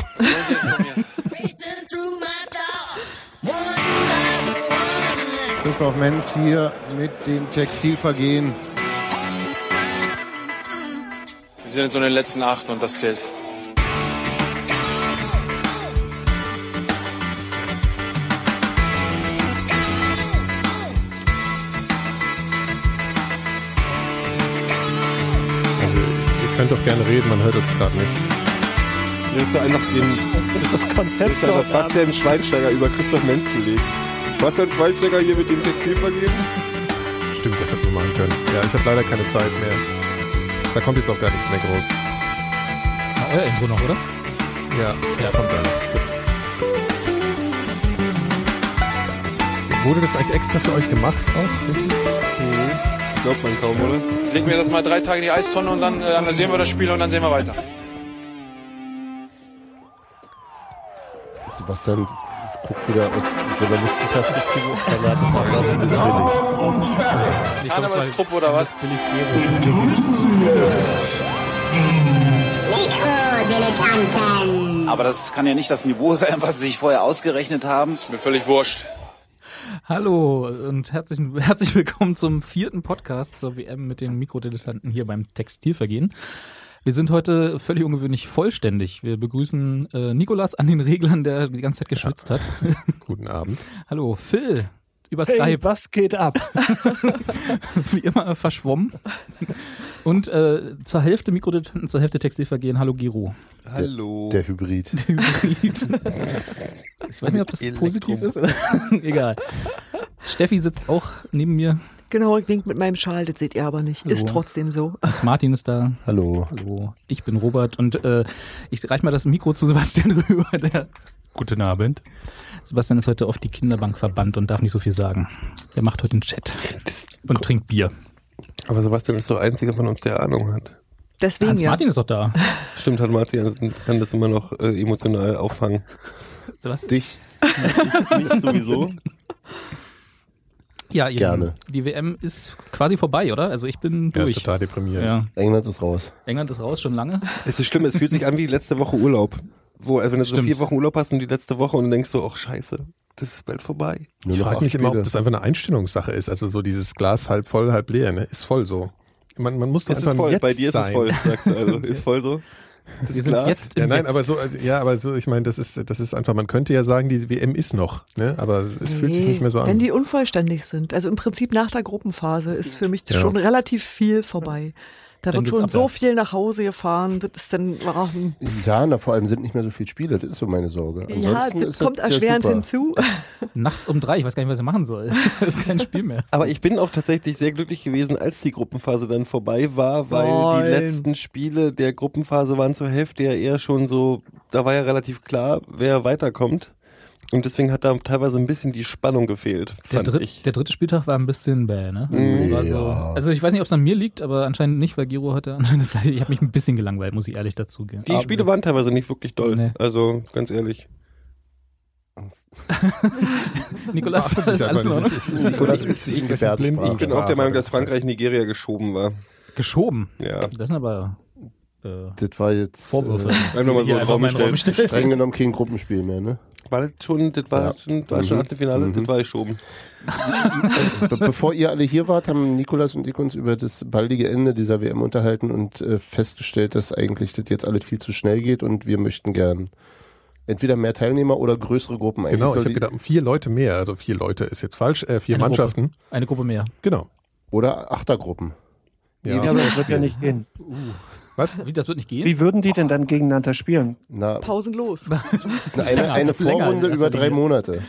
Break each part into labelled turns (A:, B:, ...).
A: das jetzt von mir.
B: Christoph Menz hier mit dem Textilvergehen.
A: Wir sind jetzt so in den letzten acht und das zählt.
C: Also, ihr könnt doch gerne reden, man hört uns gerade nicht.
D: Nimmst du einfach den
E: Das ist das Konzept.
D: Ist einfach Bastian Schweinsteiger über Christoph Menz gelegt. Bastian Schweinsteiger hier mit dem Textil vergeben.
C: Stimmt, das hätten wir machen können. Ja, ich habe leider keine Zeit mehr. Da kommt jetzt auch gar nichts mehr groß.
E: Na, euer Intro noch, oder?
C: Ja, das kommt dann. Gut. Wurde das eigentlich extra für euch gemacht auch?
D: Mhm. Glaubt man kaum, oder?
A: Legen wir das mal drei Tage in die Eistonne und dann äh, analysieren wir das Spiel und dann sehen wir weiter.
D: Sebastian guckt wieder aus Journalistenperspektive.
E: Also hat das auch ein bisschen billigt. Ich glaub, es war
A: Karnevalstrupp oder was?
E: billig Gero.
F: Mikrodilettanten.
G: Aber das kann ja nicht das Niveau sein, was sie sich vorher ausgerechnet haben.
A: Mir völlig wurscht.
E: Hallo und herzlich, herzlich willkommen zum vierten Podcast zur WM mit den Mikrodilettanten hier beim Textilvergehen. Wir sind heute völlig ungewöhnlich vollständig. Wir begrüßen äh, Nikolas an den Reglern, der die ganze Zeit geschwitzt hat.
C: Guten Abend.
E: Hallo, Phil über
H: Hey,
E: Skype,
H: was geht ab?
E: wie immer verschwommen. Und äh, zur Hälfte Mikrodilettanten, zur Hälfte Textilvergehen. Hallo, Giro.
D: Hallo.
C: Der Hybrid.
E: Hybrid. Ich weiß nicht, ob das positiv ist. Oder? Egal. Steffi sitzt auch neben mir.
I: Genau, ich wink mit meinem Schal, das seht ihr aber nicht. Ist
E: Hallo.
I: trotzdem so.
E: Und Martin ist da.
C: Hallo.
E: Hallo, ich bin Robert und äh, ich reich mal das Mikro zu Sebastian rüber. Der Guten Abend. Sebastian ist heute auf die Kinderbank verbannt und darf nicht so viel sagen. Er macht heute einen Chat und trinkt Bier.
C: Aber Sebastian ist der Einzige von uns, der Ahnung hat.
I: Deswegen
E: Hans
I: ja.
E: Martin ist doch da.
C: Stimmt, hat Martin also kann das immer noch äh, emotional auffangen.
E: Sebastian.
D: Dich. Mich sowieso.
E: Ja, ihr
J: Gerne.
E: Lieben, Die WM ist quasi vorbei, oder? Also ich bin
C: Er ist
E: durch.
C: total deprimiert.
E: Ja,
J: England ist raus.
E: England ist raus schon lange.
C: Es ist schlimm, es fühlt sich an wie letzte Woche Urlaub. Wo, also wenn du so
E: Stimmt.
C: vier Wochen Urlaub hast und die letzte Woche und dann denkst du, ach scheiße, das ist bald vorbei.
J: Nur
C: ich
J: noch
C: frage
J: acht
C: mich immer, ob
J: Spiele.
C: das einfach eine Einstellungssache ist. Also so dieses Glas halb voll, halb leer, ne? Ist voll so. Man, man muss doch
D: Es
C: einfach
D: ist voll.
C: jetzt
D: Bei dir ist
C: sein.
D: es voll, sagst du also. Ist voll so. Das
E: Wir sind
D: Glas.
E: jetzt im
C: Ja, nein,
E: Jetzt.
C: aber so, also, ja, aber so, ich meine, das ist, das ist einfach, man könnte ja sagen, die WM ist noch, ne? Aber es fühlt sich
I: Nee,
C: nicht mehr so an.
I: Wenn die unvollständig sind. Also im Prinzip nach der Gruppenphase ist für mich
C: Ja.
I: schon relativ viel vorbei. Da
E: Dann
I: wird
E: geht's
I: schon so
E: abwärts.
I: viel nach Hause gefahren. Das ist dann, ah, hm.
J: Ja, na, vor allem sind nicht mehr so viele Spiele, das ist so meine Sorge.
I: ja,
J: Ansonsten
I: das
J: ist
I: kommt erschwerend
J: ja super.
I: hinzu.
E: Nachts um drei, ich weiß gar nicht, was er machen soll. Das ist kein Spiel mehr.
C: Aber ich bin auch tatsächlich sehr glücklich gewesen, als die Gruppenphase dann vorbei war, weil
I: Nein.
C: die letzten Spiele der Gruppenphase waren zur Hälfte ja eher schon so, da war ja relativ klar, wer weiterkommt. Und deswegen hat da teilweise ein bisschen die Spannung gefehlt,
E: Der,
C: fand
E: dritt,
C: ich.
E: der dritte Spieltag war ein bisschen bäh, ne? Also, es war so,
J: Ja.
E: also ich weiß nicht, ob es an mir liegt, aber anscheinend nicht, weil Giro heute anscheinend das gleiche. Ich habe mich ein bisschen gelangweilt, muss ich ehrlich dazu gehen.
C: Die Spiele waren teilweise nicht wirklich doll,
E: Ah, Nee.
C: also ganz ehrlich.
E: Nikolas, das ist alles in Ordnung.
J: Nikolas übt sich in Gebärdensprache.
C: Ich bin auch der Meinung, dass Frankreich-Nigeria geschoben war.
E: Geschoben.
C: Ja.
E: Das sind aber äh,
J: Das war jetzt
E: Vorwürfe.
J: Äh,
C: Einfach mal so
E: Die
C: in den
E: einfach
C: Raum
E: mal in den Raum
C: gestellt.
E: gestellt.
J: streng genommen kein Gruppenspiel mehr, ne?
C: War das schon, das war
J: Ja.
C: schon, das war schon
J: Mhm.
C: Achtelfinale, das
J: Mhm.
C: war geschoben.
J: Be bevor ihr alle hier wart, haben Nikolas und ich uns über das baldige Ende dieser WM unterhalten und äh, festgestellt, dass eigentlich das jetzt alles viel zu schnell geht und wir möchten gern entweder mehr Teilnehmer oder größere Gruppen. Eigentlich
C: Genau,
J: soll
C: ich habe
J: die-
C: gedacht, vier Leute mehr, also vier Leute ist jetzt falsch, äh, vier
E: Eine
C: Mannschaften.
E: Gruppe. Eine Gruppe mehr.
C: Genau.
J: Oder Achtergruppen.
C: Ja.
H: Ja, aber das wird ja nicht gehen.
C: Was?
E: Wie, das wird nicht gehen?
H: Wie würden die denn dann gegeneinander spielen?
J: Na,
I: Pausenlos.
J: eine, eine
E: länger
J: Vorrunde
E: als
J: über
E: die
J: drei
E: hier.
J: Monate.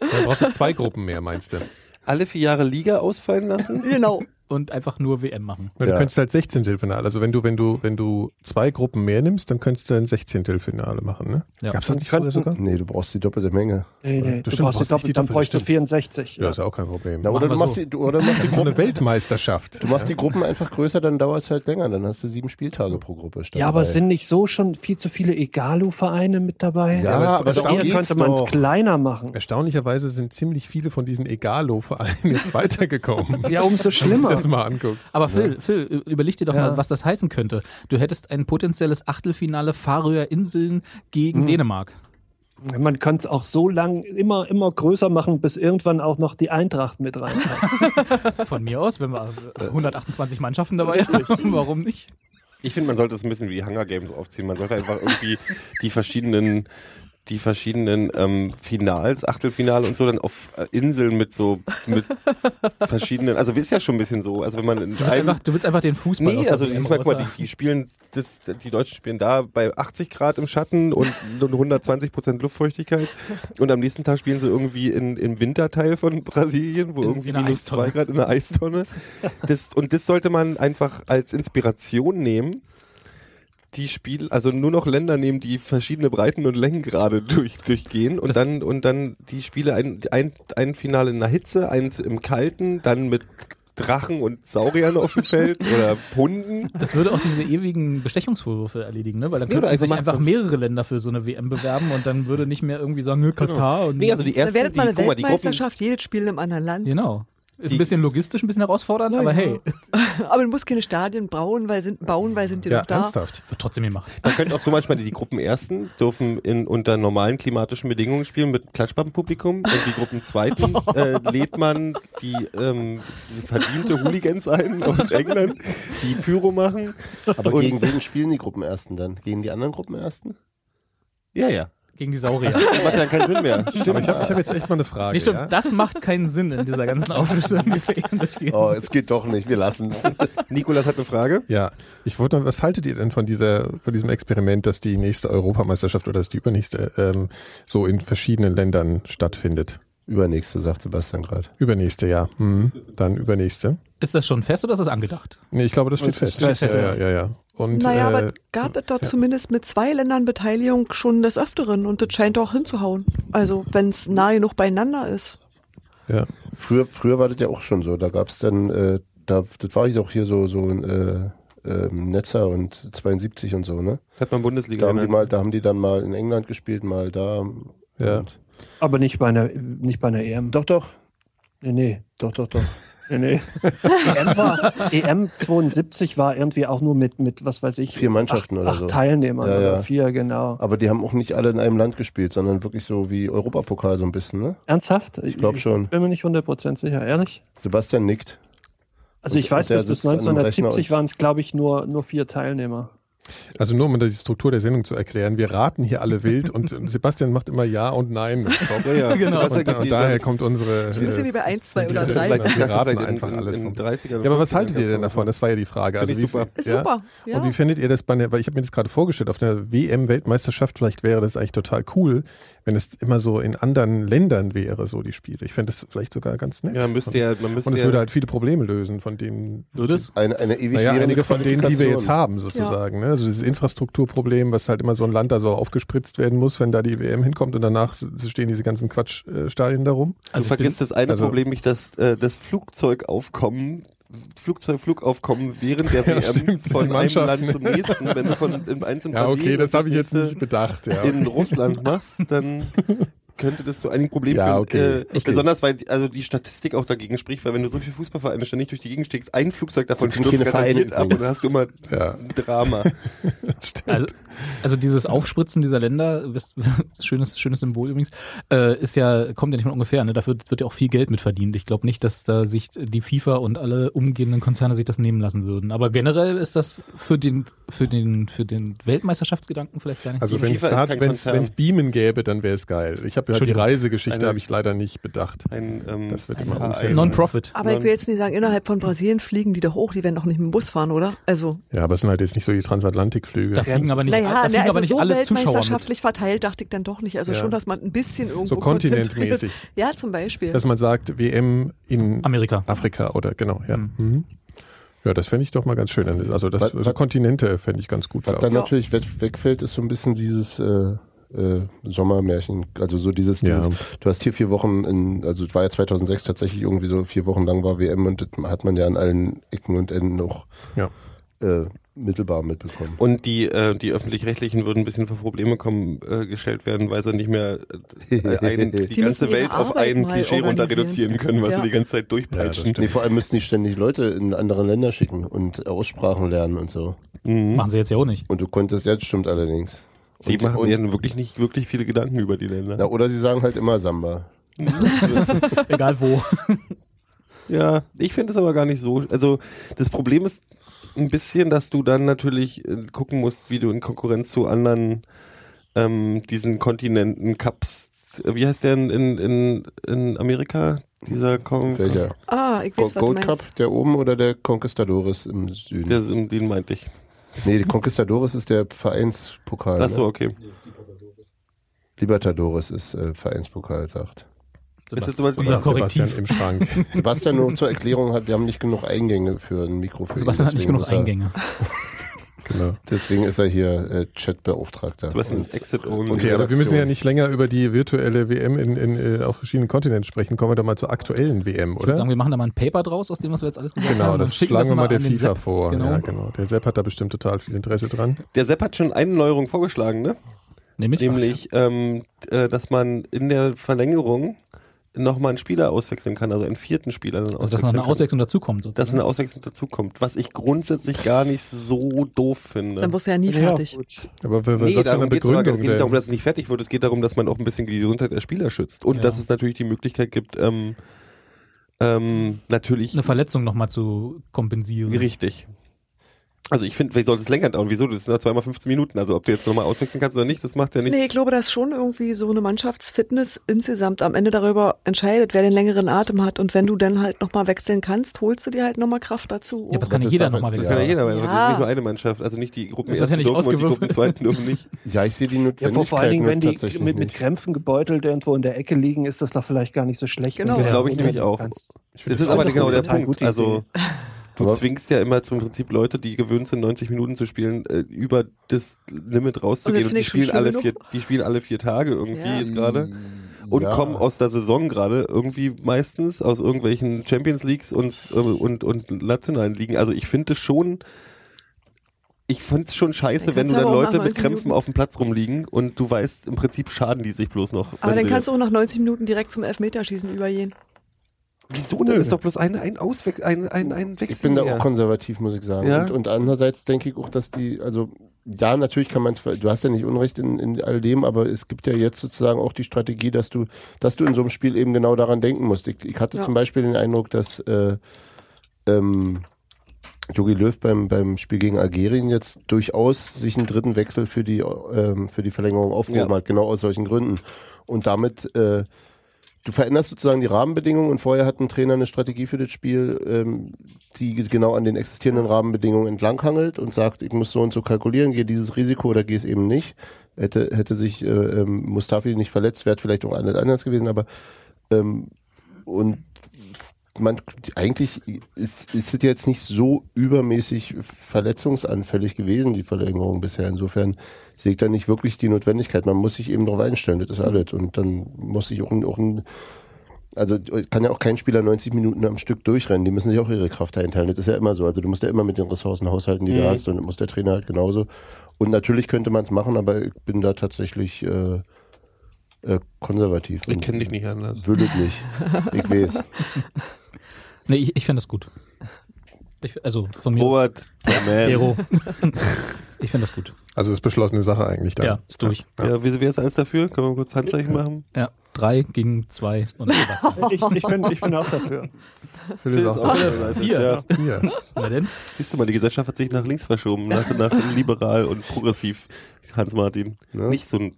C: Dann brauchst du zwei Gruppen mehr, meinst du? Alle vier Jahre Liga ausfallen lassen?
I: Genau.
E: Und einfach nur WM machen.
C: Du
J: Ja.
C: könntest halt 16. Finale. Also wenn du, wenn du, wenn du zwei Gruppen mehr nimmst, dann könntest du ein 16. Finale machen, ne?
E: Ja.
C: Gab's das nicht
H: Könnten-
C: früher sogar?
J: Nee, du brauchst die doppelte Menge.
H: Nee, nee.
C: Du
H: Du,
C: stimmt,
H: brauchst
C: brauchst
H: die
C: nicht die
H: Doppel, dann
C: Doppelte,
H: bräuchtest du
C: stimmt.
H: 64.
C: Ja, ist ja auch kein Problem.
J: Na,
C: Das
J: oder
E: wir
J: du machst,
E: so.
J: die, du, oder du machst die
C: ist so
J: Gruppen,
C: eine Weltmeisterschaft.
J: du machst die Gruppen einfach größer, dann dauert es halt länger. Dann hast du sieben Spieltage pro Gruppe. statt
H: Ja, aber
J: drei.
H: sind nicht so schon viel zu viele Egalo-Vereine mit dabei?
J: Ja, aber
H: also
J: darum
H: eher
J: geht's
H: könnte man es
J: doch.
H: kleiner machen.
C: Erstaunlicherweise sind ziemlich viele von diesen Egalo-Vereinen jetzt weitergekommen.
H: Ja, umso schlimmer.
C: das mal anguckt.
E: Aber Phil, Phil, überleg dir doch
H: Ja.
E: mal, was das heißen könnte. Du hättest ein potenzielles Achtelfinale Färöer Inseln gegen Dänemark.
H: Man kann es auch so lang immer, immer größer machen, bis irgendwann auch noch die Eintracht mit rein.
E: Von mir aus, wenn wir
C: Äh.
E: 128 Mannschaften dabei haben, warum nicht?
D: Ich finde, man sollte es ein bisschen wie die Hunger Games aufziehen. Man sollte einfach irgendwie die verschiedenen, die verschiedenen ähm, Finals, Achtelfinale und so dann auf äh, Inseln mit so mit verschiedenen. Also ist ja schon ein bisschen so. Also wenn man in
E: Du willst
D: einem,
E: einfach, du willst einfach den Fußball aus
D: nee,
E: der
D: also ich
E: WM
D: meine, guck mal,
E: raus-
D: die, die spielen, das, die Deutschen spielen da bei 80 Grad im Schatten und 120 Prozent Luftfeuchtigkeit und am nächsten Tag spielen sie irgendwie in, im Winterteil von Brasilien, wo
E: In-
D: irgendwie
E: in einer
D: minus
E: Eistonne.
D: zwei Grad in der Eistonne. Das, und das sollte man einfach als Inspiration nehmen. Die Spiel, also nur noch Länder nehmen, die verschiedene Breiten und Längengrade durch, durchgehen und dann und dann die Spiele ein, ein, ein Finale in der Hitze, eins im Kalten, dann mit Drachen und Sauriern auf dem Feld oder Hunden.
E: Das würde auch diese ewigen Bestechungsvorwürfe erledigen, ne? Weil dann
D: Nee,
E: könnten
D: oder einfach
E: sich
D: macht
E: einfach
D: man-
E: mehrere Länder für so eine WM bewerben und dann würde nicht mehr irgendwie sagen, nö, Katar und.
D: Nee, also die
I: Da
D: erste,
I: werdet
D: die,
I: mal eine
D: guck mal, die Gruppen,
I: Weltmeisterschaft, jedes Spiel in einem anderen Land.
E: genau. Ist
D: Die-
E: ein bisschen logistisch, ein bisschen herausfordernd, aber hey,
I: Aber du musst keine Stadien bauen, weil sind, bauen, weil sind die
C: Ja,
I: doch da.
C: ernsthaft.
E: wird trotzdem gemacht.
D: man könnte auch zum Beispiel die Gruppenersten dürfen in, unter normalen klimatischen Bedingungen spielen mit Klatschbappenpublikum und die Gruppenzweiten äh, lädt man die ähm, verdiente Hooligans ein aus England, die Pyro machen.
J: Aber
D: Und-
J: gegen wen spielen die Gruppenersten dann? Gegen die anderen Gruppenersten?
D: Ja, ja.
E: Gegen die Saurier.
D: Das macht ja keinen Sinn mehr.
C: Stimmt, ich habe ich hab jetzt echt mal eine Frage.
E: Nee, stimmt,
C: ja?
E: das macht keinen Sinn in dieser ganzen Auflösung. die wir eben durchgehen.
J: Oh, es geht doch nicht, wir lassen es.
D: Nikolas hat eine Frage.
C: Ja, ich wollte noch, was haltet ihr denn von dieser, von diesem Experiment, dass die nächste Europameisterschaft oder dass die übernächste ähm, so in verschiedenen Ländern stattfindet?
J: Übernächste, sagt Sebastian gerade.
C: Übernächste, ja. Hm, dann übernächste.
E: Ist das schon fest oder ist das angedacht?
C: Nee, ich glaube, das steht fest.
J: steht fest.
C: Ja, ja, ja, ja. Und
I: naja,
C: äh,
I: aber gab es doch zumindest mit zwei Ländern Beteiligung schon des Öfteren und das scheint auch hinzuhauen. Also wenn es nah genug beieinander ist.
C: ja.
J: Früher, früher war das ja auch schon so. Da gab es dann, äh, da, das war ich doch hier so, so ein äh, ähm, Netzer und 72 und so, ne?
D: Hat man Bundesliga.
J: Da haben, die mal, da haben die dann mal in England gespielt, mal da.
C: Ja.
J: Und-
H: Aber nicht bei einer, nicht bei einer EM.
J: Doch, doch,
H: Nee, nee.
J: doch, doch, doch.
H: nee, nee. EM, E war, EM 72 war irgendwie auch nur mit, mit was weiß ich,
J: Vier Mannschaften
H: acht,
J: oder
H: acht
J: so.
H: Teilnehmern
J: Ja,
H: oder
J: ja.
H: vier, genau.
J: Aber die haben auch nicht alle in einem Land gespielt, sondern wirklich so wie Europapokal so ein bisschen, ne?
H: Ernsthaft?
J: Ich glaub schon.
H: Bin mir nicht 100% sicher, ehrlich?
J: Sebastian nickt.
H: Also
J: Und-
H: ich weiß,
J: und der
H: bis, bis
J: sitzt an einem Rechner
H: 1970
J: und-
H: waren es, glaube ich, nur, nur vier Teilnehmer.
C: also nur um die Struktur der Sendung zu erklären, wir raten hier alle wild und äh, Sebastian macht immer Ja und Nein.
D: Ja, ja.
E: Genau.
D: Sebastian
C: Und, da-
D: gibt die-
C: und daher
D: das-
C: kommt unsere.
I: Das ist ein bisschen wie bei 1, 2 oder
C: die-
I: 3.
C: vielleicht-
I: Ist
C: Wir raten
D: vielleicht in-
C: einfach
D: in-
C: alles
D: in
C: so.
D: 30er
C: Ja, aber was
D: oder
C: haltet ihr
D: 40er
C: denn davon? Das war ja die Frage. Also
D: Finde ich
C: wie-
D: super.
C: ja?
I: super. Ja.
C: Und wie findet ihr das bei einer, weil ich habe mir das gerade vorgestellt, auf der WM-Weltmeisterschaft, vielleicht wäre das eigentlich total cool, wenn es immer so in anderen Ländern wäre, so die Spiele. Ich fände das vielleicht sogar ganz nett.
D: Ja, man müsste ja, man müsste
C: Und es
D: ja,
C: würde halt viele Probleme lösen, von denen,
E: Würde es?
J: Eine, eine ewig
C: naja,
J: währende
C: einige von denen, die wir jetzt
J: Qualifikation.
C: haben, sozusagen. Ne? Also dieses Infrastrukturproblem, was halt immer so ein Land da so aufgespritzt werden muss, wenn da die WM hinkommt und danach s- stehen diese ganzen äh, Quatschstadien darum.
D: du vergisst das eine
C: also-
D: Problem nicht, dass äh, das Flugzeugaufkommen Flugzeugflugaufkommen während der
C: Ja,
D: WM
C: stimmt, die
D: von einem
C: Mannschaft,
D: Land
C: ne?
D: zum nächsten, wenn du von im einzelnen
C: Ja, okay, das habe ich jetzt nicht
D: nächste
C: bedacht. Ja.
D: in Russland machst, dann könnte das zu einigen Problemen
C: Ja,
D: führen.
C: okay,
D: äh,
C: okay.
D: Besonders weil die- also die Statistik auch dagegen spricht, weil wenn du so viele Fußballvereine ständig durch die Gegend stiegst, ein Flugzeug davon
J: Das sind
D: stürzt
J: keine Vereine
D: garantiert ab und
J: übrigens.
D: dann hast du immer
C: Ja.
D: ein Drama.
C: Stimmt.
E: Also, also dieses Aufspritzen dieser Länder, was- schönes, schönes Symbol übrigens, äh, ist ja, kommt ja nicht von ungefähr, ne? Dafür wird ja auch viel Geld mit verdient. Ich glaube nicht, dass da sich die FIFA und alle umgehenden Konzerne sich das nehmen lassen würden. Aber generell ist das für den, für den, für den Weltmeisterschaftsgedanken vielleicht gar nicht.
C: Also
D: Die
C: wenn es
D: FIFA ist kein Konzern.
C: Beamen gäbe, dann wäre es geil. Ich habe ja die
E: Entschuldigung.
C: Reisegeschichte
D: Eine-
C: habe ich leider nicht bedacht.
D: Ein, ähm,
C: Das wird immer
D: Verein.
C: unfair.
E: Non-Profit.
I: Aber ich will jetzt nicht sagen, innerhalb von Brasilien fliegen die doch hoch, die werden doch nicht mit dem Bus fahren, oder? Also,
C: Ja, aber es sind halt jetzt nicht so die Transatlantikflüge.
E: Da fliegen aber nicht, da
I: naja,
E: fliegen
I: ne, also
E: aber nicht
I: so
E: alle Zuschauer mit.
I: weltmeisterschaftlich verteilt dachte ich dann doch nicht. Also
C: Ja.
I: schon, dass man ein bisschen irgendwo
C: So
I: konzentriert-
C: kontinentmäßig.
I: Ja, zum Beispiel.
C: Dass man sagt, WM in
E: Amerika. Hm.
C: Afrika oder genau, ja. Mhm. Ja, das fände ich doch mal ganz schön. Also das
J: Was-
C: also
J: was-
C: Kontinente fände ich ganz gut.
J: Was
C: glaub
J: dann
I: Ja.
J: natürlich weg, wegfällt, ist so ein bisschen dieses äh, äh, Sommermärchen. Also so dieses,
C: Ja.
J: dieses, du hast hier vier Wochen, in, also es war ja 2006 tatsächlich irgendwie so vier Wochen lang war WM und das hat man ja an allen Ecken und Enden auch
C: Ja.
J: äh, mittelbar mitbekommen.
D: Und die, äh, die öffentlich-rechtlichen würden ein bisschen vor Probleme kommen, äh, gestellt werden, weil sie nicht mehr äh, ein, die,
I: Die müssen
D: ganze
I: ihre
D: Welt auf
I: Arbeiten
D: einen
I: halt
D: Klischee runter
I: organisieren.
D: reduzieren können, was
I: Ja.
D: sie die ganze Zeit durchpeitschen.
J: Nee, vor allem müssen die ständig Leute in andere Länder schicken und Aussprachen lernen und so.
C: Hm?
E: Machen sie jetzt ja auch nicht.
J: Und du konntest, ja, das stimmt allerdings.
D: die
J: und,
D: machen
J: und,
D: sich dann wirklich nicht wirklich viele Gedanken über die Länder.
J: na, oder sie sagen halt immer Samba.
E: Egal wo.
D: Ja, ich finde es aber gar nicht so. Also das Problem ist ein bisschen, dass du dann natürlich äh, gucken musst, wie du in Konkurrenz zu anderen ähm, diesen Kontinenten Cups. äh, Wie heißt der in, in, in, in Amerika? Dieser Kon
J: Welcher?
I: Ah, ich
J: Go-
I: weiß, was du
J: Gold
I: meinst.
J: Cup, der oben oder der Conquistadores im Süden?
D: Der, den meinte ich.
J: nee, der Conquistadores ist der Vereinspokal.
D: Achso,
J: Ne?
D: okay.
J: Libertadores ist äh, Vereinspokal, sagt.
D: Ist das zum Beispiel
E: Unser
C: Sagt Sebastian
E: Korrektiv.
C: im Schrank.
J: Sebastian, nur zur Erklärung, hat, wir haben nicht genug Eingänge für ein Mikro. Für
E: Sebastian
J: ihn,
E: hat nicht
J: deswegen
E: genug
J: ist er-
E: Eingänge.
C: genau.
J: Deswegen ist er hier äh, Chatbeauftragter.
D: Sebastian ist Exit Only.
C: Okay, aber wir müssen
J: Redaktion.
C: ja nicht länger über die virtuelle WM in, in äh, auch verschiedenen Kontinenten sprechen. Kommen wir doch mal zur aktuellen WM,
E: Ich würde
C: oder?
E: sagen, wir machen da mal ein Paper draus, aus dem, was wir jetzt alles gesagt haben.
C: Genau,
E: und
C: das
E: schicken
C: schlagen wir mal der
E: an den
C: FIFA
E: Sepp.
C: vor.
E: Genau.
C: Ja, genau. Der Sepp hat da bestimmt total viel Interesse dran.
D: Der Sepp hat schon eine Neuerung vorgeschlagen, ne?
E: Nämlich,
D: Nämlich, ähm, äh, dass man in der Verlängerung nochmal einen Spieler auswechseln kann, also einen vierten Spieler dann
E: also, dass
D: auswechseln
E: noch eine
D: kann.
E: Auswechslung dazukommt. sozusagen.
D: dass eine Auswechslung dazukommt, was ich grundsätzlich gar nicht so doof finde.
I: Dann wirst du ja nie fertig.
H: gut.
C: Aber w- w-
D: Nee,
C: was für eine
D: darum geht's aber gar
C: Begründung
D: nicht. Es geht nicht darum,
C: denn?
D: dass es nicht fertig wird. Es geht darum, dass man auch ein bisschen die Gesundheit der Spieler schützt. Und
E: Ja.
D: dass es natürlich die Möglichkeit gibt, ähm, ähm, natürlich
E: eine Verletzung nochmal zu
I: Mhm.
E: kompensieren.
D: richtig. Also ich finde, wie soll das länger dauern? Wieso? Das sind ja zweimal 15 Minuten. Also ob du jetzt nochmal auswechseln kannst oder nicht, das macht ja nichts.
I: Nee, ich glaube, dass schon irgendwie so eine Mannschaftsfitness insgesamt am Ende darüber entscheidet, wer den längeren Atem hat. Und wenn du dann halt nochmal wechseln kannst, holst du dir halt nochmal Kraft dazu.
E: Ja, aber das
C: Oh
E: kann ja jeder nochmal
D: das kann ja
E: wechseln.
D: jeder, weil
I: Ja.
D: das ist nicht nur eine Mannschaft. Also nicht die
E: Das
D: Gruppen
E: wird ja
D: ersten
E: nicht
D: dürfen und die
E: ausgewürfelt.
D: Gruppen zweiten dürfen nicht.
J: Ja, ich sehe die
H: Ja, vor,
J: Notwendigkeit.
H: vor allen Dingen,
J: nur
H: wenn die
J: tatsächlich
H: mit, mit
J: nicht.
H: Krämpfen gebeutelt irgendwo in der Ecke liegen, ist das doch vielleicht gar nicht so schlecht.
I: Genau.
H: wenn du
D: Glaube ich
H: runter
D: nämlich auch.
H: kannst.
D: Das
H: das
D: ist aber
H: eine
D: genau der
H: total
D: Punkt.
H: gute
D: Also
H: Idee.
D: du
J: Aber-
D: zwingst ja immer zum Prinzip Leute, die gewöhnt sind, 90 Minuten zu spielen, äh, über das Limit
I: Und
D: rauszugehen.
I: das
D: Und
I: finde
D: die
I: ich schon
D: spielen alle
I: schlimm
D: vier, die spielen alle vier Tage irgendwie
I: Ja.
D: jetzt gerade und
J: Ja.
D: kommen aus der Saison gerade irgendwie meistens aus irgendwelchen Champions Leagues und äh, und und nationalen Ligen. Also ich finde es schon ich find's schon scheiße,
I: Dann
D: wenn
I: kannst
D: du
I: du
D: dann
I: aber auch
D: Leute
I: nach
D: mit
I: 90
D: Krämpfen
I: Minuten-
D: auf dem Platz rumliegen und du weißt, im Prinzip schaden die sich bloß noch.
I: Aber
D: wenn
I: dann
D: sie-
I: kannst du auch nach 90 Minuten direkt zum Elfmeterschießen übergehen.
D: Wieso denn? Ist doch bloß ein, ein Ausweg, ein, ein, ein Wechsel.
J: Ich bin da
D: mehr.
J: auch konservativ, muss ich sagen.
D: Ja.
J: Und, und andererseits denke ich auch, dass die, also ja, natürlich kann man es, du hast ja nicht Unrecht in, in all dem, aber es gibt ja jetzt sozusagen auch die Strategie, dass du, dass du in so einem Spiel eben genau daran denken musst. Ich, ich hatte
I: Ja.
J: zum Beispiel den Eindruck, dass äh, ähm, Jogi Löw beim, beim Spiel gegen Algerien jetzt durchaus sich einen dritten Wechsel für die, ähm, für die Verlängerung aufgehoben
D: Ja.
J: hat, genau aus solchen Gründen. Und damit äh, du veränderst sozusagen die Rahmenbedingungen und vorher hat ein Trainer eine Strategie für das Spiel, ähm, die genau an den existierenden Rahmenbedingungen entlanghangelt und sagt, ich muss so und so kalkulieren, gehe dieses Risiko oder gehe es eben nicht. Hätte, hätte sich äh, ähm, Mustafi nicht verletzt, wäre es vielleicht auch anders anders gewesen, aber ähm, und man eigentlich ist, ist es jetzt nicht so übermäßig verletzungsanfällig gewesen, die Verlängerung bisher. Insofern sehe ich da nicht wirklich die Notwendigkeit. Man muss sich eben darauf einstellen, das ist alles. Und dann muss sich auch ein, auch ein also kann ja auch kein Spieler 90 Minuten am Stück durchrennen. Die müssen sich auch ihre Kraft einteilen. Das ist ja immer so. Also du musst ja immer mit den Ressourcen haushalten, die du hast und muss der Trainer halt genauso. Und natürlich könnte man es machen, aber ich bin da tatsächlich äh, äh, konservativ.
D: Ich kenne dich nicht anders.
J: Will ich nicht. Ich weiß.
E: Nee, ich, ich fände das gut. Ich, also von mir.
D: Robert, der
C: ähm.
D: Man.
E: Gero. ich fände das gut.
C: Also ist beschlossene Sache eigentlich da.
E: Ja, ist durch.
D: Ja, wer, wer ist alles dafür? Können wir kurz Handzeichen machen?
E: Ja, drei gegen zwei und Sebastian.
H: Ich, ich, bin, ich bin auch dafür.
D: Phil ist auch dabei.
E: Vier.
D: Ja.
C: Hier.
E: Na denn?
D: Siehst du mal, die Gesellschaft hat sich nach links verschoben, nach, nach liberal und progressiv. Hans-Martin. Nicht so ein.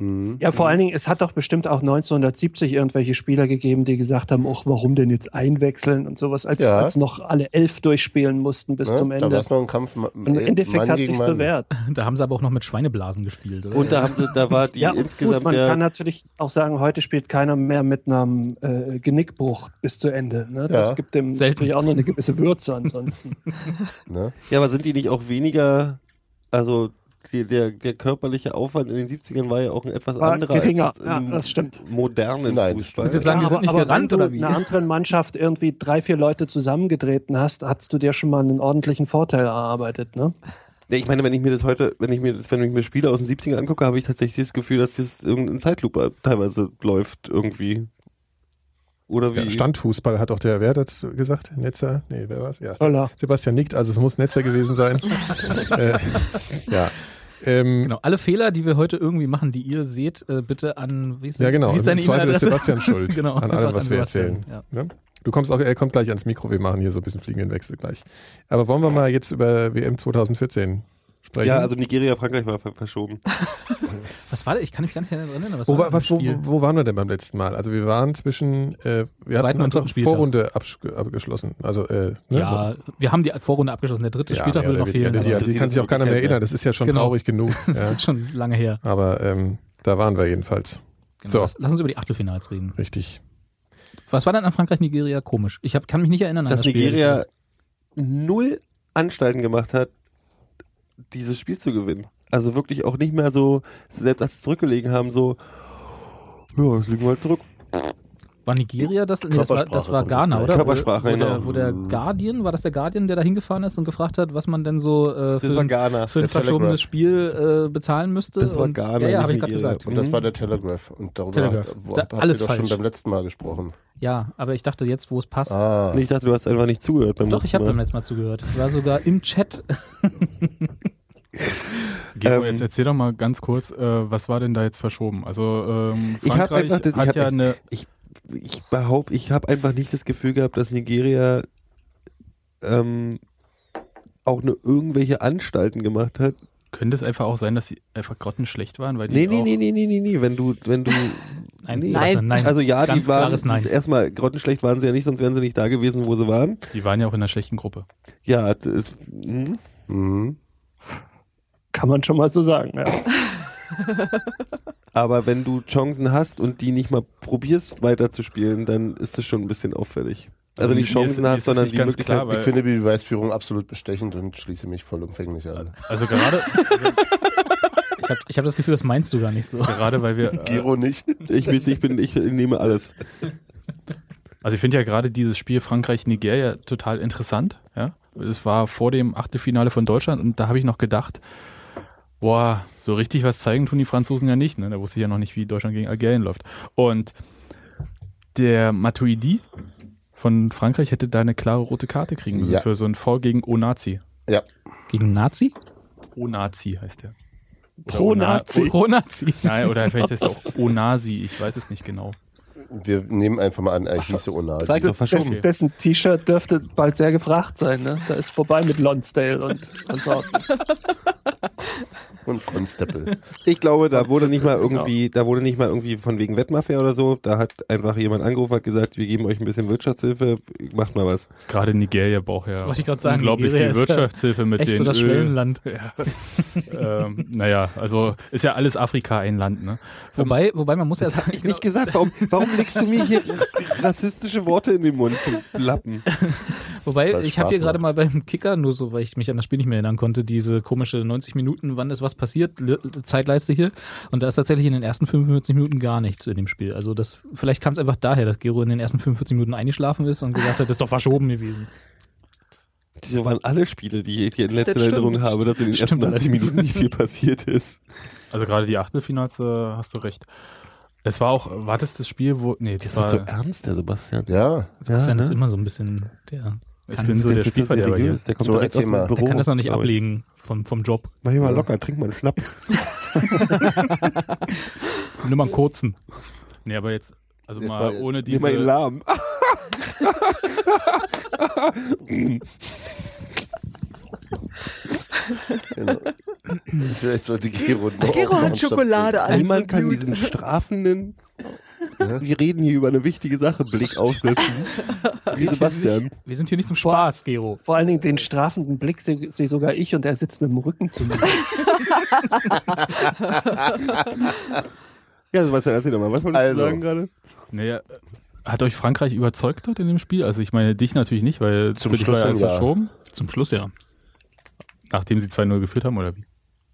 H: Ja,
J: Mhm.
H: vor allen Dingen, es hat doch bestimmt auch 1970 irgendwelche Spieler gegeben, die gesagt haben, ach, warum denn jetzt einwechseln und sowas, als,
J: Ja.
H: als noch alle elf durchspielen mussten bis
J: Ja,
H: zum
J: ne? Da war
H: Ende.
J: es noch ein Kampf. ma-
H: Und Im
J: ey,
H: Endeffekt
J: Mann
H: hat
J: gegen
H: sich's
J: Mann.
H: bewährt.
E: Da haben sie aber auch noch mit Schweineblasen gespielt, oder?
D: Und da, haben sie, da war die
H: Ja,
D: insgesamt
H: gut, man
D: der.
H: kann natürlich auch sagen, heute spielt keiner mehr mit einem äh, Genickbruch bis zu Ende. Ne? Das
J: Ja.
H: gibt dem
E: Selten.
H: natürlich auch noch eine gewisse Würze ansonsten.
J: Ne?
D: ja, aber sind die nicht auch weniger. Also die, der, der körperliche Aufwand in den 70ern war ja auch ein etwas
H: War
D: anderer
H: geringer.
D: als
H: Ja,
D: im
H: das stimmt.
D: modernen
J: Nein,
D: Fußball.
E: stimmt. sagen, die sind nicht
H: aber
E: gerannt,
H: wenn du
E: oder wie?
H: einer anderen Mannschaft irgendwie drei, vier Leute zusammengetreten hast, hast du dir schon mal einen ordentlichen Vorteil erarbeitet, ne?
D: Ja, ich meine, wenn ich mir das heute, wenn ich mir das, wenn ich mir Spiele aus den 70ern angucke, habe ich tatsächlich das Gefühl, dass das irgendein Zeitlupe teilweise läuft irgendwie. Oder wie?
C: Ja, Standfußball hat auch der, wer hat das gesagt? Netzer? Nee, wer war's? Ja.
H: Völler.
C: Sebastian nickt, also es muss Netzer gewesen sein. äh, ja. Ähm,
E: Genau, alle Fehler, die wir heute irgendwie machen, die ihr seht, äh, bitte an, wie ist,
C: Ja, genau.
E: wie ist deine
C: Im Zweifel ist
E: E-Mail-Adresse?
C: Sebastian schuld
E: genau,
C: an allem,
E: einfach
C: was wir
E: Sebastian,
C: erzählen.
E: Ja.
C: Ne? Du kommst auch, er kommt gleich ans Mikro, wir machen hier so ein bisschen fliegenden Wechsel gleich. Aber wollen wir mal jetzt über WM 2014 sprechen?
D: ja, also Nigeria, Frankreich war ver verschoben.
E: Was war das? Ich kann mich gar nicht erinnern. Was
C: wo, Oh,
E: war
C: wa-
E: das
C: was, wo,
E: Spiel?
C: wo waren wir denn beim letzten Mal? Also wir waren zwischen, äh, wir
E: Zweiten
C: hatten
E: und
C: einfach
E: dritten Spieltag.
C: Vorrunde absch- abgeschlossen. Also, äh, ne?
E: ja, wir haben die Vorrunde abgeschlossen. Der dritte
C: Ja,
E: Spieltag
C: mehr
E: würde
C: oder
E: noch
C: weniger.
E: fehlen. Also
C: Die,
E: aber
C: die, kann sich auch keiner mehr erinnern, das ist ja schon
E: Genau.
C: traurig genug.
E: Das
C: Ja.
E: ist schon lange her.
C: Aber ähm, da waren wir jedenfalls.
E: Genau.
C: So.
E: Lass- Lass uns über die Achtelfinals reden.
C: Richtig.
E: Was war denn an Frankreich, Nigeria komisch? Ich hab, kann mich nicht erinnern an
D: Dass
E: das Spiel.
D: Nigeria null Anstalten gemacht hat, dieses Spiel zu gewinnen. Also wirklich auch nicht mehr so, selbst als sie zurückgelegen haben, so, ja, jetzt liegen wir halt zurück.
E: War Nigeria das? Nee, das war, das
J: Körpersprache
E: war
J: kommt jetzt
E: Ghana,
J: gleich.
E: oder?
D: Körpersprache,
E: wo, wo,
D: genau.
E: der, wo der Guardian, war das der Guardian, der da hingefahren ist und gefragt hat, was man denn so äh,
D: Das
E: für,
D: war
E: ein-
D: Ghana.
E: für ein
J: der Telegraph.
E: verschobenes Spiel äh, bezahlen müsste?
D: Das war
E: und,
D: Ghana,
E: Ja, ja
D: nicht
E: habe ich gerade
D: Nigeria.
E: gesagt.
J: Und das war der Telegraph. Und darüber
E: Telegraph.
J: Hat, wo,
E: Da-
J: habt ihr
E: alles
J: doch schon
E: falsch.
J: beim letzten Mal gesprochen.
E: Ja, aber ich dachte jetzt, wo es passt.
J: Ah,
D: Ich dachte, du hast einfach nicht zugehört beim
E: Doch,
D: letzten
E: ich habe
D: Mal.
E: beim letzten Mal zugehört. Ich war sogar im Chat.
A: Gero,
D: Ähm,
A: jetzt erzähl doch mal ganz kurz, äh, was war denn da jetzt verschoben? Also ähm,
D: Ich hab
A: Frankreich
D: einfach das- ich
A: hat
D: hab
A: ja
D: echt-
A: eine
D: ich behaupte, ich habe einfach nicht das Gefühl gehabt, dass Nigeria ähm, auch nur irgendwelche Anstalten gemacht hat.
A: Könnte es einfach auch sein, dass sie einfach grottenschlecht waren, weil die
D: Nee, nee,
A: auch
D: nee, nee, nee, nee, nee, wenn du, wenn du,
E: Nein,
D: Nee.
E: Sebastian, nein.
D: also ja,
E: ganz
D: die waren,
E: klares Nein.
D: erstmal grottenschlecht waren sie ja nicht, sonst wären sie nicht da gewesen, wo sie waren.
A: die waren ja auch in einer schlechten Gruppe.
D: Ja, das, hm.
J: mhm.
H: Kann man schon mal so sagen, ja.
D: aber wenn du Chancen hast und die nicht mal probierst weiterzuspielen, dann ist das schon ein bisschen auffällig. Also
A: Also
D: nicht
A: mir ist-
D: Chancen
A: mir ist
D: hast,
A: es
D: sondern
A: nicht
D: die
A: ganz
D: Möglichkeit.
A: klar, weil-
J: Ich finde die Beweisführung absolut bestechend und schließe mich vollumfänglich an.
A: Also gerade,
E: Ich habe ich hab das Gefühl, das meinst du gar nicht so.
A: gerade weil wir, äh,
J: Gero nicht.
D: Ich, weiß, ich bin, ich nehme alles.
A: also ich finde ja gerade dieses Spiel Frankreich-Nigeria total interessant. Ja, es war vor dem Achtelfinale von Deutschland und da habe ich noch gedacht, boah, so richtig was zeigen tun die Franzosen ja nicht. Ne? Da wusste ich ja noch nicht, wie Deutschland gegen Algerien läuft. Und der Matuidi von Frankreich hätte da eine klare rote Karte kriegen müssen
J: Ja.
A: für so ein Foul gegen Onazi.
J: Ja.
E: Gegen Nazi?
A: Onazi heißt der.
H: Pro-Nazi.
A: Oder Ona-
E: Pro-Nazi.
A: Nein, oder vielleicht heißt er auch Onasi, ich weiß es nicht genau.
J: Wir nehmen einfach mal an, ich hieße Onasi.
D: Zeig doch, verschoben.
A: Okay.
H: Dessen, dessen T-Shirt dürfte bald sehr gefragt sein, ne? Da ist vorbei mit Lonsdale und, und so.
J: und Constable.
D: Ich glaube, da wurde nicht mal irgendwie, da wurde nicht mal irgendwie von wegen Wettmafia oder so. Da hat einfach jemand angerufen, hat gesagt, wir geben euch ein bisschen Wirtschaftshilfe, macht mal was.
A: Gerade Nigeria braucht ja
E: Wollte ich gerade sagen,
A: unglaublich
E: Nigeria
A: viel
E: ist ja
A: Wirtschaftshilfe mit
E: Echt
A: den
E: so das
A: Öl.
E: Schwellenland.
A: Ähm, naja, also ist ja alles Afrika ein Land, ne?
E: Wobei, wobei man muss ja
D: Das
E: sagen,
D: habe ich nicht gesagt. Warum, warum legst du mir hier rassistische Worte in den Mund, du Lappen?
E: Wobei,
J: Weil's
E: ich habe
J: Spaß
E: hier gerade mal
J: macht.
E: beim Kicker, nur so, weil ich mich an das Spiel nicht mehr erinnern konnte, diese komische 90 Minuten, wann ist was passiert, Le- Zeitleiste hier. Und da ist tatsächlich in den ersten 45 Minuten gar nichts in dem Spiel. Also das, vielleicht kam es einfach daher, dass Gero in den ersten 45 Minuten eingeschlafen ist und gesagt hat, das ist doch verschoben gewesen.
D: Diese waren alle Spiele, die ich hier in letzter
I: Das stimmt.
D: Erinnerung habe, dass in den ersten
E: Stimmt
D: 90
E: allerdings.
D: Minuten nicht viel passiert ist.
A: Also gerade die Achtelfinals äh, hast du recht. Es war auch, war das das Spiel, wo, nee, das,
D: war
A: war,
D: so ernst, der Sebastian.
J: Ja,
E: Sebastian
D: ne?
E: ist immer so ein bisschen der.
A: ich bin so der Spielverderber hier.
D: der kommt
J: So,
D: direkt aus
J: erzähl
D: dem
J: mal. Der
D: Büro.
E: Der kann das noch nicht
D: glaub ich.
E: ablegen vom, vom Job.
D: Mach ihn mal locker, trink mal einen Schnaps.
E: Nur mal einen kurzen.
A: Nee, aber jetzt, also
J: Jetzt
A: mal
J: mal-
A: ohne
D: Nimm mal ihn
A: diese,
D: lahm.
J: genau. Vielleicht sollte Gero noch
I: Gero
J: auf dem
I: hat Schokolade
J: Stab
I: als
D: Niemand kann
I: Tribute.
D: diesen strafenden,
J: Ja.
D: wir reden hier über eine wichtige Sache, Blick aufsetzen. Wie Sebastian.
E: Wir sind hier nicht zum Spaß, Gero.
H: Vor allen Dingen den strafenden Blick sehe seh sogar ich und er sitzt mit dem Rücken zu mir.
D: Ja, Sebastian, erzähl doch mal, was wolltest
J: Also.
D: du sagen gerade?
A: naja, hat euch Frankreich überzeugt dort in dem Spiel? Also ich meine dich natürlich nicht, weil
J: Zum
A: für dich
J: Schluss
A: war ja alles
J: hin, ja.
A: verschoben,
E: Zum Schluss ja.
A: nachdem sie 2-0 geführt haben, oder wie?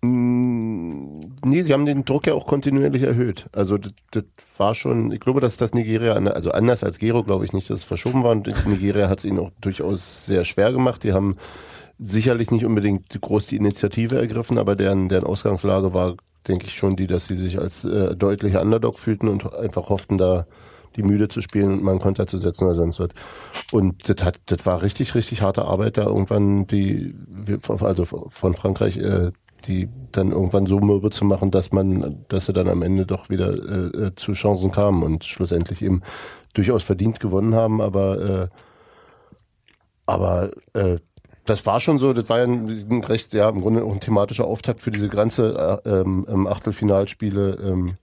J: Nee, sie haben den Druck ja auch kontinuierlich erhöht. Also das, das war schon, ich glaube, dass das Nigeria, an- also anders als Gero, glaube ich nicht, dass es verschoben war. Und Nigeria hat es ihnen auch durchaus sehr schwer gemacht. Die haben sicherlich nicht unbedingt groß die Initiative ergriffen, aber deren, deren Ausgangslage war, denke ich schon, die, dass sie sich als äh, deutlicher Underdog fühlten und einfach hofften, da die Müde zu spielen und mal einen Konter zu setzen oder sonst was. Und das hat, das war richtig, richtig harte Arbeit da irgendwann die, wir- also von Frankreich, äh, die dann irgendwann so mürbe zu machen, dass man, dass sie dann am Ende doch wieder äh, äh, zu Chancen kamen und schlussendlich eben durchaus verdient gewonnen haben, aber äh, aber äh, das war schon so, das war ja ein, ein recht, ja, im Grunde auch ein thematischer Auftakt für diese ganze äh, ähm, ähm, Achtelfinalspiele, ähm,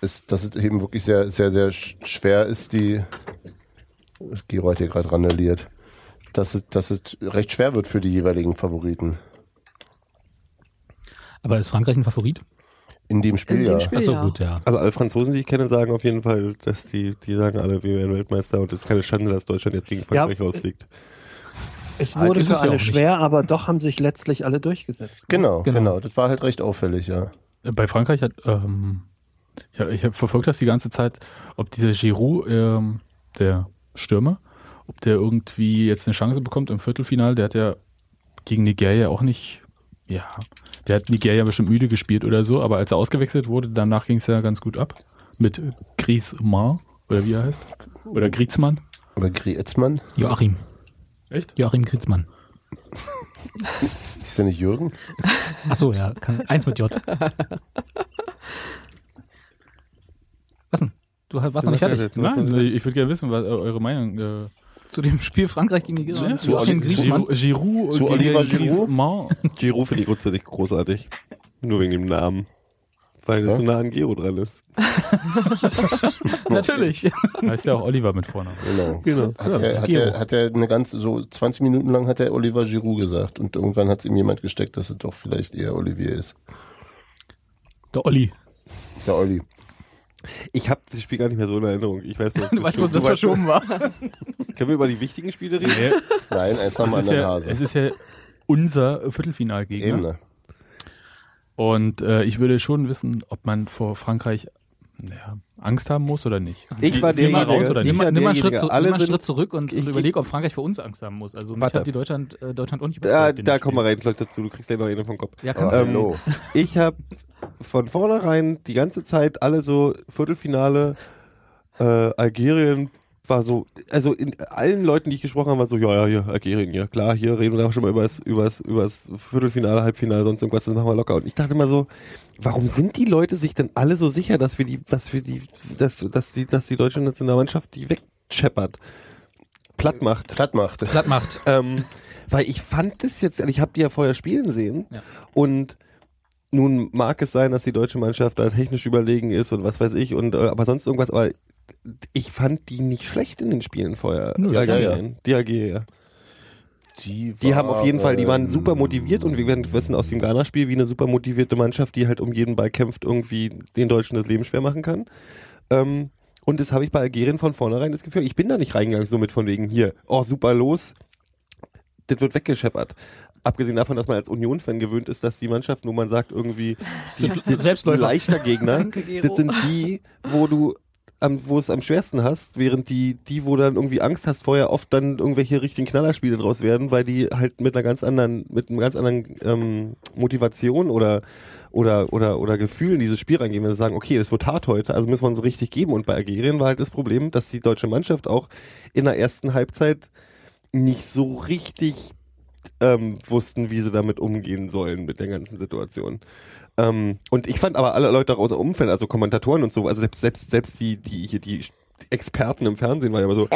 J: ist, dass es eben wirklich sehr, sehr, sehr sch- schwer ist, die Giro hat hier gerade randaliert, dass es, dass es recht schwer wird für die jeweiligen Favoriten.
E: Aber ist Frankreich ein Favorit?
J: In dem Spiel, ja.
E: Ach so, gut, ja.
D: Also alle Franzosen, die ich kenne, sagen auf jeden Fall, dass die, die sagen alle, wir werden Weltmeister und es ist keine Schande, dass Deutschland jetzt gegen Frankreich
H: Ja.
D: rausfliegt.
H: Es
D: Halt
H: wurde
D: ist
H: für
D: es ja auch
H: alle
D: nicht.
H: schwer, aber doch haben sich letztlich alle durchgesetzt. ne?
J: Genau, genau, Das war halt recht auffällig, ja.
A: Bei Frankreich hat, ähm, ich habe ich hab verfolgt das die ganze Zeit, ob dieser Giroud, ähm, der Stürmer, ob der irgendwie jetzt eine Chance bekommt im Viertelfinale. Der hat ja gegen Nigeria auch nicht, ja, der hat Nigeria bestimmt müde gespielt oder so, aber als er ausgewechselt wurde, danach ging es ja ganz gut ab. Mit Griezmann, oder wie er heißt? Oder Griezmann?
J: Oder Grietzmann?
E: Joachim.
A: Echt?
E: Joachim Kritzmann.
J: Ist der nicht Jürgen?
E: Ach so, ja. Kann, eins mit J. Was denn? Du warst noch nicht fertig.
A: Nein, ich würde gerne wissen, was äh, eure Meinung äh,
E: Zu dem Spiel Frankreich gegen Nigeria.
A: Zu Oli- Giroud- Giroud Zu gegen Oliver Giroud? Griezmann.
D: Giroud finde ich grundsätzlich großartig. Nur wegen dem Namen. Weil das
A: Ja?
D: so nah an Gero dran ist.
E: Natürlich.
A: Heißt ja auch Oliver mit Vornamen.
J: Genau.
D: Genau.
J: Hat, er, hat,
A: Giro.
J: er, hat er eine ganze, so 20 Minuten lang hat er Oliver Giroud gesagt und irgendwann hat es ihm jemand gesteckt, dass es doch vielleicht eher Olivier ist.
E: Der Olli.
J: Der Olli.
D: Ich habe das Spiel gar nicht mehr so in Erinnerung. Ich weiß,
E: Du weißt, wo es verschoben war.
D: Können wir über die wichtigen Spiele reden?
J: Nein, eins nach dem
A: Es ist
J: anderen
A: ja,
J: Hase.
A: Es ist ja unser Viertelfinalgegner.
J: Eben, ne?
A: Und äh, ich würde schon wissen, ob man vor Frankreich naja, Angst haben muss oder nicht.
D: Ich war
A: Geh- geh mal
D: derjenige-
A: raus oder
D: ich
A: nicht.
D: war
E: Nimm mal einen Schritt,
D: derjenige.
E: zu,
D: Alle
E: nimm mal einen
D: sind-
E: Schritt zurück und
D: Ich-
E: überleg, ob Frankreich vor uns Angst haben muss. Also mich
D: Warte.
E: hat die Deutschland, äh, Deutschland auch nicht
D: Da,
E: in dem
D: da
E: Spiel.
D: kommen Äh, wir rein gleich dazu. Du kriegst gleich noch eine vom Kopf.
E: Ja, kannst du.
J: Hallo.
D: Ähm, Ich habe von vornherein die ganze Zeit alle so Viertelfinale äh, Algerien war so, also in allen Leuten, die ich gesprochen habe, war so, ja, ja, hier, Algerien, ja, klar, hier reden wir doch schon mal über das, über das, über das Viertelfinale, Halbfinale, sonst irgendwas, das machen wir locker. Und ich dachte immer so, warum sind die Leute sich denn alle so sicher, dass wir die, dass wir die, dass, dass die, dass die deutsche Nationalmannschaft die wegscheppert? Platt macht.
J: Platt macht.
E: Platt macht.
D: ähm, weil ich fand das jetzt, ich habe die ja vorher spielen sehen
E: Ja.
D: und nun mag es sein, dass die deutsche Mannschaft da technisch überlegen ist und was weiß ich und äh, aber sonst irgendwas, aber ich fand die nicht schlecht in den Spielen vorher.
J: Nö, ja,
D: Algerien.
J: ja.
D: Die Algerier.
J: Die,
D: Die haben auf jeden Fall, die waren
J: ähm,
D: super motiviert und wir werden wissen aus dem Ghana-Spiel, wie eine super motivierte Mannschaft, die halt um jeden Ball kämpft, irgendwie den Deutschen das Leben schwer machen kann. Ähm, und das habe ich bei Algerien von vornherein das Gefühl, ich bin da nicht reingegangen, so mit von wegen hier, oh super los, das wird weggescheppert. Abgesehen davon, dass man als Union-Fan gewöhnt ist, dass die Mannschaft, wo man sagt, irgendwie die, die,
E: Selbstläufer.
D: leichter Gegner,
E: Danke, Gero.
D: das sind die, wo du am, wo es am schwersten hast, während die, die, wo dann irgendwie Angst hast, vorher oft dann irgendwelche richtigen Knallerspiele draus werden, weil die halt mit einer ganz anderen, mit einem ganz anderen ähm, Motivation oder oder oder oder Gefühl in dieses Spiel reingehen, wenn sie sagen, okay, das wird hart heute, also müssen wir uns richtig geben. Und bei Algerien war halt das Problem, dass die deutsche Mannschaft auch in der ersten Halbzeit nicht so richtig ähm, wussten, wie sie damit umgehen sollen mit der ganzen Situation. Ähm, und ich fand aber alle Leute auch aus dem Umfeld, also Kommentatoren und so, also selbst selbst selbst die die hier die Experten im Fernsehen waren ja immer so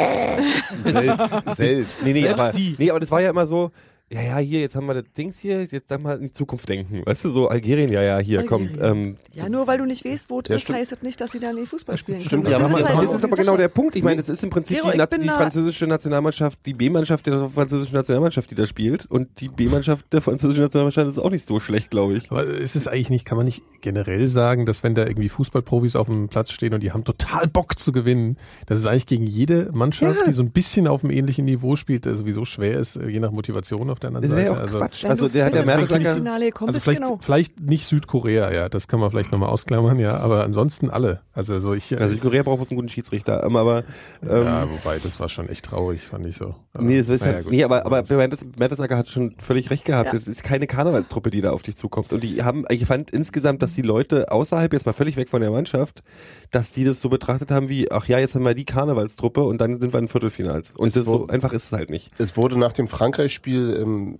J: Selbst, selbst.
D: Nee, nee,
J: Selbst
D: aber,
J: die.
D: nee, aber das war ja immer so ja, ja, hier, jetzt haben wir das Dings hier, jetzt dann mal in die Zukunft denken. Weißt du, so Algerien, ja, ja, hier, komm. Ähm,
I: Ja, nur weil du nicht weißt, wo
D: Ja,
I: das
D: stimmt.
I: heißt es nicht, dass sie da nicht Fußball spielen
D: Stimmt,
I: können.
D: ja, das,
I: ist halt
D: das
I: so
D: ist
I: die
D: aber genau
I: Sache.
D: der Punkt. Ich meine, das ist im Prinzip
I: Gero,
D: die,
I: ich
D: Naz-
I: bin
D: die
I: da-
D: französische Nationalmannschaft, die B-Mannschaft der französischen Nationalmannschaft, die da spielt. Und die B-Mannschaft der französischen Nationalmannschaft ist auch nicht so schlecht, glaube ich.
C: Aber ist es eigentlich nicht, kann man nicht generell sagen, dass wenn da irgendwie Fußballprofis auf dem Platz stehen und die haben total Bock zu gewinnen, dass es eigentlich gegen jede Mannschaft, die so ein bisschen auf einem ähnlichen Niveau spielt, äh, sowieso schwer ist, äh, je nach Motivation auf der anderen
D: Das
C: Seite.
D: wäre ja auch Quatsch. Wenn Also du der hat bis ja ins mehrere-
I: Achtelfinale gekommen
C: also
I: bist,
C: vielleicht,
I: genau.
C: vielleicht nicht Südkorea, ja, das kann man vielleicht nochmal ausklammern, ja, aber ansonsten alle. Also so ich.
D: Also Südkorea braucht uns einen guten Schiedsrichter, ähm, aber ähm,
C: ja, wobei, das war schon echt traurig, fand ich so.
D: Nee, das ist
C: naja,
D: halt,
C: gut.
D: nee, aber, aber Mertes- Mertesacker hat schon völlig recht gehabt.
C: Ja.
D: Es ist keine Karnevalstruppe, die da auf dich zukommt. Und die haben, ich fand insgesamt, dass die Leute außerhalb, jetzt mal völlig weg von der Mannschaft, dass die das so betrachtet haben wie, ach ja, jetzt haben wir die Karnevalstruppe und dann sind wir in Viertelfinals. Und das so einfach ist es halt nicht.
J: Es wurde nach dem Frankreich-Spiel ähm,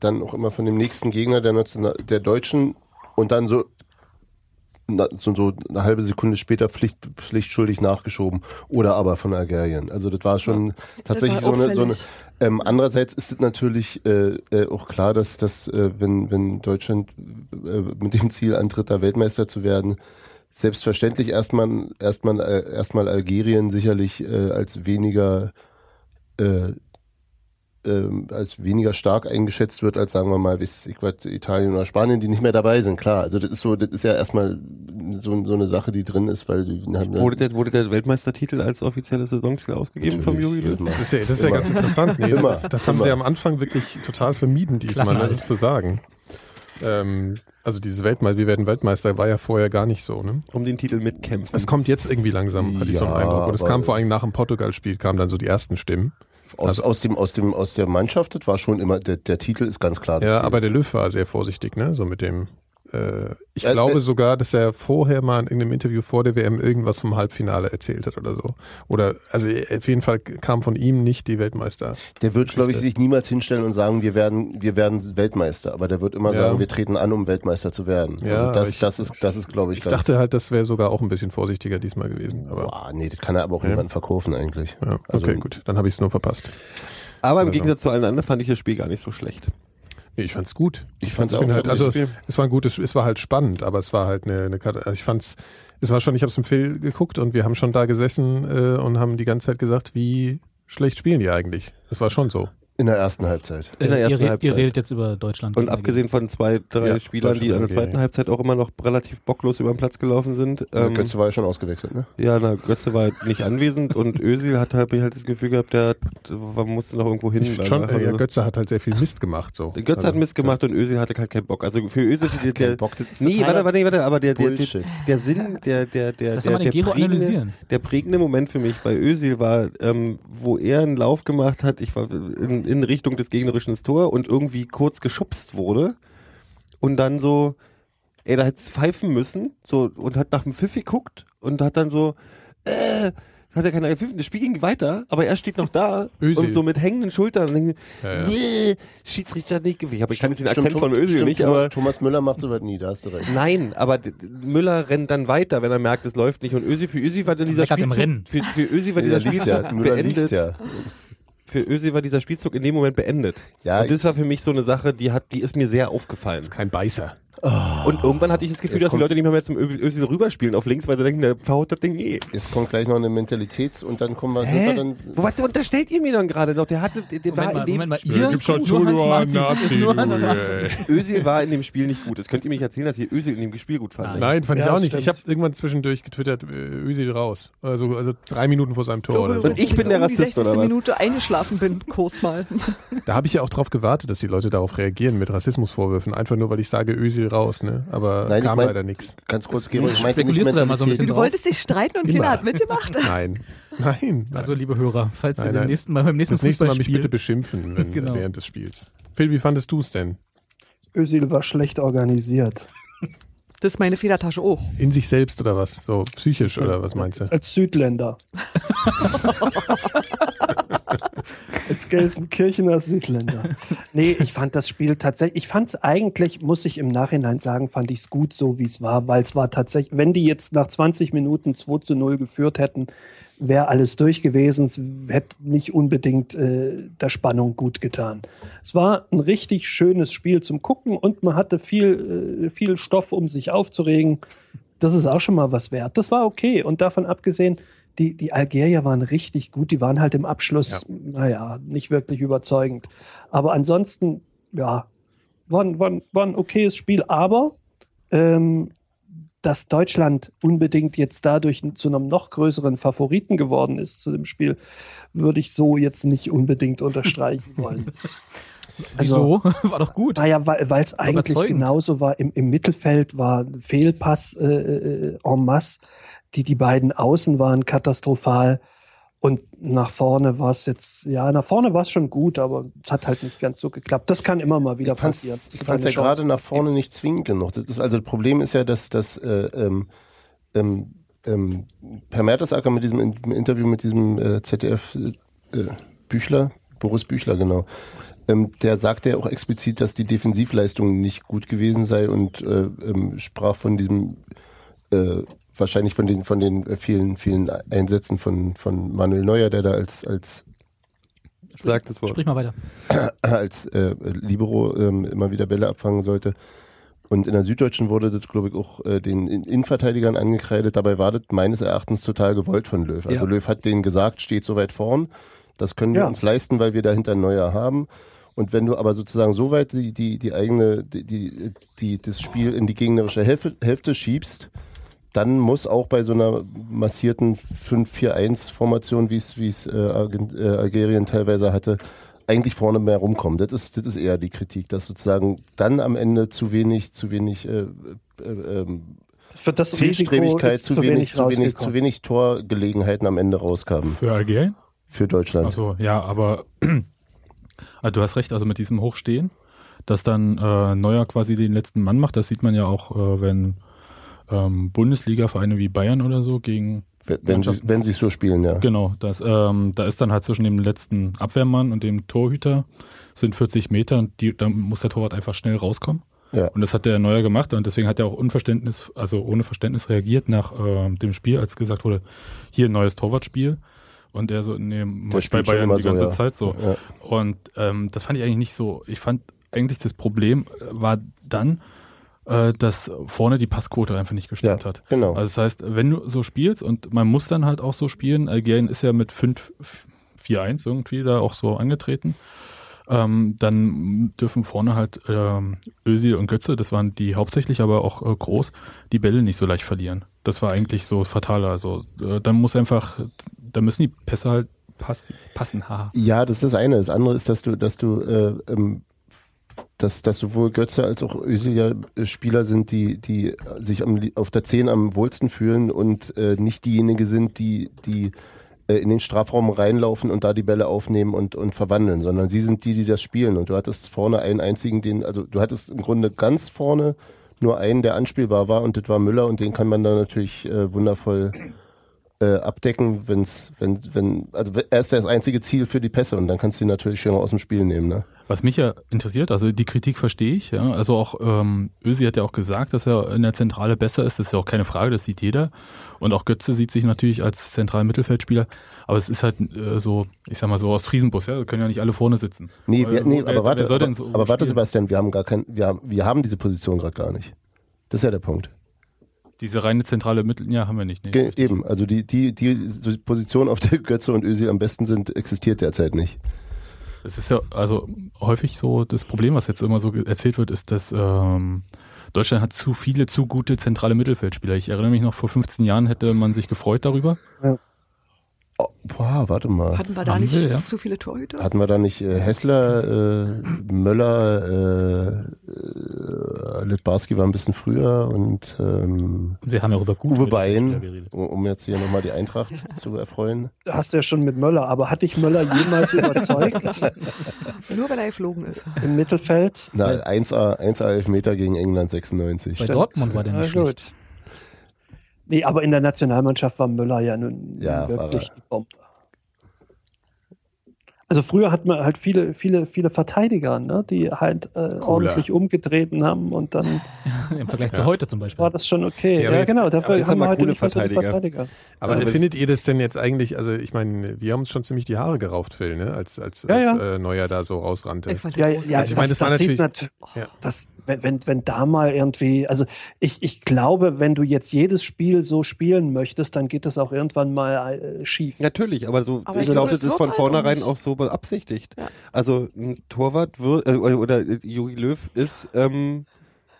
J: dann auch immer von dem nächsten Gegner der, Nationa- der Deutschen und dann so, na, so, so eine halbe Sekunde später Pflicht, pflichtschuldig nachgeschoben oder aber von Algerien. Also das war schon tatsächlich so
I: war
J: eine. So eine
I: auffällig.
J: ähm, andererseits ist es natürlich äh, äh, auch klar, dass, dass äh, wenn, wenn Deutschland äh, mit dem Ziel antritt, da Weltmeister zu werden, selbstverständlich erstmal erstmal äh, erstmal Algerien sicherlich äh, als weniger äh, ähm, als weniger stark eingeschätzt wird als sagen wir mal weiß ich was, Italien oder Spanien, die nicht mehr dabei sind. Klar, also das ist so, das ist ja erstmal so, so eine Sache, die drin ist, weil die haben
D: Wurde der, wurde der Weltmeistertitel als offizielles Saisonziel ausgegeben vom Juri? Löw?
C: Das ist ja, das ist ja ganz interessant. Nee,
J: Immer.
C: Das, das haben
J: Immer.
C: sie am Anfang wirklich total vermieden, diesmal,
J: Klassenerhalt.
C: das ist zu sagen. Ähm, also dieses Weltmeister, wir werden Weltmeister, war ja vorher gar nicht so. Ne?
D: Um den Titel mitkämpfen.
C: Es kommt jetzt irgendwie langsam, hatte ich so einen
J: Ja,
C: Eindruck. Und es
J: aber-
C: kam vor allem nach dem Portugal-Spiel, kamen dann so die ersten Stimmen.
J: aus,
C: Also
J: aus dem aus dem aus der Mannschaft, das war schon immer der, der Titel ist ganz klar. das
C: Ja,
J: Ziel.
C: aber der Löw war sehr vorsichtig, ne? So mit dem. Äh, ich
J: Äh,
C: glaube
J: äh,
C: sogar, dass er vorher mal in irgendeinem Interview vor der WM irgendwas vom Halbfinale erzählt hat oder so. Oder also äh, auf jeden Fall kam von ihm nicht die Weltmeister.
J: Der wird, glaube ich, sich niemals hinstellen und sagen, wir werden, wir werden Weltmeister. Aber der wird immer
C: Ja.
J: sagen, wir treten an, um Weltmeister zu werden.
C: Ja,
J: also
C: aber
J: das,
C: ich-
J: das ist, das ist, glaube ich,
C: Ich
J: ganz-
C: dachte halt, das wäre sogar auch ein bisschen vorsichtiger diesmal gewesen. Aber
J: Boah, nee, das kann er aber auch niemandem verkaufen eigentlich.
C: Ja,
J: Also-
C: okay, gut, dann habe ich es nur verpasst.
D: Aber im
C: Also.
D: Gegensatz zu allen anderen fand ich das Spiel gar nicht so schlecht.
C: Nee, ich fand's gut.
J: Ich fand's
C: bin
J: auch
C: halt,
J: gut.
C: Also
J: Ich-
C: es war ein gutes, es war halt spannend, aber es war halt eine, eine Karte- also ich fand's, es war schon, ich habe es im Phil geguckt und wir haben schon da gesessen äh, und haben die ganze Zeit gesagt, wie schlecht spielen die eigentlich. Das war schon so.
J: In der ersten Halbzeit.
D: In der
E: Äh, Ihr
D: ersten
E: re- ihr
D: Halbzeit.
E: redet jetzt über Deutschland
D: Und
E: gegen
D: abgesehen von zwei, drei
C: Ja,
D: Spielern, die in der
C: Deutschland gegen
D: zweiten
C: Algerien.
D: Halbzeit auch immer noch relativ bocklos über den Platz gelaufen sind. ähm,
J: Also Götze war ja schon ausgewechselt, ne?
D: Ja, na, Götze war halt nicht anwesend und Özil hat halt, hab ich halt das Gefühl gehabt, der hat, man musste noch irgendwo hin.
C: Ich find schon,
D: danach.
C: äh, ja,
D: Also-
C: Götze hat halt sehr viel Mist gemacht. So.
D: Götze hat
C: also,
D: Mist gemacht und Özil hatte halt keinen Bock. Also für Özil ist der, der
J: Bock, das ist
D: nee,
J: totaler
D: warte, warte, warte, aber der der, der,
J: Bullshit.
D: der Sinn, der der der
E: Lass doch
D: der,
E: mal den
D: der,
E: Gero
D: prägende,
E: analysieren.
D: der prägende Moment für mich bei Özil war, ähm, wo er einen Lauf gemacht hat. Ich war in, in Richtung des gegnerischen Tor und irgendwie kurz geschubst wurde und dann so, ey, da hätte es pfeifen müssen, so und hat nach dem Pfiff geguckt und hat dann so. Äh, hat er keine gepfiffen. Das Spiel ging weiter, aber er steht noch da
C: Özil.
D: und so mit hängenden Schultern. Und denkt,
C: Ja, ja.
D: "Nee, Schiedsrichter nicht gewesen. Ich habe ich kann jetzt den
J: Stimmt,
D: Akzent von
J: Tom-
D: Özil
J: stimmt,
D: nicht,
J: Thomas-
D: aber
J: Thomas Müller macht sowas nie, da hast du recht.
D: nein, aber d- Müller rennt dann weiter, wenn er merkt, es läuft nicht und Özil für Özil war dann dieser
E: Meckert im
D: Spielzug
E: Rennen.
D: für, für Özil
J: Nee, der
D: war dieser
J: liegt
D: Spielzug
J: ja. Müller
D: beendet.
J: liegt ja.
D: Für Özil war dieser Spielzug in dem Moment beendet.
J: Ja,
D: und das war für mich so eine Sache, die hat die ist mir sehr aufgefallen.
C: kein Beißer.
E: Ah.
D: Und irgendwann hatte ich das Gefühl,
J: Jetzt
D: dass die
J: kommt-
D: Leute nicht mehr, mehr zum Ö- Özil rüberspielen auf links, weil sie denken, der verhaut das Ding eh.
J: Jetzt kommt gleich noch eine Mentalitäts- und dann kommen wir, sind
D: Hä?
J: wir dann,
D: Wo, was unterstellt ihr mir dann gerade noch? Der hatte, der war
E: Moment mal,
D: in dem
E: Moment mal,
D: Spiel-
E: ihr nur Hans Martin. Ist nur Hans Martin.
D: Özil war in dem Spiel nicht gut. Das könnt ihr mir nicht erzählen, dass ihr Özil in dem Spiel gut fandet.
C: Nein, fand ich
H: Ja,
C: auch nicht.
H: stimmt.
C: Ich habe irgendwann zwischendurch getwittert, äh, Özil raus. Also, also drei Minuten vor seinem Tor. Oder so.
D: Und Oh, ich bin der
I: um die
D: Rassist,
I: 60.
D: oder was? Genau.
I: Minute eingeschlafen bin, kurz mal.
C: Da habe ich ja auch drauf gewartet, dass die Leute darauf reagieren mit Rassismusvorwürfen. Einfach nur, weil ich sage Özil raus. Ne? Aber
J: Nein, ich
C: kam
J: mein-
C: leider nichts.
J: ganz kurz, Gero, ich meinte nicht
E: Hm? Spekulierst du da mal so
J: Mentalität.
E: ein bisschen
I: Du
E: drauf?
I: wolltest dich streiten und keiner
C: Immer.
I: hat mitgemacht.
C: Nein, nein. nein.
E: Also liebe Hörer, falls ihr
C: Nein,
E: beim
C: nein.
E: nächsten Mal beim nächsten
C: das nächste Mal mich
E: Fußballspiel-
C: bitte beschimpfen wenn,
E: Genau.
C: während des Spiels. Phil, wie fandest du es denn?
H: Özil war schlecht organisiert.
I: Das ist meine Federtasche. Oh,
C: In sich selbst oder was? So psychisch oder was meinst du?
H: Als Südländer. Als Gelsenkirchener Südländer. Nee, ich fand das Spiel tatsächlich, ich fand es eigentlich, muss ich im Nachhinein sagen, fand ich es gut so, wie es war, weil es war tatsächlich, wenn die jetzt nach 20 Minuten 2 zu 0 geführt hätten, wäre alles durch gewesen, es hätte nicht unbedingt äh, der Spannung gut getan. Es war ein richtig schönes Spiel zum Gucken und man hatte viel, äh, viel Stoff, um sich aufzuregen. Das ist auch schon mal was wert. Das war okay. Und davon abgesehen, die, die Algerier waren richtig gut. Die waren halt im Abschluss, naja, nicht wirklich überzeugend. Aber ansonsten, ja, war, ein- war, ein- war ein okayes Spiel. Aber ähm, dass Deutschland unbedingt jetzt dadurch zu einem noch größeren Favoriten geworden ist zu dem Spiel, würde ich so jetzt nicht unbedingt unterstreichen wollen.
E: Wieso?
D: Also-
E: war doch gut.
H: Naja, Ah weil es eigentlich
E: Überzeugend.
H: genauso war. Im, im Mittelfeld war ein Fehlpass äh, äh, en masse. Die, die beiden Außen waren katastrophal. Und nach vorne war es jetzt, ja, nach vorne war es schon gut, aber es hat halt nicht ganz so geklappt. Das kann immer mal wieder passieren.
J: Ich fand es ja gerade nach vorne nicht zwingend genug. Das ist, also das Problem ist ja, dass, dass äh, ähm, ähm, ähm, Herr Mertesacker mit diesem In- Interview mit diesem äh, ZDF äh, äh, Büchler, Boris Büchler genau, ähm, der sagte ja auch explizit, dass die Defensivleistung nicht gut gewesen sei und äh, ähm, sprach von diesem äh, wahrscheinlich von den von den äh, vielen vielen Einsätzen von von Manuel Neuer, der da als als
K: Sag das Wort.
D: Also-
E: Sprich mal weiter.
J: als äh, Libero ähm, immer wieder Bälle abfangen sollte. Und in der Süddeutschen wurde das, glaube ich, auch äh, den In- Innenverteidigern angekreidet. Dabei war das meines Erachtens total gewollt von Löw. Also
H: Ja.
J: Löw hat denen gesagt, steht so weit vorn, das können wir
H: Ja.
J: uns leisten, weil wir dahinter Neuer haben. Und wenn du aber sozusagen so weit die, die, die eigene, die, die, die, das Spiel in die gegnerische Hälfte, Hälfte schiebst, dann muss auch bei so einer massierten 5-4-1-Formation, wie es wie es, äh, Argen- äh, Algerien teilweise hatte, eigentlich vorne mehr rumkommen. Das ist, das ist eher die Kritik, dass sozusagen dann am Ende zu wenig, zu wenig äh, äh, ähm,
H: Für das Risiko
J: Zielstrebigkeit,
H: ist
J: zu wenig, zu wenig, zu
H: rausgekommen.
J: wenig Torgelegenheiten am Ende rauskamen.
D: Für Algerien?
J: Für Deutschland.
D: Achso, ja, aber also du hast recht, also mit diesem Hochstehen, dass dann äh, Neuer quasi den letzten Mann macht, das sieht man ja auch, äh, wenn ähm, Bundesliga-Vereine wie Bayern oder so gegen
J: Wenn- Wenn sie, wenn sie so spielen, ja.
D: Genau, das, ähm, da ist dann halt zwischen dem letzten Abwehrmann und dem Torhüter sind 40 Meter und die, da muss der Torwart einfach schnell rauskommen.
J: Ja.
D: Und das hat der Neuer gemacht und deswegen hat er auch Unverständnis, also ohne Verständnis reagiert nach ähm, dem Spiel, als gesagt wurde, hier neues Torwartspiel. Und er so, nee, ich bei
J: spielt schon
D: Bayern
J: immer
D: die
J: so,
D: ganze
J: ja.
D: Zeit so.
J: Ja.
D: Und ähm, das fand ich eigentlich nicht so. Ich fand eigentlich das Problem äh, war dann, äh, dass vorne die Passquote einfach nicht gestimmt
J: Ja,
D: hat.
J: genau.
D: Also das heißt, wenn du so spielst und man muss dann halt auch so spielen, Algerien ist ja mit 5-4-1 irgendwie da auch so angetreten, ähm, dann dürfen vorne halt ähm, Özil und Götze, das waren die hauptsächlich, aber auch äh, groß, die Bälle nicht so leicht verlieren. Das war eigentlich so fataler. Also äh, dann muss einfach, da müssen die Pässe halt pass, passen. Haha.
J: Ja, das ist das eine. Das andere ist, dass du, dass du, äh, ähm, dass, dass sowohl Götze als auch Özil ja äh, Spieler sind, die, die sich am, lie- auf der 10 am wohlsten fühlen und äh, nicht diejenigen sind, die, die äh, in den Strafraum reinlaufen und da die Bälle aufnehmen und, und verwandeln, sondern sie sind die, die das spielen. Und du hattest vorne einen einzigen, den, also du hattest im Grunde ganz vorne nur einen, der anspielbar war und das war Müller und den kann man dann natürlich äh, wundervoll äh, abdecken, wenn's, wenn, wenn, also er ist das einzige Ziel für die Pässe und dann kannst du ihn natürlich schön aus dem Spiel nehmen, ne?
D: Was mich ja interessiert, also die Kritik verstehe ich, ja. Also auch ähm, Ösi hat ja auch gesagt, dass er in der Zentrale besser ist, das ist ja auch keine Frage, das sieht jeder. Und auch Götze sieht sich natürlich als zentralen Mittelfeldspieler, aber es ist halt äh, so, ich sag mal so aus Friesenbus, ja, da können ja nicht alle vorne sitzen.
J: Nee,
D: Weil
J: wir, nee
D: wer-
J: aber warte,
D: wer soll
J: aber,
D: denn so
J: aber warte,
D: spielen?
J: Sebastian, wir haben gar kein, wir haben, wir haben diese Position gerade gar nicht. Das ist ja der Punkt.
D: Diese reine zentrale Mittel, ja, haben wir nicht. Nee.
J: Ge eben, also die, die, die so- Position, auf der Götze und Özil am besten sind, existiert derzeit nicht.
D: Es ist ja also häufig so das Problem, was jetzt immer so ge- erzählt wird, ist, dass ähm, Deutschland hat zu viele, zu gute zentrale Mittelfeldspieler. Ich erinnere mich noch, vor 15 Jahren hätte man sich gefreut darüber.
J: Oh, boah, warte mal.
I: Hatten wir da
D: Haben
I: nicht
D: wir, ja.
I: zu viele Torhüter?
J: Hatten wir da nicht äh, Hessler, äh, Möller, äh, äh, Litbarski war ein bisschen früher und ähm,
E: Wir haben ja über gut
J: Uwe Bein, um um jetzt hier nochmal die Eintracht zu erfreuen.
H: Hast du ja schon mit Möller, aber hat dich Möller jemals überzeugt
I: Nur wenn er geflogen ist.
H: im Mittelfeld?
J: Na, 1A, 1A Elfmeter gegen England 96.
E: Bei Dortmund war der nicht schlecht.
H: Nee, aber in der Nationalmannschaft war Möller ja nun
J: Ja,
H: wirklich
J: war
H: die Bombe. Also früher hat man halt viele, viele, viele Verteidiger, ne, die halt äh, ordentlich umgetreten haben und dann
E: ne? Im Vergleich zu heute zum Beispiel.
H: war das schon okay.
C: Ja,
H: Ja,
C: aber jetzt-
H: genau, dafür
C: aber jetzt
H: haben
C: haben wir
H: wir heute
C: coole
H: nicht mehr so die
C: Verteidiger.
H: Verteidiger.
A: Also
C: Aber ne,
J: Aber es-
C: findet ihr das denn jetzt eigentlich, also ich meine, wir haben uns schon ziemlich die Haare gerauft, Phil, ne? als, als,
H: Ja,
C: als
H: ja.
C: Äh, Neuer da so rausrannte.
I: Ich fand den
H: Ja,
I: groß.
H: ja
C: Also ich
H: das,
C: meine,
H: das,
C: das war
H: sieht
C: natürlich-
H: natürlich,
C: ja.
H: das, wenn, wenn, wenn da mal irgendwie, also ich, ich glaube, wenn du jetzt jedes Spiel so spielen möchtest, dann geht das auch irgendwann mal äh, schief.
K: Natürlich, aber so,
I: Aber
K: ich glaube,
I: ich glaube,
K: das
I: es
K: ist
I: wird
K: von
I: halt
K: vornherein
I: auch
K: auch
I: nicht.
K: so beabsichtigt.
I: Ja.
K: Also ein Torwart wird, äh, oder äh, Jogi Löw ist ähm,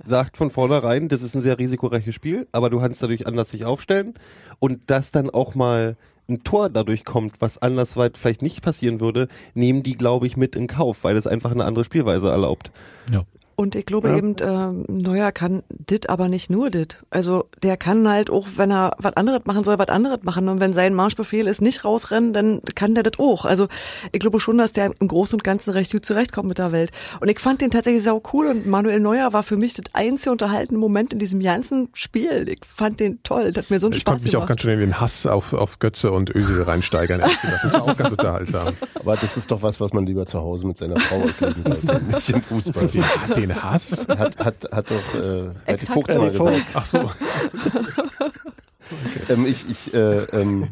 D: sagt von vornherein, das ist ein sehr risikoreiches Spiel, aber du kannst dadurch anders sich aufstellen und dass dann auch mal ein Tor dadurch kommt, was andersweit vielleicht nicht passieren würde, nehmen die, glaube ich, mit in Kauf, weil es einfach eine andere Spielweise erlaubt.
E: Ja.
I: Und ich glaube
D: Ja.
I: eben, ähm, Neuer kann dit, aber nicht nur dit. Also der kann halt auch, wenn er was anderes machen soll, was anderes machen. Und wenn sein Marschbefehl ist, nicht rausrennen, dann kann der das auch. Also ich glaube schon, dass der im Großen und Ganzen recht gut zurechtkommt mit der Welt. Und ich fand den tatsächlich sau cool und Manuel Neuer war für mich das einzige unterhaltende Moment in diesem ganzen Spiel. Ich fand den toll. Das hat mir so einen
C: Ich
I: Spaß
C: konnte mich auch
I: gemacht.
C: ganz schön in den Hass auf, auf Götze und Ösel reinsteigern, ehrlich gesagt. Das war auch ganz unterhaltsam.
J: Aber das ist doch was, was man lieber zu Hause mit seiner Frau ausleben sollte, nicht im Fußball.
C: Den, den Hass?
J: Hat, hat, hat doch äh, hat
I: Exakt,
J: Fuchs mal
I: äh, Vogt.
J: gesagt.
C: genau. Ach so.
J: Ähm, ich, ich, äh, ähm,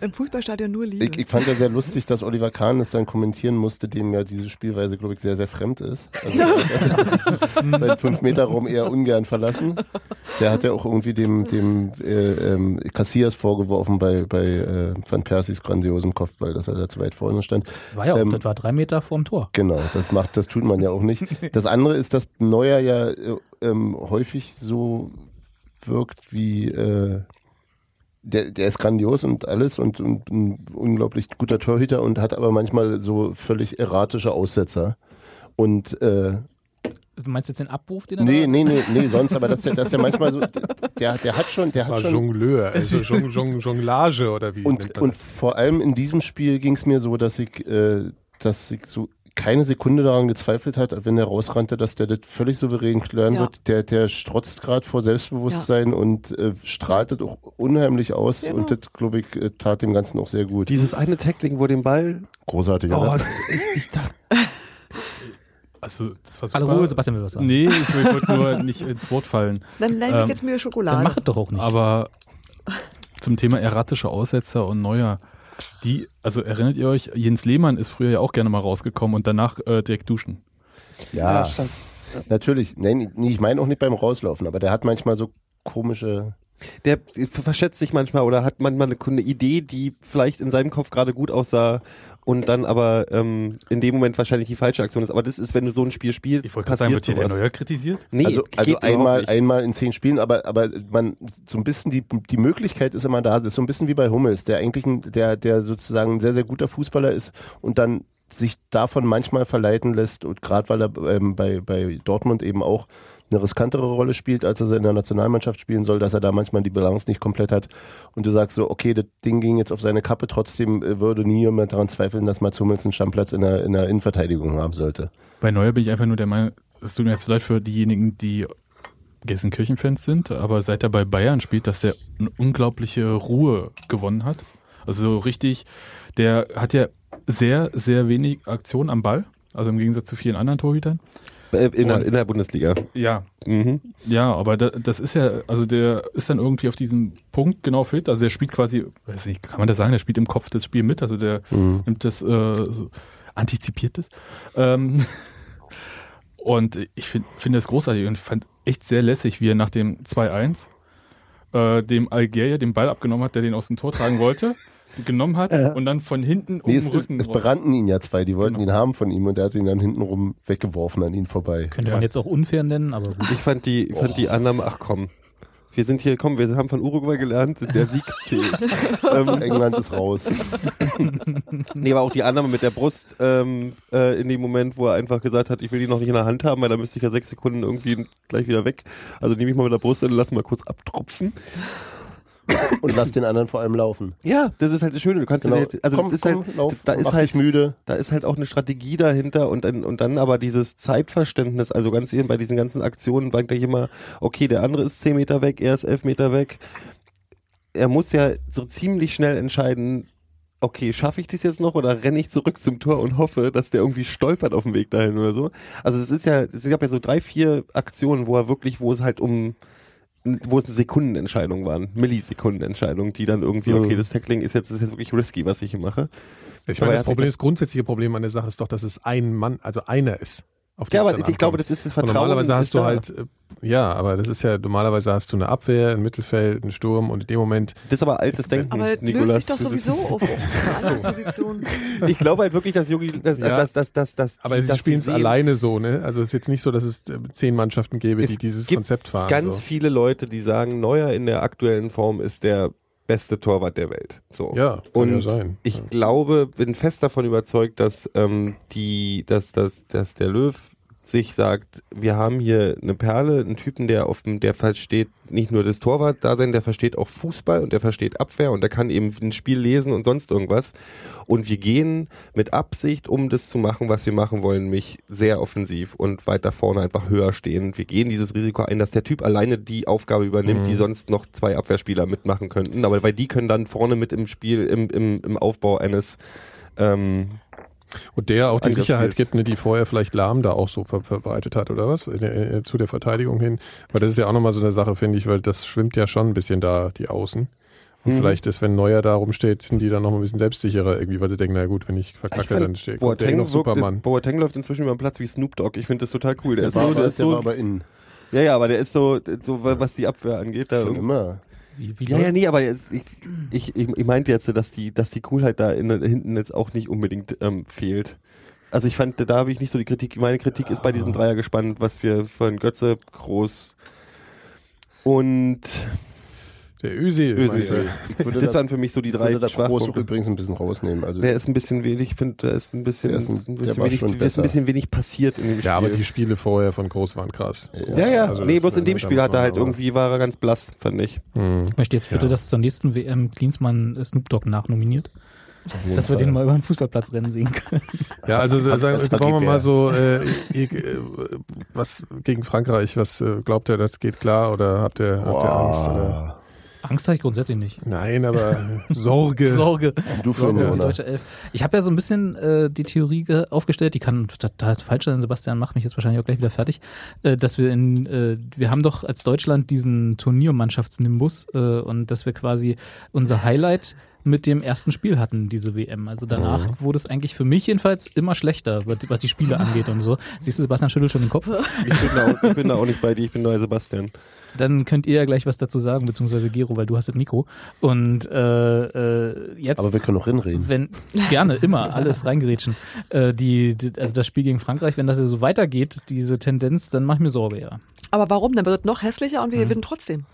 I: Im Fußballstadion nur Liebe.
J: ich, ich fand ja sehr lustig, dass Oliver Kahn das dann kommentieren musste, dem ja diese Spielweise, glaube ich, sehr, sehr fremd ist. Also, er hat seinen 5-Meter-Raum eher ungern verlassen. Der hat ja auch irgendwie dem, dem äh, ähm, Cassias vorgeworfen bei, bei äh, Van Persies grandiosem Kopfball, dass er da zu weit vorne stand.
E: War ja auch,
J: Ähm,
E: das war drei Meter vorm Tor.
J: Genau, das macht, das tut man ja auch nicht. Das andere ist, dass Neuer ja äh, ähm, häufig so wirkt wie äh, der, der ist grandios und alles und, und ein unglaublich guter Torhüter und hat aber manchmal so völlig erratische Aussetzer. Und äh,
E: Du meinst jetzt den Abwurf, den er
J: nee,
E: da-
J: nee, nee, nee, sonst, aber dass der, dass der manchmal so, der, der hat schon, der
C: Das
J: hat
C: war
J: schon
C: Jongleur, also Jong, Jong, Jonglage oder wie nennt
J: und,
C: man
J: und
C: das?
J: vor allem in diesem Spiel ging es mir so, dass ich, äh, dass ich so keine Sekunde daran gezweifelt hat, wenn er rausrannte, dass der das völlig souverän klären
I: Ja.
J: wird. Der, der strotzt gerade vor Selbstbewusstsein und äh, strahlt das auch unheimlich aus
I: Genau.
J: und das, glaube ich, äh, tat dem Ganzen auch sehr gut.
D: Dieses eine Tackling, wo den Ball.
J: Großartig,
A: ne?
D: Oh,
J: oder?
D: ich, ich dachte,
A: Also, das war super.
E: Alle Ruhe, Sebastian will was sagen.
A: Nee, ich wollte nur nicht ins Wort fallen.
I: Dann lerne ich
A: Ähm,
I: jetzt mir
E: Dann
I: Schokolade.
E: mach es doch auch nicht.
A: Aber zum Thema erratische Aussetzer und Neuer. Die, also erinnert ihr euch, Jens Lehmann ist früher ja auch gerne mal rausgekommen und danach äh, direkt duschen.
J: Ja,
H: stimmt.
J: natürlich. Nein, nee, ich meine auch nicht beim Rauslaufen, aber der hat manchmal so komische.
D: der verschätzt sich manchmal oder hat manchmal eine, eine Idee, die vielleicht in seinem Kopf gerade gut aussah und dann aber ähm, in dem Moment wahrscheinlich die falsche Aktion ist. Aber das ist, wenn du so ein Spiel spielst,
A: Ich wollte gerade
D: passiert
A: sagen, wird hier der
D: sowas.
A: Neuer kritisiert?
D: nee,
J: also
D: geht
J: also
D: überhaupt
J: einmal,
D: nicht.
J: einmal in zehn Spielen, aber, aber man so ein bisschen die, die Möglichkeit ist immer da. Das ist so ein bisschen wie bei Hummels, der eigentlich ein, der, der sozusagen ein sehr, sehr guter Fußballer ist und dann sich davon manchmal verleiten lässt und gerade weil er ähm, bei, bei Dortmund eben auch eine riskantere Rolle spielt, als er sie in der Nationalmannschaft spielen soll, dass er da manchmal die Balance nicht komplett hat und du sagst so, okay, das Ding ging jetzt auf seine Kappe, trotzdem äh, würde nie jemand daran zweifeln, dass Mats Hummels einen Stammplatz in der, in der Innenverteidigung haben sollte.
A: Bei Neuer bin ich einfach nur der Meinung, es tut mir jetzt leid für diejenigen, die Gelsenkirchen-Fans sind, aber seit er bei Bayern spielt, dass der eine unglaubliche Ruhe gewonnen hat. Also so richtig, der hat ja sehr, sehr wenig Aktion am Ball, also im Gegensatz zu vielen anderen Torhütern.
D: Äh, in, der, in der Bundesliga.
A: Ja,
D: Mhm.
A: Ja, aber da, das ist ja, also der ist dann irgendwie auf diesen Punkt genau fit. Also der spielt quasi, weiß nicht, kann man das sagen, der spielt im Kopf das Spiel mit. Also der
D: Mhm.
A: nimmt das, äh, so, antizipiert das. Ähm, und ich finde find das großartig und fand echt sehr lässig, wie er nach dem 2-1 äh, dem Algerier den Ball abgenommen hat, der den aus dem Tor tragen wollte, genommen
C: Ah.
A: hat
H: Äh.
A: und dann von hinten um
J: Nee, es,
A: den
J: es,
A: Rücken.
J: es
A: drauf-
J: berannten ihn ja zwei, die
C: Genau.
J: wollten ihn haben von ihm und er hat ihn dann hintenrum weggeworfen an ihn vorbei.
E: Könnte man jetzt auch unfair nennen, aber gut.
D: Ich fand die, ich fand die Annahme, ach komm. Wir sind hier, komm, wir haben von Uruguay gelernt, der Sieg zählt. ähm,
J: England ist raus.
D: nee, aber auch die Annahme mit der Brust ähm, äh, in dem Moment, wo er einfach gesagt hat, ich will die noch nicht in der Hand haben, weil dann müsste ich ja sechs Sekunden irgendwie gleich wieder weg. Also nehme ich mal mit der Brust und lass mal kurz abtropfen.
J: Und lass den anderen vor allem laufen.
D: Ja, das ist halt das Schöne. Du kannst
J: Genau.
D: halt, also
J: Komm,
D: das ist
J: komm,
D: halt,
J: lauf,
D: da
J: mach
D: ist
J: dich
D: halt
J: müde.
D: Da ist halt auch eine Strategie dahinter und dann, und dann aber dieses Zeitverständnis, also ganz eben bei diesen ganzen Aktionen war gleich immer, okay, der andere ist 10 Meter weg, er ist 11 Meter weg. Er muss ja so ziemlich schnell entscheiden, okay, schaffe ich das jetzt noch oder renne ich zurück zum Tor und hoffe, dass der irgendwie stolpert auf dem Weg dahin oder so. Also es ist ja, es gab ja so drei, vier Aktionen, wo er wirklich, wo es halt um wo es Sekundenentscheidungen waren, Millisekundenentscheidungen, die dann irgendwie, okay, das Tackling ist jetzt, ist jetzt wirklich risky, was ich hier mache.
C: Ich
D: Aber
C: meine,
D: er
C: das
D: hat sich
C: Problem,
D: doch-
C: das grundsätzliche Problem an der Sache ist doch, dass es ein Mann, also einer ist. Auf es
D: Ja, aber
C: dann
D: ich
C: ankommt.
D: glaube, das ist das
C: Und Normalerweise
D: Vertrauen
C: hast
D: ist
C: du
D: da.
C: halt, äh, ja, aber das ist ja, normalerweise hast du eine Abwehr, ein Mittelfeld, einen Sturm und in dem Moment.
D: Das ist aber altes Denken,
I: Aber das löst sich doch sowieso um. auf auf andere Positionen.
D: Ich glaube halt wirklich, dass Jogi, dass,
C: Ja.
D: dass, dass, dass, dass
C: Aber
D: dass
C: sie spielen es
D: sehen,
C: alleine so, ne? Also es ist jetzt nicht so, dass es äh, zehn Mannschaften gäbe,
D: Es
C: die dieses
D: gibt
C: Konzept fahren.
D: Ganz
C: so.
D: viele Leute, die sagen, Neuer in der aktuellen Form ist der beste Torwart der Welt. So.
C: Ja, kann ja
D: und
C: sein.
D: ich glaube, bin fest davon überzeugt, dass ähm, die, dass, dass, dass der Löw sich sagt, wir haben hier eine Perle, einen Typen, der auf dem, der versteht nicht nur das Torwart-Dasein, der versteht auch Fußball und der versteht Abwehr und der kann eben ein Spiel lesen und sonst irgendwas. Und wir gehen mit Absicht, um das zu machen, was wir machen wollen, mich sehr offensiv und weiter vorne einfach höher stehen. Wir gehen dieses Risiko ein, dass der Typ alleine die Aufgabe übernimmt,
C: Mhm.
D: die sonst noch zwei Abwehrspieler mitmachen könnten. Aber weil die können dann vorne mit im Spiel, im, im, im Aufbau eines ähm,
C: Und der auch die
D: Angriffsspiels.
C: Sicherheit gibt, ne, die vorher vielleicht Lahm da auch so ver verbreitet hat, oder was? In, äh, zu der Verteidigung hin. Aber das ist ja auch nochmal so eine Sache, finde ich, weil das schwimmt ja schon ein bisschen da, die Außen. Und
D: Mhm.
C: vielleicht ist, wenn Neuer da rumsteht, sind die dann nochmal ein bisschen selbstsicherer irgendwie, weil sie denken, na gut, wenn ich
D: Ich
C: verkacke,
D: find,
C: dann steht kommt der eh
D: Boateng,
C: noch
D: wirkt-
C: Supermann.
D: Boateng läuft inzwischen über den Platz wie Snoop Dogg. Ich finde das total cool. Der,
J: Der
D: ist
J: war
D: so,
J: aber-
D: der ist
J: der
D: so,
J: war aber innen.
D: Ja, ja, aber der ist so, so was die Abwehr angeht, da
J: Schon immer.
E: Wie- wie
D: ja,
E: läuft-
D: ja, nee, aber jetzt, ich, ich, ich, ich meinte jetzt, dass die, dass die Coolheit da in, hinten jetzt auch nicht unbedingt ähm, fehlt. Also ich fand, da habe ich nicht so die Kritik. Meine Kritik ist bei diesem Dreier gespannt, was wir von Götze, Groß und
C: Der Özil.
D: Özil.
C: meinst du?
J: Ich würde
D: Das
J: da-
D: waren für mich so die
J: ich
D: drei
J: würde da Groß
D: Schwachpunkte.
J: übrigens ein bisschen rausnehmen. Also
D: Der ist ein bisschen wenig, ich finde, da ist ein bisschen,
J: Der ist ein- der
D: bisschen
J: war
D: wenig,
J: schon
D: ist ein
J: besser.
D: bisschen wenig passiert in dem Spiel.
C: Ja, aber die Spiele vorher von Groß waren krass.
D: ja, ja.
C: Also
D: nee,
C: das-
D: bloß in dem
C: da
D: Spiel
C: muss
D: hat er
C: man
D: halt
C: aber-
D: irgendwie, war er ganz blass, fand ich.
C: Hm.
E: Ich möchte jetzt bitte,
C: Ja.
E: dass zur nächsten WM Klinsmann äh, Snoop Dogg nachnominiert. Dass wir den mal über den Fußballplatz rennen sehen können.
C: Ja, also so-
J: Als-
C: sagen,
J: als
C: wollen wir
J: Buddy
C: mal
J: Bear.
C: so, äh, ihr- äh, was gegen Frankreich, was äh, glaubt ihr, das geht klar oder habt ihr, habt ihr Angst? Oder?
E: Angst habe ich grundsätzlich nicht.
C: Nein, aber Sorge.
E: Sorge.
J: du für
E: Sorge
J: eine,
E: um die
J: oder?
E: deutsche Elf. Ich habe ja so ein bisschen äh, die Theorie ge- aufgestellt, die kann total falsch sein, Sebastian macht mich jetzt wahrscheinlich auch gleich wieder fertig, äh, dass wir in, äh, wir haben doch als Deutschland diesen Turniermannschaftsnimbus äh, und dass wir quasi unser Highlight mit dem ersten Spiel hatten, diese WM. Also danach wurde es eigentlich für mich jedenfalls immer schlechter, was was die Spiele angeht und so. Siehst du, Sebastian schüttelt schon den Kopf.
D: Ich bin, da, auch- ich bin da auch nicht bei dir, ich bin da Sebastian.
E: Dann könnt ihr ja gleich was dazu sagen, beziehungsweise Gero, weil du hast das Mikro. Und äh, äh, jetzt.
J: aber wir können auch hinreden.
E: wenn gerne immer alles reingerätschen. Äh, die, die, also das Spiel gegen Frankreich, wenn das ja so weitergeht, diese Tendenz, dann mach ich mir Sorge, ja.
I: Aber warum? Dann wird es noch hässlicher und wir gewinnen trotzdem.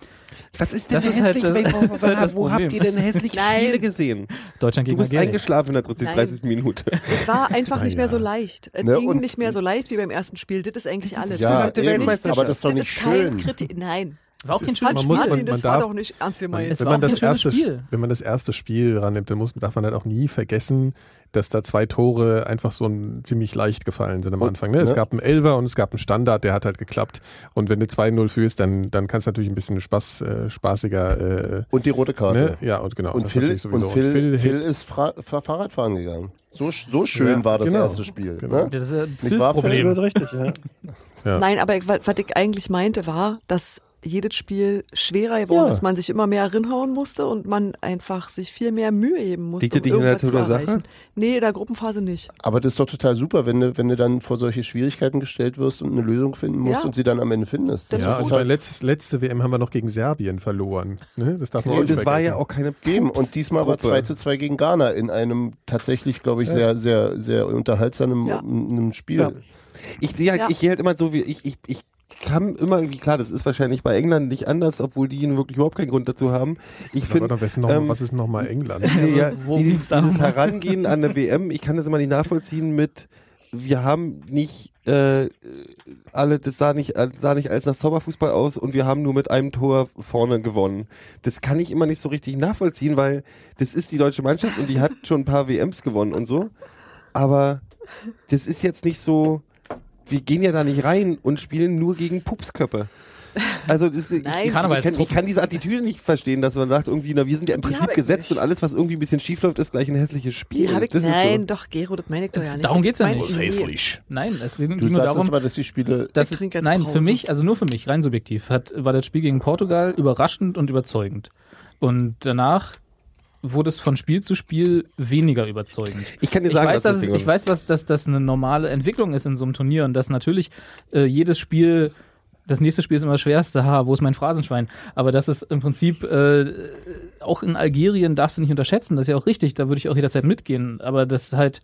D: Was ist
E: Das ist halt das- das Problem.
D: denn hässliche
I: Nein.
D: gesehen?
E: Deutschland
D: Du
E: gegen
D: bist
E: Algerien.
D: eingeschlafen in der 30.
I: Nein.
D: 30. Minute.
I: Es war einfach nicht mehr so leicht. Es
J: Ne,
I: ging
J: und-
I: nicht mehr so leicht wie beim ersten Spiel. Das ist eigentlich alles.
J: ja,
I: Das ist
J: eben,
I: nicht-
J: aber das ist doch
I: das
J: nicht
I: kein
J: schön.
I: Kritik. Nein.
E: War auch kein schönes
I: Hans
C: man muss-
E: Spiel.
I: Martin,
C: man- man
I: das war
C: darf-
I: doch nicht ernst gemeint.
E: Es
C: wenn
E: war
C: man,
E: auch ein
C: das
E: schönes
C: erste,
E: Spiel.
C: wenn man das erste Spiel rannimmt, dann muss, darf man halt auch nie vergessen, dass da zwei Tore einfach so ein, ziemlich leicht gefallen sind am
J: Und,
C: Anfang. Ne? Es
J: ne?
C: gab einen Elfer und es gab einen Standard, der hat halt geklappt. Und wenn du 2-0 führst, dann, dann kannst du natürlich ein bisschen Spaß, äh, spaßiger äh,
J: Und die rote Karte.
C: Ne? Ja, und genau.
J: Und
C: das
J: Phil,
C: natürlich sowieso.
J: und Phil, Phil,
C: hebt-
J: ist Fra Fa- Fahrradfahren gegangen. So, sch- so schön
C: Ja,
J: war das
C: genau.
J: erste Spiel.
C: Genau.
J: Ne?
E: Das ist ja
J: Nicht wahr,
E: ein
J: Phil?
E: Problem.
H: Das wird richtig, ja.
C: Ja.
I: Nein, aber ich- wa- was ich eigentlich meinte war, dass jedes Spiel schwerer geworden
C: Ja.
I: ist, man sich immer mehr rinhauen musste und man einfach sich viel mehr Mühe geben musste, um
D: Liegt das nicht in der
I: irgendwas zu
D: Natur der
I: erreichen.
D: Sache?
I: Nee, in der Gruppenphase nicht.
J: Aber das ist doch total super, wenn du, wenn du dann vor solche Schwierigkeiten gestellt wirst und eine Lösung finden musst
I: Ja.
J: und sie dann am Ende findest.
I: Das
C: Ja,
I: ist
C: also
I: gut.
C: bei letztes, letzte WM haben wir noch gegen Serbien verloren. Ne? Das darf man auch
D: Und
C: nicht
D: es war
C: vergessen.
D: ja auch keine
J: geben. Und diesmal war 2 zu 2 gegen Ghana in einem tatsächlich, glaube ich, sehr, sehr, sehr unterhaltsamen
I: Ja.
J: einem Spiel.
D: Ja. Ich sehe halt,
I: Ja.
D: ich sehe halt immer so, wie ich, ich, ich kam immer irgendwie, klar, das ist wahrscheinlich bei England nicht anders, obwohl die nun wirklich überhaupt keinen Grund dazu haben. Ich
C: Aber
D: finde,
C: doch, was, noch,
D: ähm,
C: was ist nochmal England?
D: Nee, ja,
E: Wo
D: dieses,
E: ging's da
D: dieses
E: nochmal?
D: Herangehen an der WM, ich kann das immer nicht nachvollziehen mit, wir haben nicht äh, alle, das sah nicht, äh, sah nicht alles nach Zauberfußball aus und wir haben nur mit einem Tor vorne gewonnen. Das kann ich immer nicht so richtig nachvollziehen, weil das ist die deutsche Mannschaft und die hat schon ein paar WMs gewonnen und so. Aber das ist jetzt nicht so, wir gehen ja da nicht rein und spielen nur gegen Pupsköppe. Also das, ich,
I: Nein.
D: ich, ich, kann, ich
E: Karnevalstruppen.
D: kann diese Attitüde nicht verstehen, dass man sagt, irgendwie, na, wir sind ja im
I: Die
D: Prinzip
I: habe ich
D: gesetzt
I: nicht.
D: und alles, was irgendwie ein bisschen schief läuft, ist gleich ein hässliches Spiel.
I: Die habe ich,
D: das
I: nein,
D: Ist
I: doch, Gero, das meine ich doch ja nicht.
E: Äh, Darum geht's ja
I: Meine
E: nicht.
I: ich nie.
E: Nein, es ging
J: Du
E: nur
J: sagst
E: darum,
J: jetzt mal, dass die Spiele
E: Das,
I: Ich trinke jetzt
E: nein,
I: Brause.
E: für mich, also nur für mich, rein subjektiv, hat, war das Spiel gegen Portugal überraschend und überzeugend. Und danach wurde es von Spiel zu Spiel weniger überzeugend.
D: Ich kann dir sagen,
E: ich weiß, dass
D: was das
E: es,
D: Ding
E: ich weiß was, dass das eine normale Entwicklung ist in so einem Turnier und dass natürlich äh, jedes Spiel, das nächste Spiel ist immer das schwerste, ha, wo ist mein Phrasenschwein? Aber das ist im Prinzip, äh, auch in Algerien darfst du nicht unterschätzen, das ist ja auch richtig, da würde ich auch jederzeit mitgehen, aber das halt,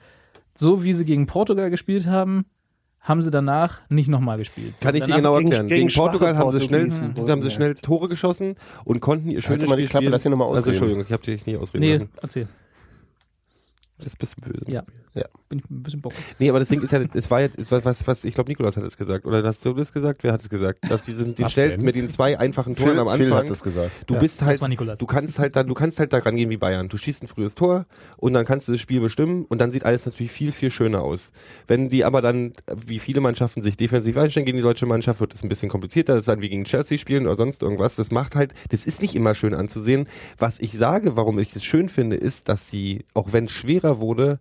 E: so wie sie gegen Portugal gespielt haben, haben sie danach nicht nochmal gespielt.
D: Kann ich dir genau erklären. Gegen, Portugal haben sie, schnell, haben sie schnell Tore geschossen und konnten ihr schönes
J: mal die
D: Spiel
J: Klappe,
D: spielen.
J: lass ihn noch mal
D: Also,
J: ausreden.
D: Entschuldigung, ich habe dich nicht ausreden
E: Nee,
D: lassen.
E: erzähl.
D: Das bist du böse.
E: Ja.
J: Ja.
E: Bin ich ein bisschen bock.
D: Nee, aber das Ding ist ja, es war ja, es war was, was ich glaube, Nikolas hat es gesagt. Oder hast du das gesagt? Wer hat es gesagt? Dass die sind die
J: Was
D: stellt
J: denn?
D: mit den zwei einfachen Toren
J: Phil-
D: am Anfang.
J: Phil hat es gesagt.
D: Du
J: Ja.
D: bist halt,
J: Das war Nikolas.
D: du kannst halt dann, du kannst halt da rangehen wie Bayern. Du schießt ein frühes Tor und dann kannst du das Spiel bestimmen und dann sieht alles natürlich viel, viel schöner aus. Wenn die aber dann, wie viele Mannschaften sich defensiv einstellen gegen die deutsche Mannschaft, wird es ein bisschen komplizierter. Das ist dann wie gegen Chelsea spielen oder sonst irgendwas. Das macht halt, das ist nicht immer schön anzusehen. Was ich sage, warum ich es schön finde, ist, dass sie, auch wenn es schwerer wurde,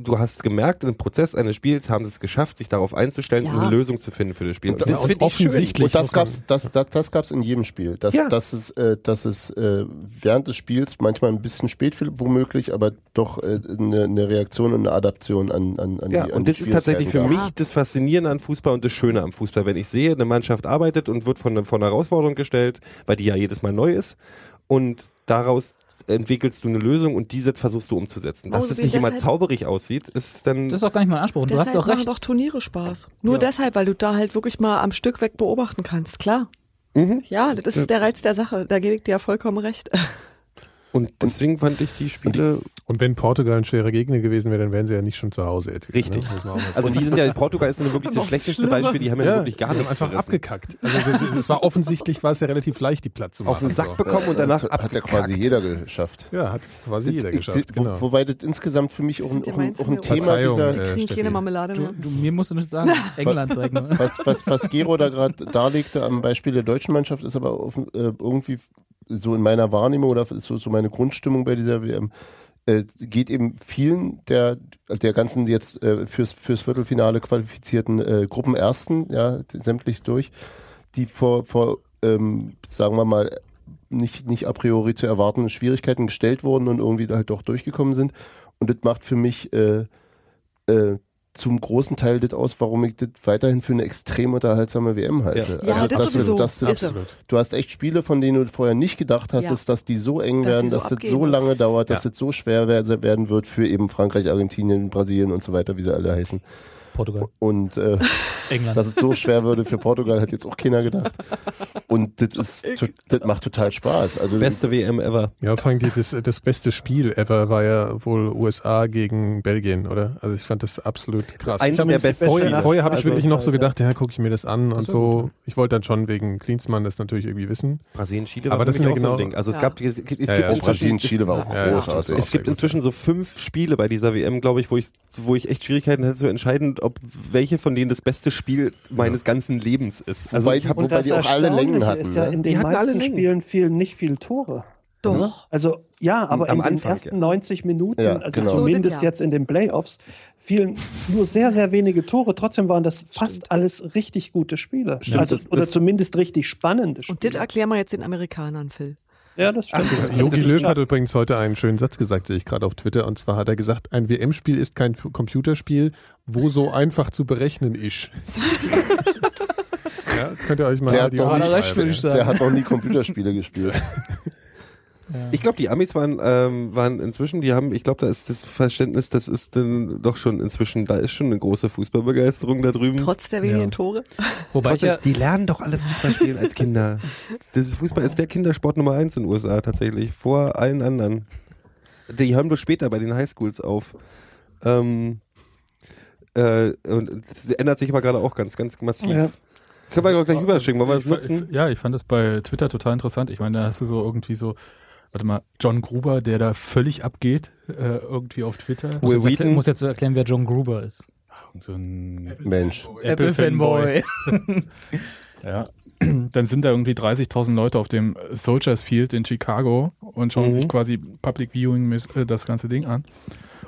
D: du hast gemerkt, im Prozess eines Spiels haben sie es geschafft, sich darauf einzustellen
J: Ja.
D: und eine Lösung zu finden für das Spiel.
J: Und, und offensichtlich. Und das gab's, das, das, das gab's in jedem Spiel. Dass,
D: Ja.
J: dass es, äh, dass es äh, während des Spiels manchmal ein bisschen spät viel- womöglich, aber doch äh, eine, eine Reaktion und eine Adaption an, an, an
D: ja,
J: um die an
D: und
J: die
D: das ist tatsächlich für
J: Schwierigkeiten
D: mich
J: gab.
D: das Faszinierende an Fußball und das Schöne am Fußball, wenn ich sehe, eine Mannschaft arbeitet und wird von, einer- von einer Herausforderung gestellt, weil die ja jedes Mal neu ist und daraus entwickelst du eine Lösung und diese versuchst du umzusetzen. Dass
I: Mose,
D: es nicht immer
I: deshalb-
D: zauberig aussieht, ist dann...
E: Das ist auch gar nicht mein Anspruch. Und du
I: Deshalb
E: hast auch
I: machen
E: recht.
I: doch Turniere Spaß. Nur deshalb, weil du da halt wirklich mal am Stück weg beobachten kannst, klar.
D: Mhm.
I: Ja, das ist der Reiz der Sache. Da gebe ich dir ja vollkommen recht.
J: Äh,
D: Und deswegen fand ich die Spiele.
C: Und wenn Portugal ein schwerer Gegner gewesen wäre, dann wären sie ja nicht schon zu Hause. ne? Jetzt,
D: Richtig. Also die sind ja, Portugal ist nun wirklich das
C: Noch
D: schlechteste
C: schlimmer.
D: Beispiel, die haben ja,
C: Ja,
D: wirklich gar
C: die haben
D: nichts
C: einfach
D: gerissen.
C: abgekackt. Also das- das war offensichtlich war es ja relativ leicht, die Platz zu machen.
J: Auf den Sack
C: So.
J: bekommen und danach Äh, Hat- hat ja quasi jeder geschafft.
C: Ja, hat quasi jeder
J: Ich- ich-
C: geschafft,
J: wo-
C: genau. äh.
J: Wobei das insgesamt für mich auch, ein-
I: sind ja
J: auch, ein-
I: meins
J: auch ein
I: in der
J: Thema
I: Verzeihung,
J: dieser...
I: die kriegen keine Marmelade
E: Du,
I: mehr.
E: du, mir musst du nicht sagen, England sag ich nur.
J: Was, was, was Gero da gerade darlegte am Beispiel der deutschen Mannschaft, ist aber offen, äh, irgendwie so in meiner Wahrnehmung oder so, so meine Grundstimmung bei dieser WM, äh, geht eben vielen der, der ganzen jetzt äh, fürs, fürs Viertelfinale qualifizierten äh, Gruppenersten, ja, sämtlich durch, die vor, vor ähm, sagen wir mal, nicht, nicht a priori zu erwartenden Schwierigkeiten gestellt wurden und irgendwie halt doch durchgekommen sind. Und das macht für mich äh, äh, zum großen Teil das aus, warum ich das weiterhin für eine extrem unterhaltsame WM halte. Also,
I: Ja, das sowieso. Ist so.
J: absolut. Du hast echt Spiele, von denen du vorher nicht gedacht hattest,
I: Ja.
J: dass die so eng
I: Dass
J: werden,
I: sie so
J: dass das
I: abgehen.
J: so lange dauert, dass
A: Ja.
J: das so schwer wer- werden wird für eben Frankreich, Argentinien, Brasilien und so weiter, wie sie alle heißen.
E: Portugal.
J: Und äh,
E: England.
J: dass es so schwer würde für Portugal, hat jetzt auch keiner gedacht. Und das ist, to- das macht total Spaß. Also
D: Beste WM ever.
C: Ja, vor allem die, das, das beste Spiel ever war ja wohl USA gegen Belgien, oder? Also ich fand das absolut krass.
D: Eins
C: Ich hab
D: der
C: mir-
D: besten
C: Vorher,
D: Spiele.
C: vorher habe ich
D: Also-
C: wirklich noch so gedacht, ja, gucke ich mir das an und
D: ist ja
C: so. Ich wollte dann schon wegen Klinsmann das natürlich irgendwie wissen.
D: Brasilien, Chile
C: aber
D: war
C: das
D: für
C: ist
D: mich
C: ja
D: auch
C: genau
D: so ein Ding. Also es
C: Ja.
D: gab, es, es gibt
C: Ja, ja,
D: inzwischen-
C: Brasilien,
D: es-
C: Chile war auch
D: Ja, ja,
C: großartig.
D: Es gibt inzwischen so fünf Spiele bei dieser WM, glaube ich, wo ich, wo ich echt Schwierigkeiten hätte zu entscheiden, ob welche von denen das beste Spiel meines ganzen Lebens ist. Also
J: Wobei-
D: ich habe
J: wobei die auch alle Längen
H: Erstaunliche
J: hatten,
H: Ist ja
J: ne?
H: in
J: Die
H: den
J: hatten
H: meisten
J: alle Längen.
H: Spielen fielen nicht viel Tore.
I: Doch.
H: Also ja, aber
J: Am
H: in den
J: Anfang,
H: ersten
J: ja.
H: 90 Minuten,
J: Ja,
H: also
J: genau. So,
H: zumindest
J: das ja.
H: jetzt in den Playoffs, fielen nur sehr, sehr wenige Tore. Trotzdem waren das fast alles richtig gute Spiele.
J: Stimmt,
H: also,
J: das-
H: oder
J: das-
H: zumindest richtig spannende Spiele.
I: Und das erklären wir jetzt den Amerikanern, Phil.
H: Ja, das stimmt.
C: Jogi Löw hat übrigens heute einen schönen Satz gesagt, sehe ich gerade auf Twitter. Und zwar hat er gesagt, ein WM-Spiel ist kein Computerspiel, wo so einfach zu berechnen ist. ja, das könnt ihr euch mal
J: der, hat noch
C: Augen
J: nie,
C: schreiben, ja.
J: der hat noch nie Computerspiele gespielt.
D: Ich glaube, die Amis waren, ähm, waren inzwischen, die haben, ich glaube, da ist das Verständnis, das ist dann doch schon inzwischen, da ist schon eine große Fußballbegeisterung da drüben.
I: Trotz der wenigen
D: Ja.
I: Tore.
E: Wobei ich
D: Trotzdem,
E: ja,
D: die lernen doch alle Fußball spielen als Kinder. Das ist, Fußball ist der Kindersport Nummer eins in den USA tatsächlich, vor allen anderen. Die hören bloß später bei den Highschools auf. Ähm, äh, und das ändert sich aber gerade auch ganz, ganz massiv.
A: Ja.
D: Das können wir ja gleich überschicken, wollen wir das
A: Ich fa-
D: nutzen?
A: ich- Ja, ich fand das bei Twitter total interessant. Ich meine, da hast du so irgendwie so, warte mal, John Gruber, der da völlig abgeht, äh, irgendwie auf Twitter.
E: muss, jetzt erklären, muss jetzt erklären, wer John Gruber ist.
A: So ein
J: Mensch.
A: Apple-Fanboy.
E: Apple-Fanboy.
A: ja. Dann sind da irgendwie 30.000 Leute auf dem Soldiers Field in Chicago und
D: Mhm.
A: schauen sich quasi Public Viewing mäß- äh, das ganze Ding an.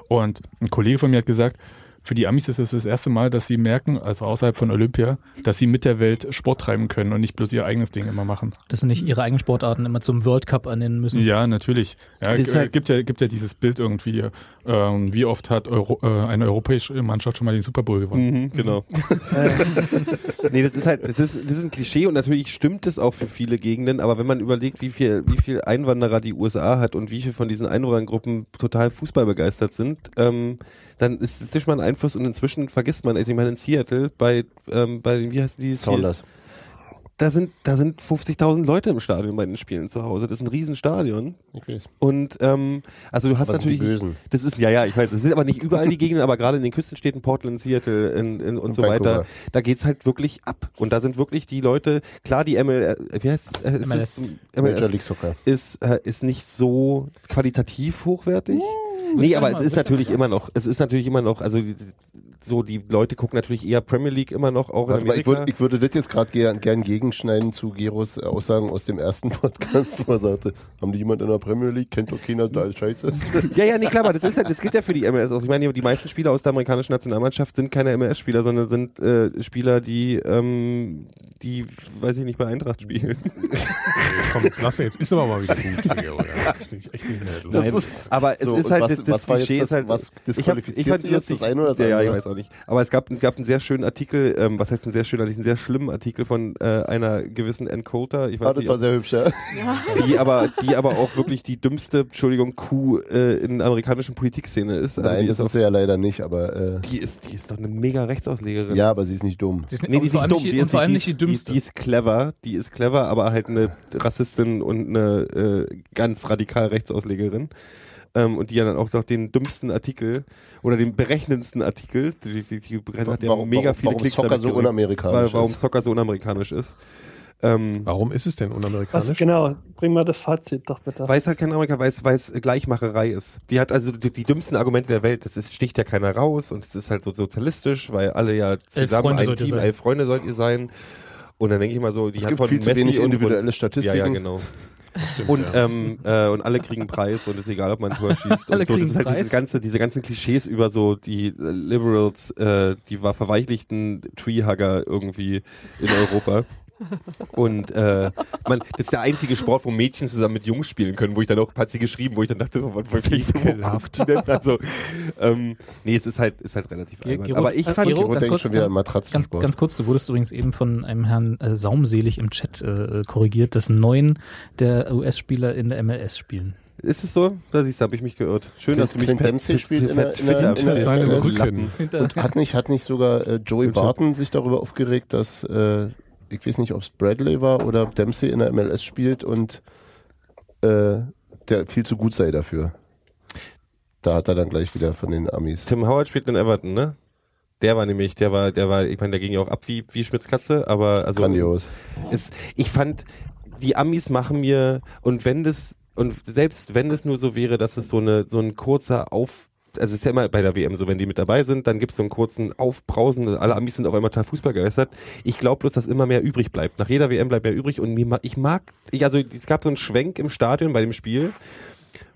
A: Und ein Kollege von mir hat gesagt, für die Amis ist es das erste Mal, dass sie merken, also außerhalb von Olympia, dass sie mit der Welt Sport treiben können und nicht bloß ihr eigenes Ding immer machen.
E: Dass sie nicht ihre eigenen Sportarten immer zum World Cup annehmen müssen.
A: Ja, natürlich. Ja,
E: Das ist
A: g-
E: halt-
A: gibt, ja, gibt ja dieses Bild irgendwie, ähm, wie oft hat Euro, äh, eine europäische Mannschaft schon mal den Super Bowl gewonnen?
D: Mhm, genau. nee, das ist halt, das ist, das ist ein Klischee und natürlich stimmt es auch für viele Gegenden, aber wenn man überlegt, wie viel, wie viel Einwanderer die USA hat und wie viele von diesen Einwanderergruppen total fußballbegeistert sind, ähm, dann ist es nicht mal ein Einfluss und inzwischen vergisst man es. Ich meine, in Seattle bei, ähm, bei den, wie heißen die?
J: Sounders.
D: Da sind, da sind 50.000 Leute im Stadion bei den Spielen zu Hause. Das ist ein Riesenstadion.
J: Ich weiß.
D: Und ähm, also du hast
J: Aber sind die
D: natürlich.
J: Bösen.
D: Das ist, ja, ja, ich weiß, das sind aber nicht überall die Gegenden, aber gerade in den Küstenstädten, Portland, Seattle in, in, und, so weiter,
J: Vancouver.
D: da geht's halt wirklich ab. Und da sind wirklich die Leute, klar, die ML, äh, wie heißt es? Äh, ist
J: MLS.
D: es-
J: Major League Soccer.
D: Ist, äh, ist nicht so qualitativ hochwertig. Nee, aber es ist natürlich immer noch, es ist natürlich immer noch, also die- so die Leute gucken natürlich eher Premier League immer noch, auch
J: Warte
D: in
J: mal,
D: Amerika.
J: ich, würd, ich würde das jetzt gerade gern, gern gegenschneiden zu Geros äh, Aussagen aus dem ersten Podcast, wo er sagte, haben die jemand in der Premier League, kennt doch keiner, da ist scheiße. Ah,
D: Ja, ja, nee, klar, aber das, ist ja, das gilt ja für die MLS. Also ich meine, die meisten Spieler aus der amerikanischen Nationalmannschaft sind keine MLS-Spieler, sondern sind äh, Spieler, die, ähm, die, weiß ich nicht, bei Eintracht spielen.
C: Komm, jetzt lass jetzt, ist aber mal wieder gut hier, oder? Das bin ich echt nicht mehr los.
D: Nein, aber es
J: so,
D: ist
J: und
D: halt
J: was-
D: das, das
J: was war jetzt
D: Klischee
J: das-
D: ist halt.
J: was disqualifiziert
D: ich fand
J: Sie jetzt,
D: lustig-
J: das eine oder das
D: ja, Ja, ich
J: andere?
D: weiß auch nicht. Aber es gab, gab einen sehr schönen Artikel, ähm, was heißt ein sehr schöner, einen sehr schlimmen Artikel von äh, einer gewissen Encoder. Ich weiß
J: Ah, das
D: nicht,
J: war
D: ob-
J: sehr hübsch, ja.
D: Die aber, die aber auch wirklich die dümmste, Entschuldigung, Kuh äh, in amerikanischen Politikszene ist. Also
J: Nein,
D: die
J: das
D: auch-
J: ist sie ja leider nicht, aber. Äh,
D: die, ist, die ist doch eine mega Rechtsauslegerin.
J: Ja, aber sie ist nicht dumm.
E: Sie ist nicht- und vor allem nicht- und vor allem nicht die dümmste.
D: Die, die ist clever, die ist clever, aber halt eine Rassistin und eine äh, ganz radikal Rechtsauslegerin. Ähm, und die ja dann auch noch den dümmsten Artikel oder den berechnendsten Artikel, die, die, die hat ja
J: Warum-
D: mega
J: warum-
D: viele
J: warum
D: Klicks
J: Soccer
D: damit
J: so
D: gerückt,
J: unamerikanisch
D: weil,
J: ist.
D: Warum Soccer so unamerikanisch ist. Ähm,
C: Warum ist es denn unamerikanisch?
H: Was, genau, bring mal das Fazit doch bitte.
D: Weil es halt kein Amerika, weil es, weil es Gleichmacherei ist. Die hat also die, die dümmsten Argumente der Welt. Das ist, sticht ja keiner raus und es ist halt so sozialistisch, weil alle ja zusammen
E: Freunde
D: ein
E: sollt ihr
D: Team,
E: sein.
D: elf Freunde sollt ihr sein. Und dann denke ich mal so, die
J: Es
D: hat
J: gibt
D: von
J: viel zu
D: Messi
J: wenig
D: und-
J: individuelle
D: und-
J: Statistiken.
D: Ja, ja, genau.
C: Stimmt,
D: und,
C: ja.
D: ähm, äh, und alle kriegen einen Preis und ist egal, ob man ein Tor schießt.
E: Alle
D: und so. Das
E: kriegen
D: ist halt
E: einen
D: dieses
E: Preis.
D: ganze, diese ganzen Klischees über so die äh, Liberals, äh, die war verweichlichten Treehugger irgendwie in Europa. Und äh, man, das ist der einzige Sport, wo Mädchen zusammen mit Jungs spielen können, wo ich dann auch Patzi geschrieben, wo ich dann dachte, so, was wollte ich
C: Ekelhaft.
D: Also, ähm, nee, es ist halt, ist halt relativ
E: Ge-
D: albern.
E: Gero-
D: Aber ich
E: äh,
D: fand,
E: Gero,
J: Gero
E: ganz
J: denkt
E: kurz,
J: schon wieder
E: äh,
J: an Matratzen-
E: Ganz, ganz kurz, du wurdest übrigens eben von einem Herrn äh, Saumselig im Chat äh, korrigiert, dass neun der US-Spieler in der MLS spielen.
D: ist es so? Da siehst du, habe ich mich geirrt. Schön,
J: Clint-
D: dass du mich
J: Clint
D: per-
J: Dempsey
D: per-
J: spielt in
D: per-
J: der- in der-
D: Twitter-
J: in der-
D: Twitter-
J: Seine
D: Lappen.
C: Rücken.
J: Und hat nicht, hat nicht sogar äh, Joey
D: Bitte.
J: Barton sich darüber aufgeregt, dass, äh, ich weiß nicht, ob es Bradley war oder Dempsey in der MLS spielt und äh, der viel zu gut sei dafür. Da hat er dann gleich wieder von den Amis.
D: Tim Howard spielt in Everton, ne? Der war nämlich, der war, der war, ich meine, der ging ja auch ab wie, wie Schmitzkatze, aber also.
J: Grandios.
D: Es, ich fand, die Amis machen mir, und wenn das, und selbst wenn es nur so wäre, dass es so eine, so ein kurzer Auf, also es ist ja immer bei der WM so, wenn die mit dabei sind, dann gibt es so einen kurzen Aufbrausen, und alle Amis sind auf einmal total Fußball gegeistert. Ich glaube bloß, dass immer mehr übrig bleibt. Nach jeder WM bleibt mehr übrig und mir, ma- ich mag, ich, also es gab so einen Schwenk im Stadion bei dem Spiel,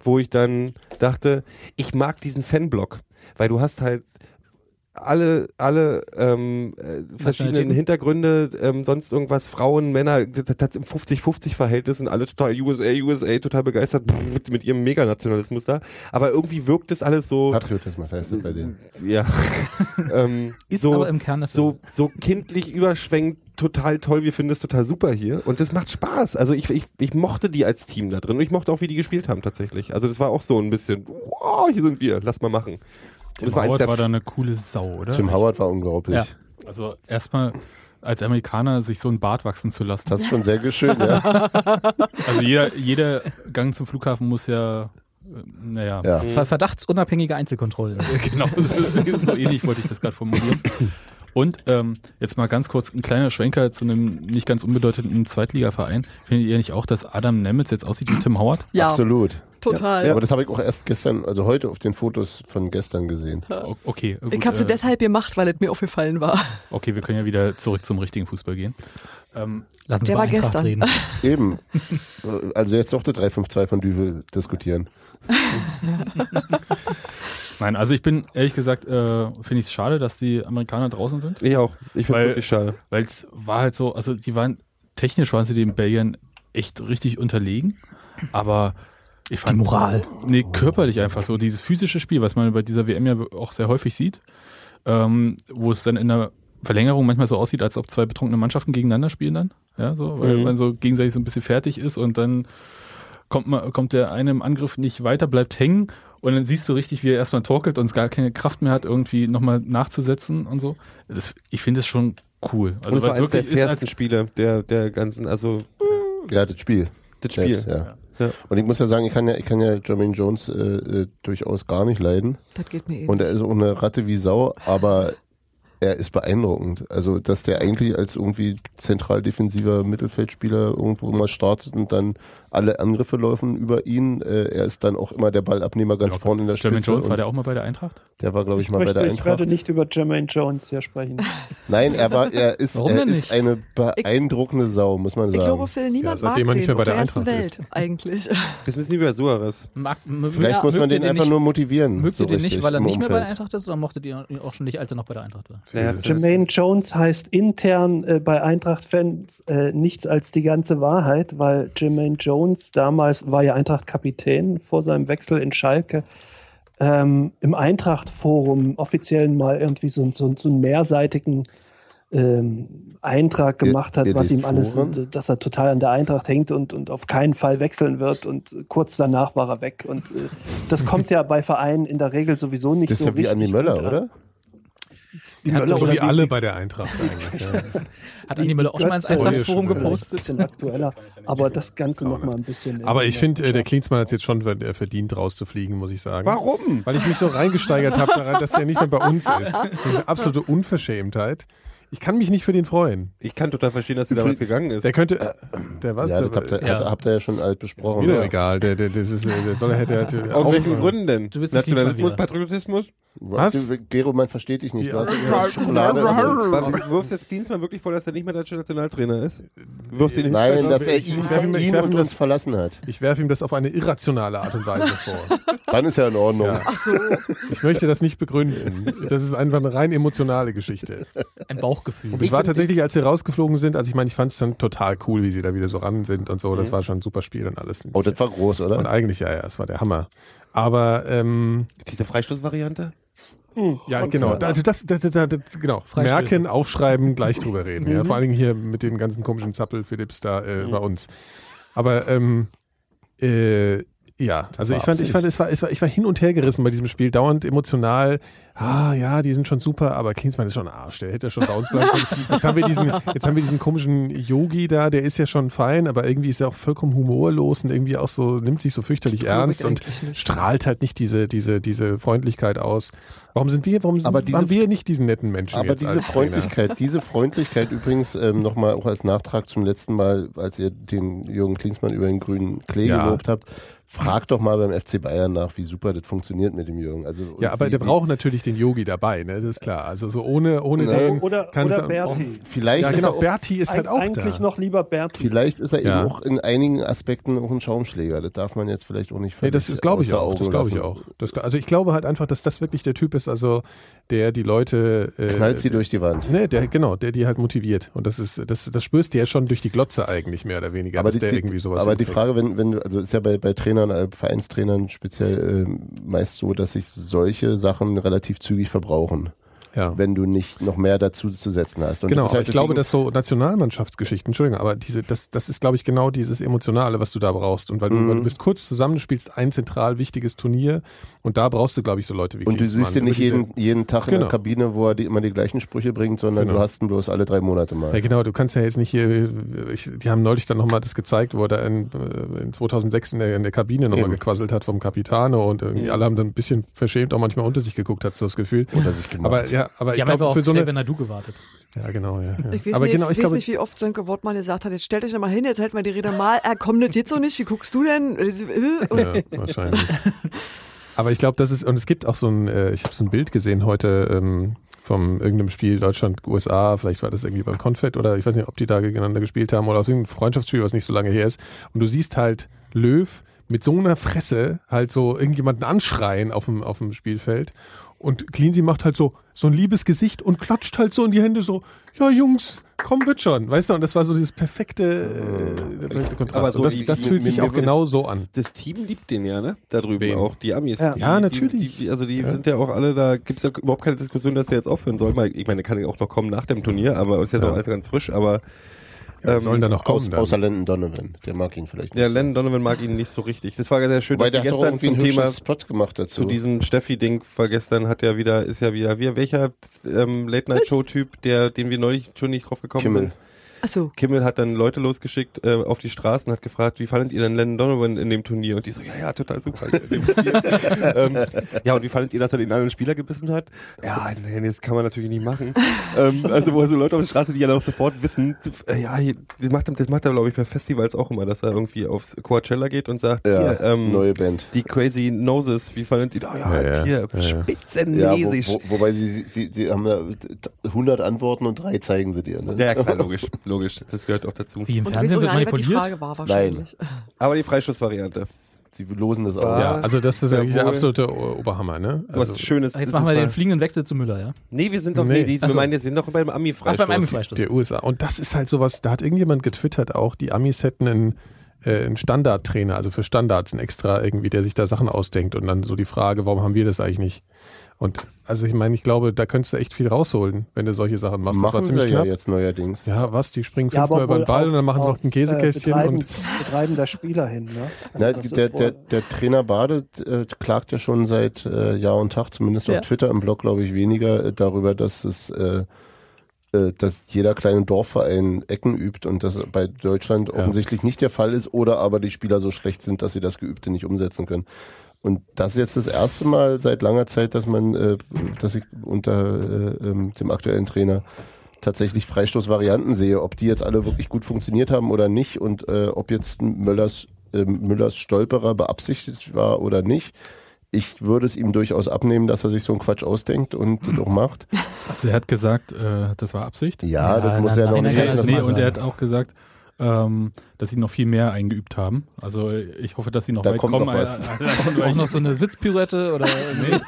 D: wo ich dann dachte, ich mag diesen Fanblock, weil du hast halt alle, alle ähm, äh, verschiedenen
E: Nationalitäten?
D: Hintergründe, ähm, sonst irgendwas, Frauen, Männer, das hat im 50-50-Verhältnis und alle total USA, USA, total begeistert mit, mit ihrem Meganationalismus da. Aber irgendwie wirkt das alles so,
J: Patriotismus heißt das bei
A: Hm,
J: denen.
D: ja, ähm,
E: Ist
D: so,
E: aber im Kern das
D: so, so kindlich überschwängend, total toll, wir finden es total super hier. Und das macht Spaß. Also ich, ich, ich mochte die als Team da drin und ich mochte auch, wie die gespielt haben tatsächlich. Also das war auch so ein bisschen, wow, hier sind wir, lass mal machen. Und
A: Tim
D: das war eins
A: Howard
D: der
A: war da eine coole Sau, oder?
J: Tim Howard war unglaublich.
A: Ja. Also erstmal als Amerikaner sich so einen Bart wachsen zu lassen.
J: Das ist schon sehr schön, ja.
A: Also jeder, jeder Gang zum Flughafen muss ja, äh, naja,
J: ja.
E: Ver verdachtsunabhängige Einzelkontrollen.
A: genau, so ähnlich wollte ich das gerade formulieren. Und ähm, jetzt mal ganz kurz ein kleiner Schwenker zu einem nicht ganz unbedeutenden Zweitligaverein. Findet ihr nicht auch, dass Adam Nemitz jetzt aussieht wie Tim Howard?
I: Ja,
J: Absolut.
I: total.
J: Aber das habe ich auch erst gestern, also heute auf den Fotos von gestern gesehen.
A: O- Okay, gut,
I: ich habe sie
A: äh,
I: deshalb gemacht, weil es mir aufgefallen war.
A: okay, wir können ja wieder zurück zum richtigen Fußball gehen.
E: Ähm, Lass uns
I: Der
E: über
I: war
E: Eintracht
I: gestern.
E: reden.
J: Eben. Also jetzt doch der 352 von Düvel diskutieren.
A: Nein, also ich bin ehrlich gesagt, äh, finde ich es schade, dass die Amerikaner draußen sind.
D: Ich auch. Ich find's
A: Weil-
D: wirklich schade.
A: Weil es war halt so, also die waren, technisch waren sie den Belgiern echt richtig unterlegen, aber ich fand.
E: Moral.
A: Nee, körperlich einfach so. Dieses physische Spiel, was man bei dieser WM ja auch sehr häufig sieht, ähm, wo es dann in der Verlängerung manchmal so aussieht, als ob zwei betrunkene Mannschaften gegeneinander spielen dann. Ja, so, weil
D: Mhm.
A: man so gegenseitig so ein bisschen fertig ist und dann kommt, man, kommt der eine im Angriff nicht weiter, bleibt hängen und dann siehst du richtig, wie er erstmal torkelt und gar keine Kraft mehr hat, irgendwie nochmal nachzusetzen und
J: Also,
A: so. Das, ich finde es schon cool.
D: Also und
A: weil
D: es war
A: es
D: eines der
A: wirklich ist, als-
D: fairsten Spiele der, der ganzen, also
J: Ja, das Spiel.
D: Das Spiel.
J: Ja, ja.
D: Ja.
J: Und ich muss ja sagen, ich kann ja, ich kann ja Jermaine Jones äh, äh, durchaus gar nicht leiden.
I: Das geht mir eh
J: Und er ist auch eine Ratte wie Sau, aber er ist beeindruckend. Also, dass der eigentlich als irgendwie zentral defensiver Mittelfeldspieler irgendwo mal startet und dann alle Angriffe laufen über ihn. Äh, er ist dann auch immer der Ballabnehmer ganz vorne in der Spitze.
A: Jermaine Jones, war
J: und
A: der auch mal bei der Eintracht?
J: der war, glaube ich, mal bei
H: möchte,
J: der
H: ich werde
J: Eintracht.
H: nicht über Jermaine Jones hier sprechen.
J: Nein, er war, er ist,
A: Warum
J: er
A: denn
J: ist
A: nicht?
J: eine beeindruckende Sau, muss man
I: Ich
J: sagen.
I: glaube, Phil, niemand
J: Ja,
I: mag
J: seitdem er
I: den
J: nicht mehr bei
I: auf
J: der
I: der ganzen
J: Eintracht
I: Welt eigentlich.
D: jetzt müssen wir über Suarez.
E: Mag,
J: Vielleicht muss man den, einfach nur motivieren.
E: Mögt ihr
J: so
E: den nicht,
J: richtig,
E: weil er
J: im
E: nicht mehr bei der
J: Umfeld.
E: Eintracht ist oder mochtet ihr ihn auch schon nicht, als er noch bei der Eintracht war?
D: Naja,
H: Jermaine Jones heißt intern äh, bei Eintracht-Fans äh, nichts als die ganze Wahrheit, weil Jermaine Jones damals war ja Eintracht-Kapitän vor seinem Wechsel in Schalke. Ähm, Im Eintracht-Forum offiziell mal irgendwie so, so, so einen mehrseitigen ähm, Eintrag
J: Ihr-
H: gemacht hat,
J: ihr
H: was
J: lest
H: ihm alles,
J: Foren?
H: dass er total an der Eintracht hängt und, und auf keinen Fall wechseln wird. Und kurz danach war er weg. Und äh, das kommt ja bei Vereinen in der Regel sowieso nicht
J: Das ist
H: so
J: ja wie Andi
H: richtig
J: Möller,
H: gut an.
J: oder?
H: Die
E: hat
H: Möller
E: doch
C: So
H: oder
C: wie
H: die-
C: alle bei der Eintracht eigentlich. Ja.
E: Hat Andi Möller auch schon mal ins
H: Götze
E: Eintracht-Forum
H: vielleicht Ein
E: gepostet?
H: bisschen aktueller, aber das Ganze noch mal ein bisschen.
C: Aber ich finde, äh, der Klinsmann hat es jetzt schon ver- äh, verdient, rauszufliegen, muss ich sagen.
D: Warum?
C: Weil ich mich so reingesteigert habe daran, dass der nicht mehr bei uns ist. Eine absolute Unverschämtheit. Ich kann mich nicht für den freuen.
D: Ich kann total verstehen, dass sie damals gegangen ist.
C: Der könnte. äh, Der was?
J: Ja,
C: der,
J: das habt ihr,
E: Ja.
J: Habt, habt ihr ja schon alt
C: ist
J: besprochen.
C: mir doch
J: Ja.
C: egal. Der, der, das ist, äh, der soll, hätte, hätte
D: Aus
C: auch-
D: welchen Gründen denn?
E: Du willst den
D: Nationalismus,
E: Klinsmann wieder.
D: Patriotismus?
C: Was?
J: Gero, man versteht dich nicht. Du
C: Ja.
J: hast immer Schokolade. Also,
D: Du wirfst jetzt Klinsmann wirklich vor, dass er nicht mehr deutscher Nationaltrainer ist? Du wirfst ihn
J: nein, dass er ihn,
C: Ich werfe ihm- ich
J: ihn
C: werfe
J: und
C: ihm das-
J: uns verlassen hat.
C: Ich werfe ihm das auf eine irrationale Art und Weise vor.
J: Dann ist ja in Ordnung.
C: Ja. Ich möchte das nicht begründen. Das ist einfach eine rein emotionale Geschichte.
E: Ein Bauchgefühl.
C: Es war tatsächlich, als sie rausgeflogen sind, also ich meine, ich fand es dann total cool, wie sie da wieder so ran sind und so. Das war schon ein super Spiel und alles.
J: Mhm. Oh, das war groß,
C: und
J: oder?
C: eigentlich, ja, ja, es war der Hammer. Aber ähm,
D: Diese Freistoßvariante?
C: ja, genau. Also das, das, das, das, genau.
E: Freistöße.
C: Merken, aufschreiben, gleich drüber reden. ja. Vor allen Dingen hier mit dem ganzen komischen Zappel Philips da
J: Mhm.
C: äh, bei uns. Aber ähm, äh, ja, also
J: war
C: ich fand, ich fand, es war, es war, ich war hin und her gerissen bei diesem Spiel, dauernd emotional. Ah, ja, die sind schon super, aber Klinsmann ist schon ein Arsch, der hätte ja schon bei uns bleiben können. Jetzt haben wir diesen, jetzt haben wir diesen komischen Yogi da, der ist ja schon fein, aber irgendwie ist er auch vollkommen humorlos und irgendwie auch so, nimmt sich so fürchterlich ernst und strahlt halt nicht diese, diese, diese Freundlichkeit aus. Warum sind wir, warum sind,
J: Aber diese-
C: haben wir nicht diesen netten Menschen
J: Aber
C: jetzt
J: diese
C: als Trainer?
J: Freundlichkeit, diese Freundlichkeit übrigens ähm, nochmal auch als Nachtrag zum letzten Mal, als ihr den Jürgen Klinsmann über den grünen Klee
C: Ja.
J: gelobt habt, fragt doch mal beim FC Bayern nach, wie super das funktioniert mit dem Jürgen. Also, und
C: Ja, aber
J: wie,
C: der
J: wie-
C: braucht natürlich den Yogi dabei, ne? Das ist klar. Also so ohne, ohne
J: Ne.
C: den
H: Oder,
C: kann-
H: oder Berti.
J: Vielleicht
C: Ja,
J: ist
C: genau.
J: er auch
C: Berti ist halt
H: Eig
C: auch
H: eigentlich
C: da.
H: noch lieber Berti.
J: Vielleicht ist er
C: Ja.
J: eben auch in einigen Aspekten auch ein Schaumschläger. Das darf man jetzt vielleicht auch nicht
C: Nee, das
J: völlig
C: glaube ich
J: außer
C: auch. Das
J: Augen
C: glaube ich
J: lassen.
C: auch. Das, gl- also ich glaube halt einfach, dass das wirklich der Typ ist, also der die Leute äh,
J: Knallt sie durch die Wand.
C: Ne, der genau, der die halt motiviert. Und das ist, das, das spürst du ja schon durch die Glotze eigentlich mehr oder weniger,
J: aber
C: dass
J: die,
C: der
J: die,
C: irgendwie sowas
J: aber die
C: hinkriegt.
J: Frage, wenn, wenn, also ist ja bei, bei Trainern, äh, Vereinstrainern speziell ähm, meist so, dass sich solche Sachen relativ zügig verbrauchen,
C: ja.
J: wenn du nicht noch mehr dazu zu setzen hast. Und
C: Genau,
J: das ist
C: aber
J: halt
C: ich glaube,
J: Ding,
C: dass so Nationalmannschaftsgeschichten, Entschuldigung, aber diese, das, das ist, glaube ich, genau dieses Emotionale, was du da brauchst. Und weil du,
J: Mhm.
C: weil du bist kurz zusammen, du spielst ein zentral wichtiges Turnier und da brauchst du, glaube ich, so Leute wie
J: und du
C: Klinsmann.
J: siehst den
C: Über
J: nicht
C: diese-
J: jeden, jeden Tag in
C: Genau.
J: der Kabine, wo er die, immer die gleichen Sprüche bringt, sondern
C: Genau.
J: du hast ihn bloß alle drei Monate mal.
C: Ja, genau, du kannst ja jetzt nicht hier, ich, die haben neulich dann nochmal das gezeigt, wo er da in, äh, in 2006 in der, in der Kabine nochmal
J: Eben.
C: gequasselt hat vom Capitano und irgendwie alle haben dann ein bisschen verschämt auch manchmal unter sich geguckt, hast du das Gefühl.
J: Oder sich gemacht.
C: Aber ja, aber
E: Die
C: ich
E: haben einfach
C: glaube,
E: auf
C: für so
E: Xavier
C: eine,
E: Nadu gewartet.
C: ja, genau, ja. ja.
I: Ich weiß,
C: aber
I: nicht,
C: genau,
I: ich
C: ich
I: weiß
C: glaube,
I: nicht, wie oft Sönke Wortmann gesagt hat, jetzt stellt euch doch mal hin, jetzt halt mal die Rede mal, ah, komm, das geht so nicht, wie guckst du denn? Äh, Und
C: Ja, wahrscheinlich. Aber ich glaube, das ist, und es gibt auch so ein, äh, ich habe so ein Bild gesehen heute, ähm, vom irgendeinem Spiel Deutschland, USA, vielleicht war das irgendwie beim Confed oder ich weiß nicht, ob die da gegeneinander gespielt haben oder aus irgendeinem Freundschaftsspiel, was nicht so lange her ist. Und du siehst halt Löw mit so einer Fresse halt so irgendjemanden anschreien auf dem, auf dem Spielfeld. Und Cleansy macht halt so, so ein liebes Gesicht und klatscht halt so in die Hände so, ja Jungs, komm wird schon, weißt du, und das war so dieses perfekte, äh, der perfekte Kontrast.
D: Aber so
C: und das
D: die-
C: das
D: die-
C: fühlt
D: mir-
C: sich
D: mir
C: auch
D: wird-
C: genau so an.
D: Das Team liebt den ja, ne? Da drüben auch. Die Amis.
C: Ja.
D: die,
C: Ja,
D: die-
C: natürlich.
D: Die, die, also die sind ja auch alle da, gibt's ja überhaupt keine Diskussion, dass der jetzt aufhören soll. Mal, ich meine, kann ja auch noch kommen nach dem Turnier, aber ist ja,
J: Ja.
D: doch alles ganz frisch, aber.
J: Ja, sollen da noch kommen
D: Ähm, aus-
J: dann. Außer Landon Donovan, der mag ihn vielleicht
D: Ja, Landon Donovan mag ihn nicht so richtig. Das war ja sehr schön,
J: Wobei,
D: dass
J: der
D: sie
J: hat doch
D: gestern
J: irgendwie
D: zum
J: einen
D: Thema
J: hübschen Spot gemacht dazu.
D: zu diesem Steffi-Ding vergestern hat ja wieder, ist ja wieder, wie, welcher ähm, Late-Night-Show-Typ, der, den wir neulich schon nicht drauf gekommen
J: Kimmel.
D: sind.
I: Ach so.
D: Kimmel hat dann Leute losgeschickt äh, auf die Straßen, hat gefragt, wie fandet ihr denn Landon Donovan in dem Turnier? Und die so, ja, ja, total super. hier in dem Spiel. ähm, ja, und wie fandet ihr, dass er den anderen Spieler gebissen hat? Ja, nee, das kann man natürlich nicht machen. ähm, also wo so Leute auf der Straße, die ja noch sofort wissen, äh, ja, hier, das macht, er- das macht er, glaube ich, bei Festivals auch immer, dass er irgendwie aufs Coachella geht und sagt,
J: Ja,
D: hier, ähm,
J: neue Band.
D: Die Crazy Noses, wie fandet ihr? Oh, ja,
J: Ja, ja.
D: hier,
J: Ja, ja.
D: spitzenmäßig.
J: Ja, wo, wo, wobei sie, sie- sie, sie haben da t- 100 Antworten und drei zeigen sie dir. Ne?
D: Ja, ja, klar, logisch, logisch. Das gehört auch dazu.
E: Wie im
I: Und
E: Fernsehen
I: wieso
E: wird
I: Albert die
E: manipuliert?
I: Frage war
J: Nein.
I: wahrscheinlich.
D: Aber die Freischussvariante.
J: Sie losen das aus.
C: Ja, also das ist
D: Sehr
C: eigentlich der
D: wohl.
C: absolute O- Oberhammer, ne?
D: So was
C: also,
D: Schönes.
E: Jetzt machen wir
D: Das
E: den
D: war-
E: fliegenden Wechsel zu Müller, ja?
D: Nee, wir sind doch,
C: Nee.
D: nee, die,
C: Ach
D: wir
C: so.
D: meinen, wir sind doch beim Ami-Freistoß.
E: Ach, beim Ami-Freistoß.
C: der USA. Und das ist halt sowas, da hat irgendjemand getwittert auch, die Amis hätten einen, äh, einen Standardtrainer, also für Standards einen extra irgendwie, der sich da Sachen ausdenkt und dann so die Frage, warum haben wir das eigentlich nicht? Und also ich meine, ich glaube, da könntest du echt viel rausholen, wenn du solche Sachen machst. das war
J: machen sie
C: ziemlich
J: ja
C: knapp.
J: jetzt neuerdings.
C: Ja, was? Die springen
H: Ja,
C: fünfmal
H: aber
C: über den
H: wohl
C: Ball und dann
H: auf-
C: machen sie noch
H: auf,
C: ein Käsekästchen
H: äh,
C: und
H: betreiben- Betreibender Spieler hin, ne?
J: Na,
H: das
J: der,
H: ist
J: der, der Trainer Bade äh, klagt ja schon seit äh, Jahr und Tag, zumindest
I: Ja.
J: auf Twitter im Blog, glaube ich, weniger äh, darüber, dass es äh, äh, dass jeder kleine Dorfverein Ecken übt und das bei Deutschland offensichtlich nicht der Fall ist oder aber die Spieler so schlecht sind, dass sie das Geübte nicht umsetzen können. Und das ist jetzt das erste Mal seit langer Zeit, dass man, äh, dass ich unter äh, ähm, dem aktuellen Trainer tatsächlich Freistoßvarianten sehe, ob die jetzt alle wirklich gut funktioniert haben oder nicht und äh, ob jetzt Möllers, äh, Müllers Stolperer beabsichtigt war oder nicht. Ich würde es ihm durchaus abnehmen, dass er sich so einen Quatsch ausdenkt und das auch macht.
A: Also er hat gesagt, äh, das war Absicht.
J: Ja, das muss ja noch
A: nein,
J: nicht
A: nein,
J: heißen, dass
A: nee,
J: man-
A: Und er hat auch gesagt, ähm, dass sie noch viel mehr eingeübt haben. Also ich hoffe, dass sie noch
J: Da
A: weit
J: kommt
A: kommen.
J: noch was.
E: Auch noch so eine Sitzpürette oder
A: Nee,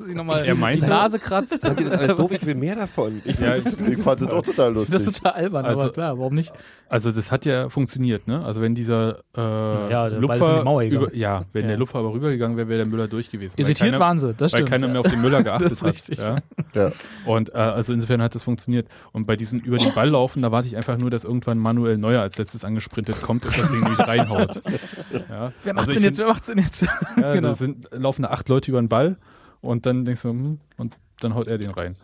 E: sich nochmal
A: Er halt meinte-
E: die Nase kratzt.
D: Fand ihr das alles doof? Ich will mehr davon. Ich
A: Ja,
D: finde das total
J: Ich fand das auch total
E: Das ist
J: lustig.
E: total albern, aber
A: Also-
E: klar, warum nicht?
A: Also das hat ja funktioniert, ne? Also wenn dieser äh,
E: ja, der Ball ist in
A: Lupfer
E: die Mauer gegangen.
A: über, ja, wenn
E: Ja.
A: der Lupfer aber rübergegangen wäre, wäre der Müller durch gewesen. Weil
E: Irritiert
A: keiner-
E: waren sie, das
A: weil
E: stimmt.
A: keiner mehr auf den Müller geachtet
E: Das ist richtig.
A: hat.
J: Ja.
A: Und äh, also insofern hat das funktioniert. Und bei diesem über den Ball laufen, da warte ich einfach nur, dass irgendwann Manuel Neuer als letztes angesprintet kommt und das Ding nicht reinhaut. Ja. Also,
E: Wer macht's
A: ich
E: denn jetzt?
A: find-
E: Wer macht's denn jetzt?
A: Ja,
E: Genau.
A: Da sind, laufen da acht Leute über den Ball und dann denkst du, hm, und dann haut er den rein.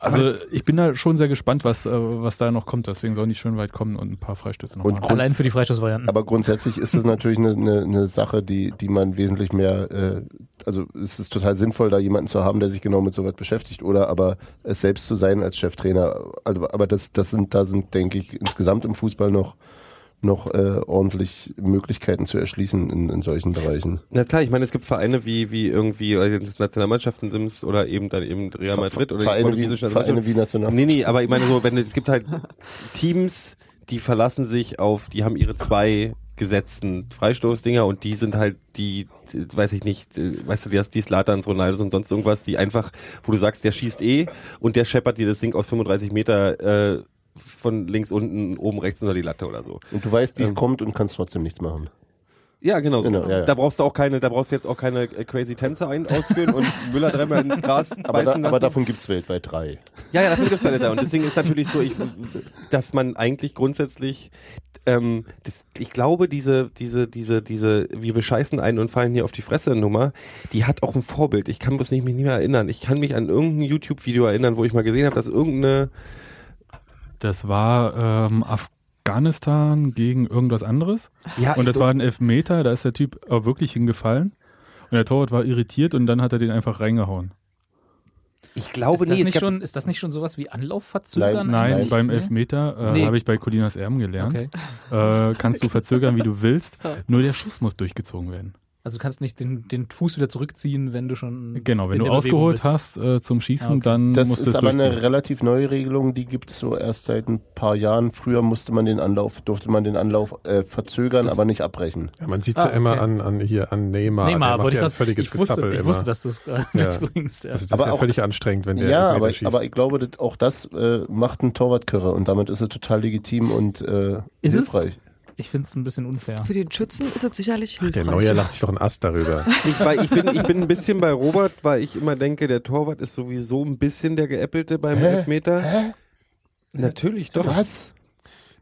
A: Also ich bin da schon sehr gespannt, was, äh, was da noch kommt. Deswegen sollen die schön weit kommen und ein paar Freistöße noch
J: Und
A: machen.
J: Kunst-
E: Allein für die Freistoßvarianten.
J: Aber grundsätzlich ist es natürlich eine, eine, eine Sache, die, die man wesentlich mehr, äh, also es ist total sinnvoll, da jemanden zu haben, der sich genau mit sowas beschäftigt oder aber es selbst zu sein als Cheftrainer. Also, aber das, das sind, da sind, denke ich, insgesamt im Fußball noch, noch äh, ordentlich Möglichkeiten zu erschließen in, in solchen Bereichen.
D: Na klar, ich meine, es gibt Vereine wie, wie irgendwie äh, das Nationalmannschaften Sims oder eben dann eben Real Madrid oder die
J: Vereine wie,
D: portugiesische
J: Vereine wie National.
D: Nee, nee, aber ich meine so, wenn es gibt halt Teams, die verlassen sich auf, die haben ihre zwei gesetzten Freistoßdinger und die sind halt die, äh, weiß ich nicht, äh, weißt du, die hast die Slatans, Ronaldos und sonst irgendwas, die einfach, wo du sagst, der schießt eh und der scheppert dir das Ding aus 35 Meter äh, von links unten, oben rechts unter die Latte oder so.
J: Und du weißt, wie es
D: Ähm.
J: kommt und kannst trotzdem nichts machen.
D: Ja, genau. so.
J: Genau, ja, ja.
D: Da brauchst du auch keine, da brauchst du jetzt auch keine äh, crazy Tänze ein, ausführen und Müller dreimal ins Gras
J: Aber, da,
D: beißen
J: aber
D: lassen.
J: davon gibt's weltweit drei.
D: Ja, ja, dafür gibt's Fälle da. Und deswegen ist natürlich so, ich, dass man eigentlich grundsätzlich, ähm, das, ich glaube, diese, diese, diese, diese, wir bescheißen einen und fallen hier auf die Fresse Nummer, die hat auch ein Vorbild. Ich kann bloß nicht, mich nicht mehr erinnern. Ich kann mich an irgendein YouTube-Video erinnern, wo ich mal gesehen habe, dass irgendeine,
A: Das war ähm, Afghanistan gegen irgendwas anderes.
D: ja,
A: Und
D: ich-
A: das war ein Elfmeter, da ist der Typ auch wirklich hingefallen. Und der Torwart war irritiert und dann hat er den einfach reingehauen.
D: ich glaube,
E: ist, das
D: nee, es
E: nicht
D: gab,
E: schon, ist das nicht schon sowas wie Anlaufverzögern?
A: Nein,
J: Nein.
A: beim
E: Nee.
A: Elfmeter äh,
E: Nee.
A: habe ich bei Colinas Erben gelernt.
E: Okay.
A: Äh, kannst du verzögern, wie du willst. Nur der Schuss muss durchgezogen werden.
E: Also du kannst nicht den, den Fuß wieder zurückziehen, wenn du schon.
A: Genau, wenn
E: in
A: du
E: der Bewegung
A: ausgeholt
E: bist.
A: hast äh, zum Schießen,
E: Ah, okay.
D: Hm,
A: dann
J: Das
A: musst du
J: ist
A: es
J: aber eine
A: durchziehen.
J: relativ neue Regelung, die gibt es so erst seit ein paar Jahren. Früher musste man den Anlauf, durfte man den Anlauf äh, verzögern, aber nicht abbrechen.
C: Ja, man sieht's ja immer an, an hier an Neymar.
E: Neymar,
C: der macht
E: wollte
C: ja
E: ich
C: ein
E: grad-
C: völliges
E: ich wusste-
C: Gezappel
E: ich
C: immer.
E: wusste, dass du's gerade bringst, ja.
C: Also das
J: Aber
C: ist ja
J: auch-
C: völlig anstrengend, wenn der
J: ja,
C: Elfmeter
J: aber,
C: schießt.
J: aber ich glaube, das, auch das äh, macht einen Torwartkörre und damit ist er total legitim und äh,
E: Ist es?
J: hilfreich.
E: Ich finde es ein bisschen unfair.
I: Für den Schützen ist das sicherlich hilfreich.
C: der Neuer lacht sich doch einen Ast darüber.
D: Ich, weil ich, bin, ich bin ein bisschen bei Robert, weil ich immer denke, der Torwart ist sowieso ein bisschen der Geäppelte beim Elfmeter. Natürlich doch.
J: Was?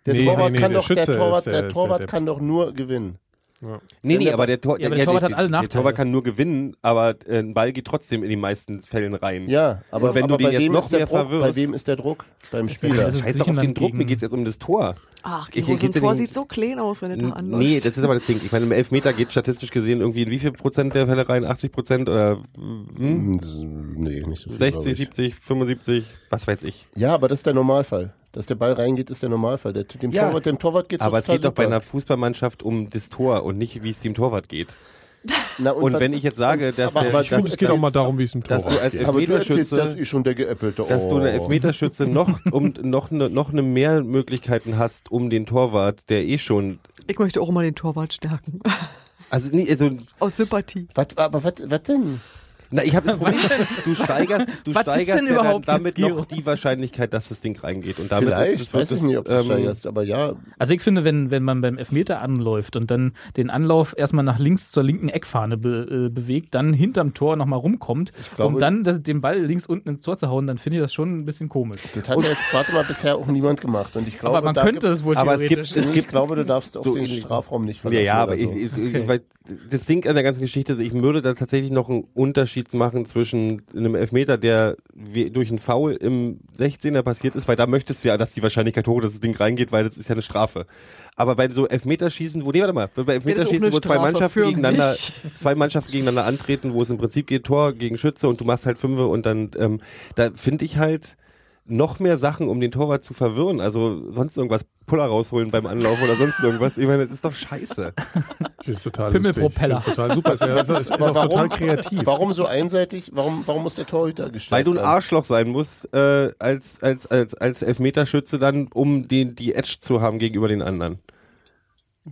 J: Der
D: Nee,
J: Torwart,
D: nee, nee,
J: kann,
D: der
J: doch, der
D: Schütze
J: Torwart,
D: ist der-
J: der
D: ist der
J: Torwart
D: Depp.
J: kann doch nur gewinnen.
D: Nee,
J: Wenn
D: nee, aber der, Tor,
J: Ja, aber
D: ja,
J: der Torwart hat alle
D: Der Torwart kann nur gewinnen, aber äh, ein Ball geht trotzdem in die meisten Fällen rein.
J: Ja, aber-
D: Und wenn
J: aber
D: du den
J: bei
D: jetzt
J: wem
D: noch
J: ist der
D: mehr
J: Druck?
D: verwirrst.
J: Bei wem ist der Druck? Beim
D: Ich
J: Spieler.
D: weiß doch auf den Druck, mir geht es jetzt um das Tor.
I: Ach,
D: Ich-
I: Giro, so ein
D: geht's ja
I: Tor
D: nicht-
I: sieht so klein aus, wenn du da
D: N-
I: anläufst.
D: Nee, das ist aber das Ding. Ich meine, im Elfmeter geht statistisch gesehen irgendwie in wie viel Prozent der Fälle rein? 80 Prozent oder hm?
J: Nee, nicht so viel, glaub
D: 60,
J: ich.
D: 70, 75, was weiß ich.
J: Ja, aber das ist der Normalfall. Dass der Ball reingeht, ist der Normalfall. Der, dem,
D: Ja,
J: Torwart, dem Torwart geht's
D: aber es
J: total
D: geht doch bei
J: super.
D: einer Fußballmannschaft um das Tor und nicht, wie es dem Torwart geht.
J: Na,
D: und wenn ich jetzt sage, dass
J: aber,
D: der-
J: aber
D: Ich finde,
J: das-
D: es geht
J: das-
D: auch mal darum, wie es dem
J: dass
D: Torwart
J: du als
D: geht.
J: Aber du erzählst,
D: Elfmeterschütze-
J: das ist schon der Geäppelte. Oh.
D: Dass du eine Elfmeterschütze noch, um, noch, ne, noch eine mehr Möglichkeiten hast, um den Torwart, der eh schon.
I: Ich möchte auch immer den Torwart stärken.
D: Also, nee, also.
I: Aus Sympathie.
J: Was, aber was, was denn?
D: Na, ich habe das Problem, du steigerst, du
I: Was ist
D: steigerst
I: denn
D: ja dann
I: überhaupt jetzt,
D: damit noch
I: Giro?
D: die Wahrscheinlichkeit, dass das Ding reingeht. Und damit
J: Vielleicht,
D: ist es, wird
J: weiß ich
D: es,
J: nicht, ob du
D: ähm,
J: steigerst, aber ja.
E: Also ich finde, wenn, wenn man beim Elfmeter anläuft und dann den Anlauf erstmal nach links zur linken Eckfahne be, äh, bewegt, dann hinterm Tor nochmal rumkommt,
J: glaube-
E: um dann das, den Ball links unten ins Tor zu hauen, dann finde ich das schon ein bisschen komisch.
J: Das hat ja jetzt gerade mal bisher auch niemand gemacht. Und ich glaube,
E: Aber man
J: da
E: könnte
J: gibt's-
E: es wohl Aber es gibt- theoretisch. es
J: ich
E: gibt-
J: glaube, du darfst auch
D: so
J: den
D: in-
J: Strafraum nicht
D: Ja,
J: verlassen.
D: ja, aber
J: oder so.
D: ich, ich, ich- weil das Ding an der ganzen Geschichte ist, ich würde da tatsächlich noch einen Unterschied machen zwischen einem Elfmeter, der we- durch einen Foul im 16er passiert ist, weil da möchtest du ja, dass die Wahrscheinlichkeit hoch ist, dass das Ding reingeht, weil das ist ja eine Strafe. Aber bei so Elfmeterschießen, wo, nee, warte mal, bei
I: Das
D: Elfmeterschießen,
I: ist auch
D: wo
I: eine
D: zwei
I: Strafe
D: Mannschaften
I: für
D: gegeneinander,
I: mich.
D: zwei Mannschaften gegeneinander antreten, wo es im Prinzip geht, Tor gegen Schütze und du machst halt Fünfe und dann, ähm, da finde ich halt, noch mehr Sachen, um den Torwart zu verwirren. Also sonst irgendwas Puller rausholen beim Anlauf oder sonst irgendwas. Ich meine, das ist doch scheiße.
C: Das ist total
E: Pimmelpropeller.
C: lustig. Das ist total super. Das, wär, das ist auch
J: Aber
C: total kreativ.
J: Warum so einseitig? Warum, warum muss der Torhüter gestellt
D: Weil du ein
J: werden?
D: Arschloch sein musst, äh, als, als, als, als Elfmeterschütze dann, um den, die Edge zu haben gegenüber den anderen.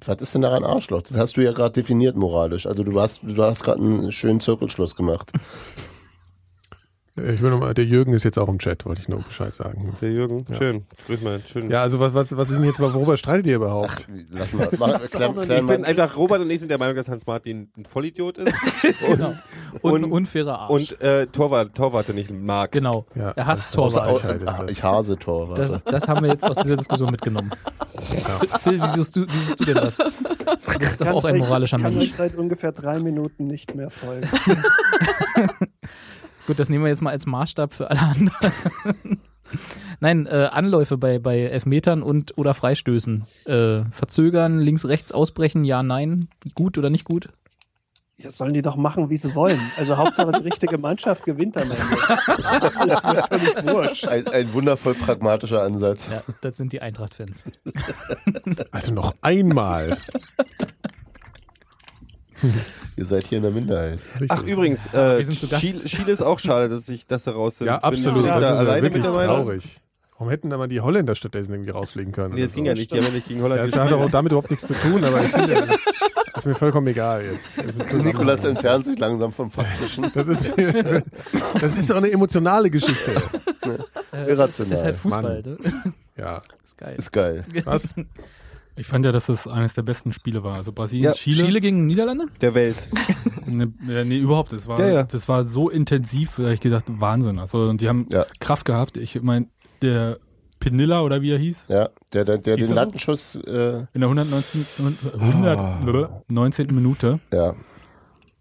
J: Was ist denn daran Arschloch? Das hast du ja gerade definiert moralisch. Also du hast, du hast gerade einen schönen Zirkelschluss gemacht.
C: Ich will noch mal, der Jürgen ist jetzt auch im Chat, wollte ich nur Bescheid sagen.
D: Der Jürgen,
C: Ja.
D: schön. Grüß mal, schön.
C: Ja, also was, was, was ist denn jetzt, worüber streitet ihr überhaupt?
J: Lassen wir, mach, klein,
D: ich
J: klein,
D: bin einfach, Robert und ich sind der Meinung, dass Hans Martin ein Vollidiot ist.
E: Genau. Und, ein unfairer Arsch.
D: Und äh, Torwart, Torwarte nicht mag.
E: Genau.
C: Ja,
E: er hasst
J: Außer-
E: Torwart.
J: au- Ah, ich hase Torwart.
E: Das, das haben wir jetzt aus dieser Diskussion mitgenommen. Phil, wie siehst, du, wie siehst du denn das? Du bist doch auch ein moralischer
H: ich kann
E: Mensch.
H: euch seit ungefähr drei Minuten nicht mehr folgen.
E: Gut, das nehmen wir jetzt mal als Maßstab für alle anderen. Nein, äh, Anläufe bei, bei Elfmetern und oder Freistößen. Äh, verzögern, links, rechts ausbrechen, ja, nein, gut oder nicht gut.
H: Ja, sollen die doch machen, wie sie wollen. Also Hauptsache die richtige Mannschaft gewinnt am Ende.
J: ein, ein wundervoll pragmatischer Ansatz.
E: Ja, das sind die Eintracht-Fans.
C: Also noch einmal.
J: Ihr seid hier in der Minderheit.
D: Ach übrigens,
E: Ja,
D: äh,
E: wir sind zu Gast.
D: Chile, Chile ist auch schade, dass ich dass sie raus sind.
C: Ja,
D: Ich bin
C: absolut.
D: wieder
C: Das ist ja
D: alleine
C: wirklich
D: mittlerweile.
C: traurig. Warum hätten da mal die Holländer stattdessen irgendwie rausfliegen können?
D: Nee, das
C: oder
D: ging
C: so?
D: ja nicht. Die haben ja nicht gegen Holland
C: Das hat
D: gespielt.
C: auch damit überhaupt nichts zu tun, aber ich finde, das ist mir vollkommen egal jetzt. Das ist zusammen-
J: Nikolas entfernt sich langsam vom Faktischen.
C: Genau. Das ist, mir- das ist doch eine emotionale Geschichte.
J: Irrational.
E: Das ist halt Fußball,
C: Mann.
E: ne?
C: Ja.
E: ist geil.
J: Ist geil.
C: Was?
A: Ich fand ja, dass das eines der besten Spiele war. Also Brasilien,
D: Ja,
A: Chile.
E: Chile gegen Niederlande?
D: der Welt.
A: Ne, äh, nee, überhaupt. Das war,
D: Ja, ja.
A: das war so intensiv, da hab ich gedacht, Wahnsinn. Also, und die haben
J: Ja.
A: Kraft gehabt. Ich meine, der Pinilla oder wie er hieß,
J: Ja, der, der, der
A: Hieß
J: den
A: er so?
J: Lattenschuss, äh,
A: in der 119. 119. Minute.
J: Ah. ja,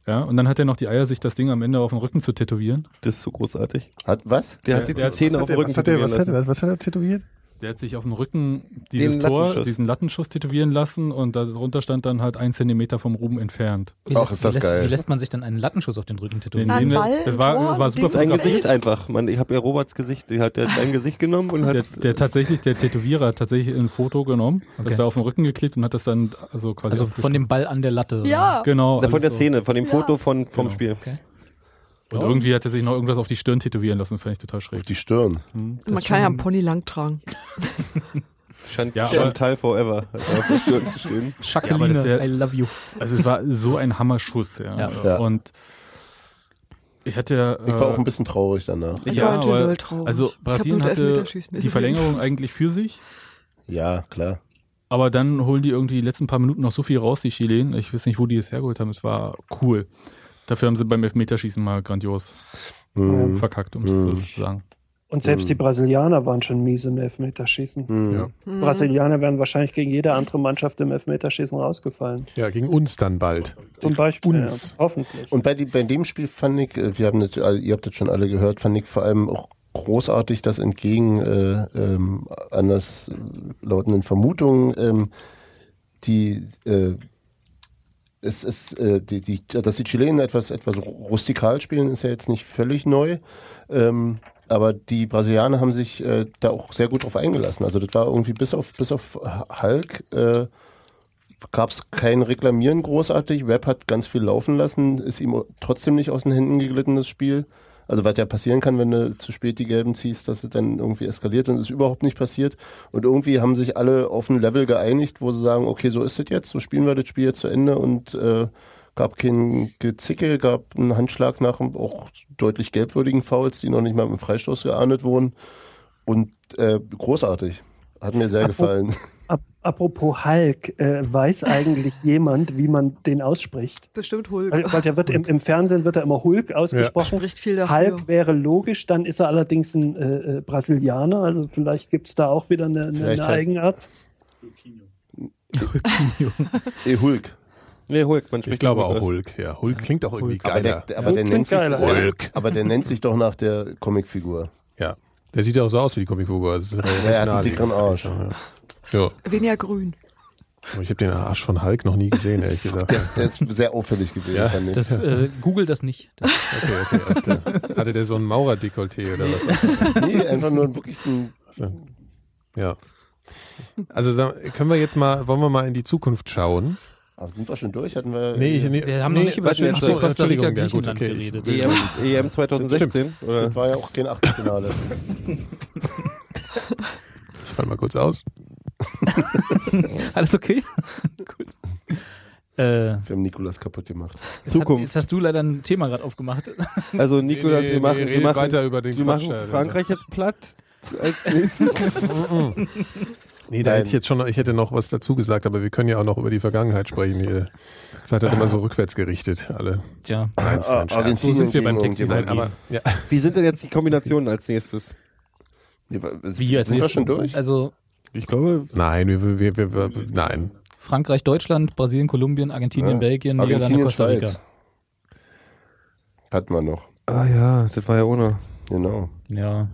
A: Ja, und dann hat er noch die Eier, sich das Ding am Ende auf den Rücken zu tätowieren.
D: Das ist so großartig.
J: hat was?
D: Der hat sich die
A: der-
D: Zähne
C: Was
D: auf
C: hat
D: den
C: der,
D: Rücken
C: was hat der, was
D: tätowieren
C: hat der, was hat er tätowiert?
A: Der hat sich auf dem Rücken
D: Den
A: dieses Tor,
D: Lattenschuss.
A: diesen Lattenschuss tätowieren lassen und darunter stand dann halt ein Zentimeter vom Ruben entfernt.
E: Wie lässt- wie lässt, Wie lässt man sich dann einen Lattenschuss auf den Rücken tätowieren?
A: Nee, nee, Ein nee, Ball, das war- ein Tor, war ein super Ding.
D: Dein
A: Fotografiert.
D: Gesicht einfach. Man, ich habe ja Roberts Gesicht. Die hat der hat dein Gesicht genommen und hat.
A: Der, der tatsächlich, der Tätowierer hat tatsächlich ein Foto genommen,
E: Okay.
A: das da auf den Rücken geklebt und hat das dann also quasi.
E: Also von dem Ball an der Latte.
A: Ja. Genau,
D: Na, von
A: also
D: der
A: so.
D: Szene, von dem
A: Ja.
D: Foto von, vom Spiel.
A: Und
D: Ja.
A: irgendwie hat er sich noch irgendwas auf die Stirn tätowieren lassen, fand ich total schräg. Auf
J: die Stirn.
A: Hm.
I: Man kann ja einen Pony lang tragen.
D: Chant
A: Ja, aber-
D: Chantal Forever. hat auf der Stirn zu stehen.
A: Ja, aber das wär- Also es war so ein Hammerschuss, ja.
D: Ja.
A: Äh, Und ich hatte ja,
J: Ich war
A: äh,
J: auch ein bisschen traurig danach.
A: Ich Ja, war aber- total traurig. also Brasilien
J: Kaputt,
A: hatte
J: Elfmeterschießen, ist
A: die
J: okay.
A: Verlängerung eigentlich für sich.
J: Ja, klar.
A: Aber dann holen die irgendwie die letzten paar Minuten noch so viel raus, die Chilen. Ich weiß nicht, wo die es hergeholt haben. Es war cool. Dafür haben sie beim Elfmeterschießen mal grandios
J: Mhm.
A: verkackt, um
J: Mhm.
A: es so zu sagen.
H: Und selbst die Brasilianer waren schon mies im Elfmeterschießen.
A: Mhm. Ja.
H: Mhm. Brasilianer wären wahrscheinlich gegen jede andere Mannschaft im Elfmeterschießen rausgefallen.
C: Ja, gegen uns dann bald.
H: Zum Beispiel.
J: Uns.
H: Ja, hoffentlich.
J: Und bei, die, bei dem Spiel fand ich, äh, wir haben das, all- ihr habt das schon alle gehört, fand ich vor allem auch großartig, dass entgegen äh, ähm, anders lautenden Vermutungen ähm, die äh, es ist, äh, die, die, dass die Chilenen etwas, etwas rustikal spielen, ist ja jetzt nicht völlig neu. Ähm, aber die Brasilianer haben sich äh, da auch sehr gut drauf eingelassen. Also das war irgendwie bis auf, bis auf Hulk äh, gab es kein Reklamieren großartig. Webb hat ganz viel laufen lassen, ist ihm trotzdem nicht aus den Händen geglitten, das Spiel. Also was ja passieren kann, wenn du zu spät die Gelben ziehst, dass es dann irgendwie eskaliert und es ist überhaupt nicht passiert. Und irgendwie haben sich alle auf ein Level geeinigt, wo sie sagen, okay, so ist es jetzt, so spielen wir das Spiel jetzt zu Ende und äh, gab kein Gezicke, gab einen Handschlag nach auch deutlich gelbwürdigen Fouls, die noch nicht mal im Freistoß geahndet wurden. Und äh, großartig. Hat mir sehr
H: Apro-
J: gefallen.
H: Ap apropos Hulk, äh, weiß eigentlich jemand, wie man den ausspricht?
I: Bestimmt Hulk.
H: Weil, weil der wird im, im Fernsehen wird er immer Hulk ausgesprochen.
I: Spricht viel dafür.
H: Hulk wäre logisch, dann ist er allerdings ein äh, äh, Brasilianer, also vielleicht gibt es da auch wieder eine, eine,
J: Vielleicht
H: eine
J: heißt-
H: Eigenart.
J: Eh, Hulk.
D: Nee, Hulk, man spricht
C: Ich glaube
D: Hulk
C: auch
D: aus.
C: Hulk, ja. Hulk klingt auch irgendwie
J: Aber
C: geiler.
J: der, aber, der nennt sich, der, aber der nennt sich doch nach der Comicfigur.
C: Ja. Der sieht ja auch so aus wie die Comicfigur. Das ist aber
J: Er hat einen
C: naheliegend.
J: dickeren Arsch.
C: Ja. Ja.
I: Weniger grün.
C: Aber Ich habe den Arsch von Hulk noch nie gesehen, ehrlich gesagt.
J: Der, ist- der ist sehr auffällig gewesen.
C: Ja.
J: fand ich.
E: Das, äh, Google das nicht. Das,
C: Okay, okay, alles klar. Hatte der so ein Maurerdekolleté oder was?
J: nee, einfach nur wirklich ein.
C: So. Ja. Also sag- können wir jetzt mal, wollen wir mal in die Zukunft schauen?
J: Aber Ah, sind wir schon durch? Hatten wir.
C: Nee, ich- nee, Wir haben noch nee, nicht über warte, Schweden, Costa
J: Entschuldigung,
C: Rica,
J: ja, gut,
C: Griechenland
J: okay, ich-
C: geredet.
J: will-
D: EM, EM 2016.
J: Stimmt.
D: Oder?
J: Das war ja auch kein Achtelfinale.
C: Ich fall mal kurz aus.
E: Alles okay? Gut. Äh,
J: Wir haben Nikolas kaputt gemacht.
E: jetzt Hat, jetzt hast du leider ein Thema gerade aufgemacht.
D: Also Nikolas,
C: nee,
D: wir machen,
C: nee,
D: wir
C: redet
D: machen
C: weiter über den
D: wir machen
C: Quatsch also. da,
D: Frankreich jetzt platt als nächstes.
C: Nee, da
D: Nein.
C: hätte ich jetzt schon, noch- ich hätte noch was dazu gesagt, aber wir können ja auch noch über die Vergangenheit sprechen. Ihr seid halt immer so rückwärts gerichtet, alle.
D: Ah,
E: Tja.
C: Nein, nein, nein. So sind wir beim Textil. Nein, aber ja.
D: Wie sind denn jetzt die Kombinationen als nächstes?
E: Wie als
J: sind wir
E: nächstes?
J: schon durch?
E: Also
D: Ich glaube.
C: Nein, wir, wir, wir, wir nein.
E: Frankreich, Deutschland, Brasilien, Kolumbien, Argentinien,
J: Ja.
E: Belgien,
J: Argentinien,
E: Niederlande, Costa Rica.
J: Schweiz. Hatten wir noch.
D: Ah ja, das war ja ohne.
J: Genau.
E: Ja.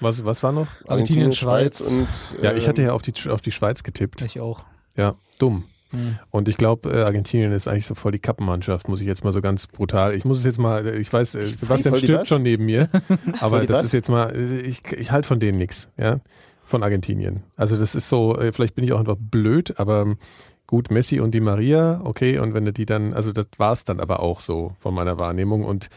C: Was, was war noch?
E: Argentinien, Schweiz.
J: und.
C: Ja, ich
J: ähm,
C: hatte ja auf die, auf die Schweiz getippt.
E: Ich auch.
C: Ja, dumm.
E: Hm.
C: Und ich glaube, äh, Argentinien ist eigentlich so voll die Kappenmannschaft, muss ich jetzt mal so ganz brutal. Ich muss es jetzt mal, äh, ich weiß, äh, Sebastian
J: Voll die
C: stirbt
J: was?
C: schon neben mir,
J: Voll
C: aber
J: die
C: das
J: was?
C: ist jetzt mal, äh, ich, ich halte von denen nichts, ja, von Argentinien. Also das ist so, äh, vielleicht bin ich auch einfach blöd, aber ähm, gut, Messi und die Maria, okay, und wenn du die dann, also das war's dann aber auch so von meiner Wahrnehmung und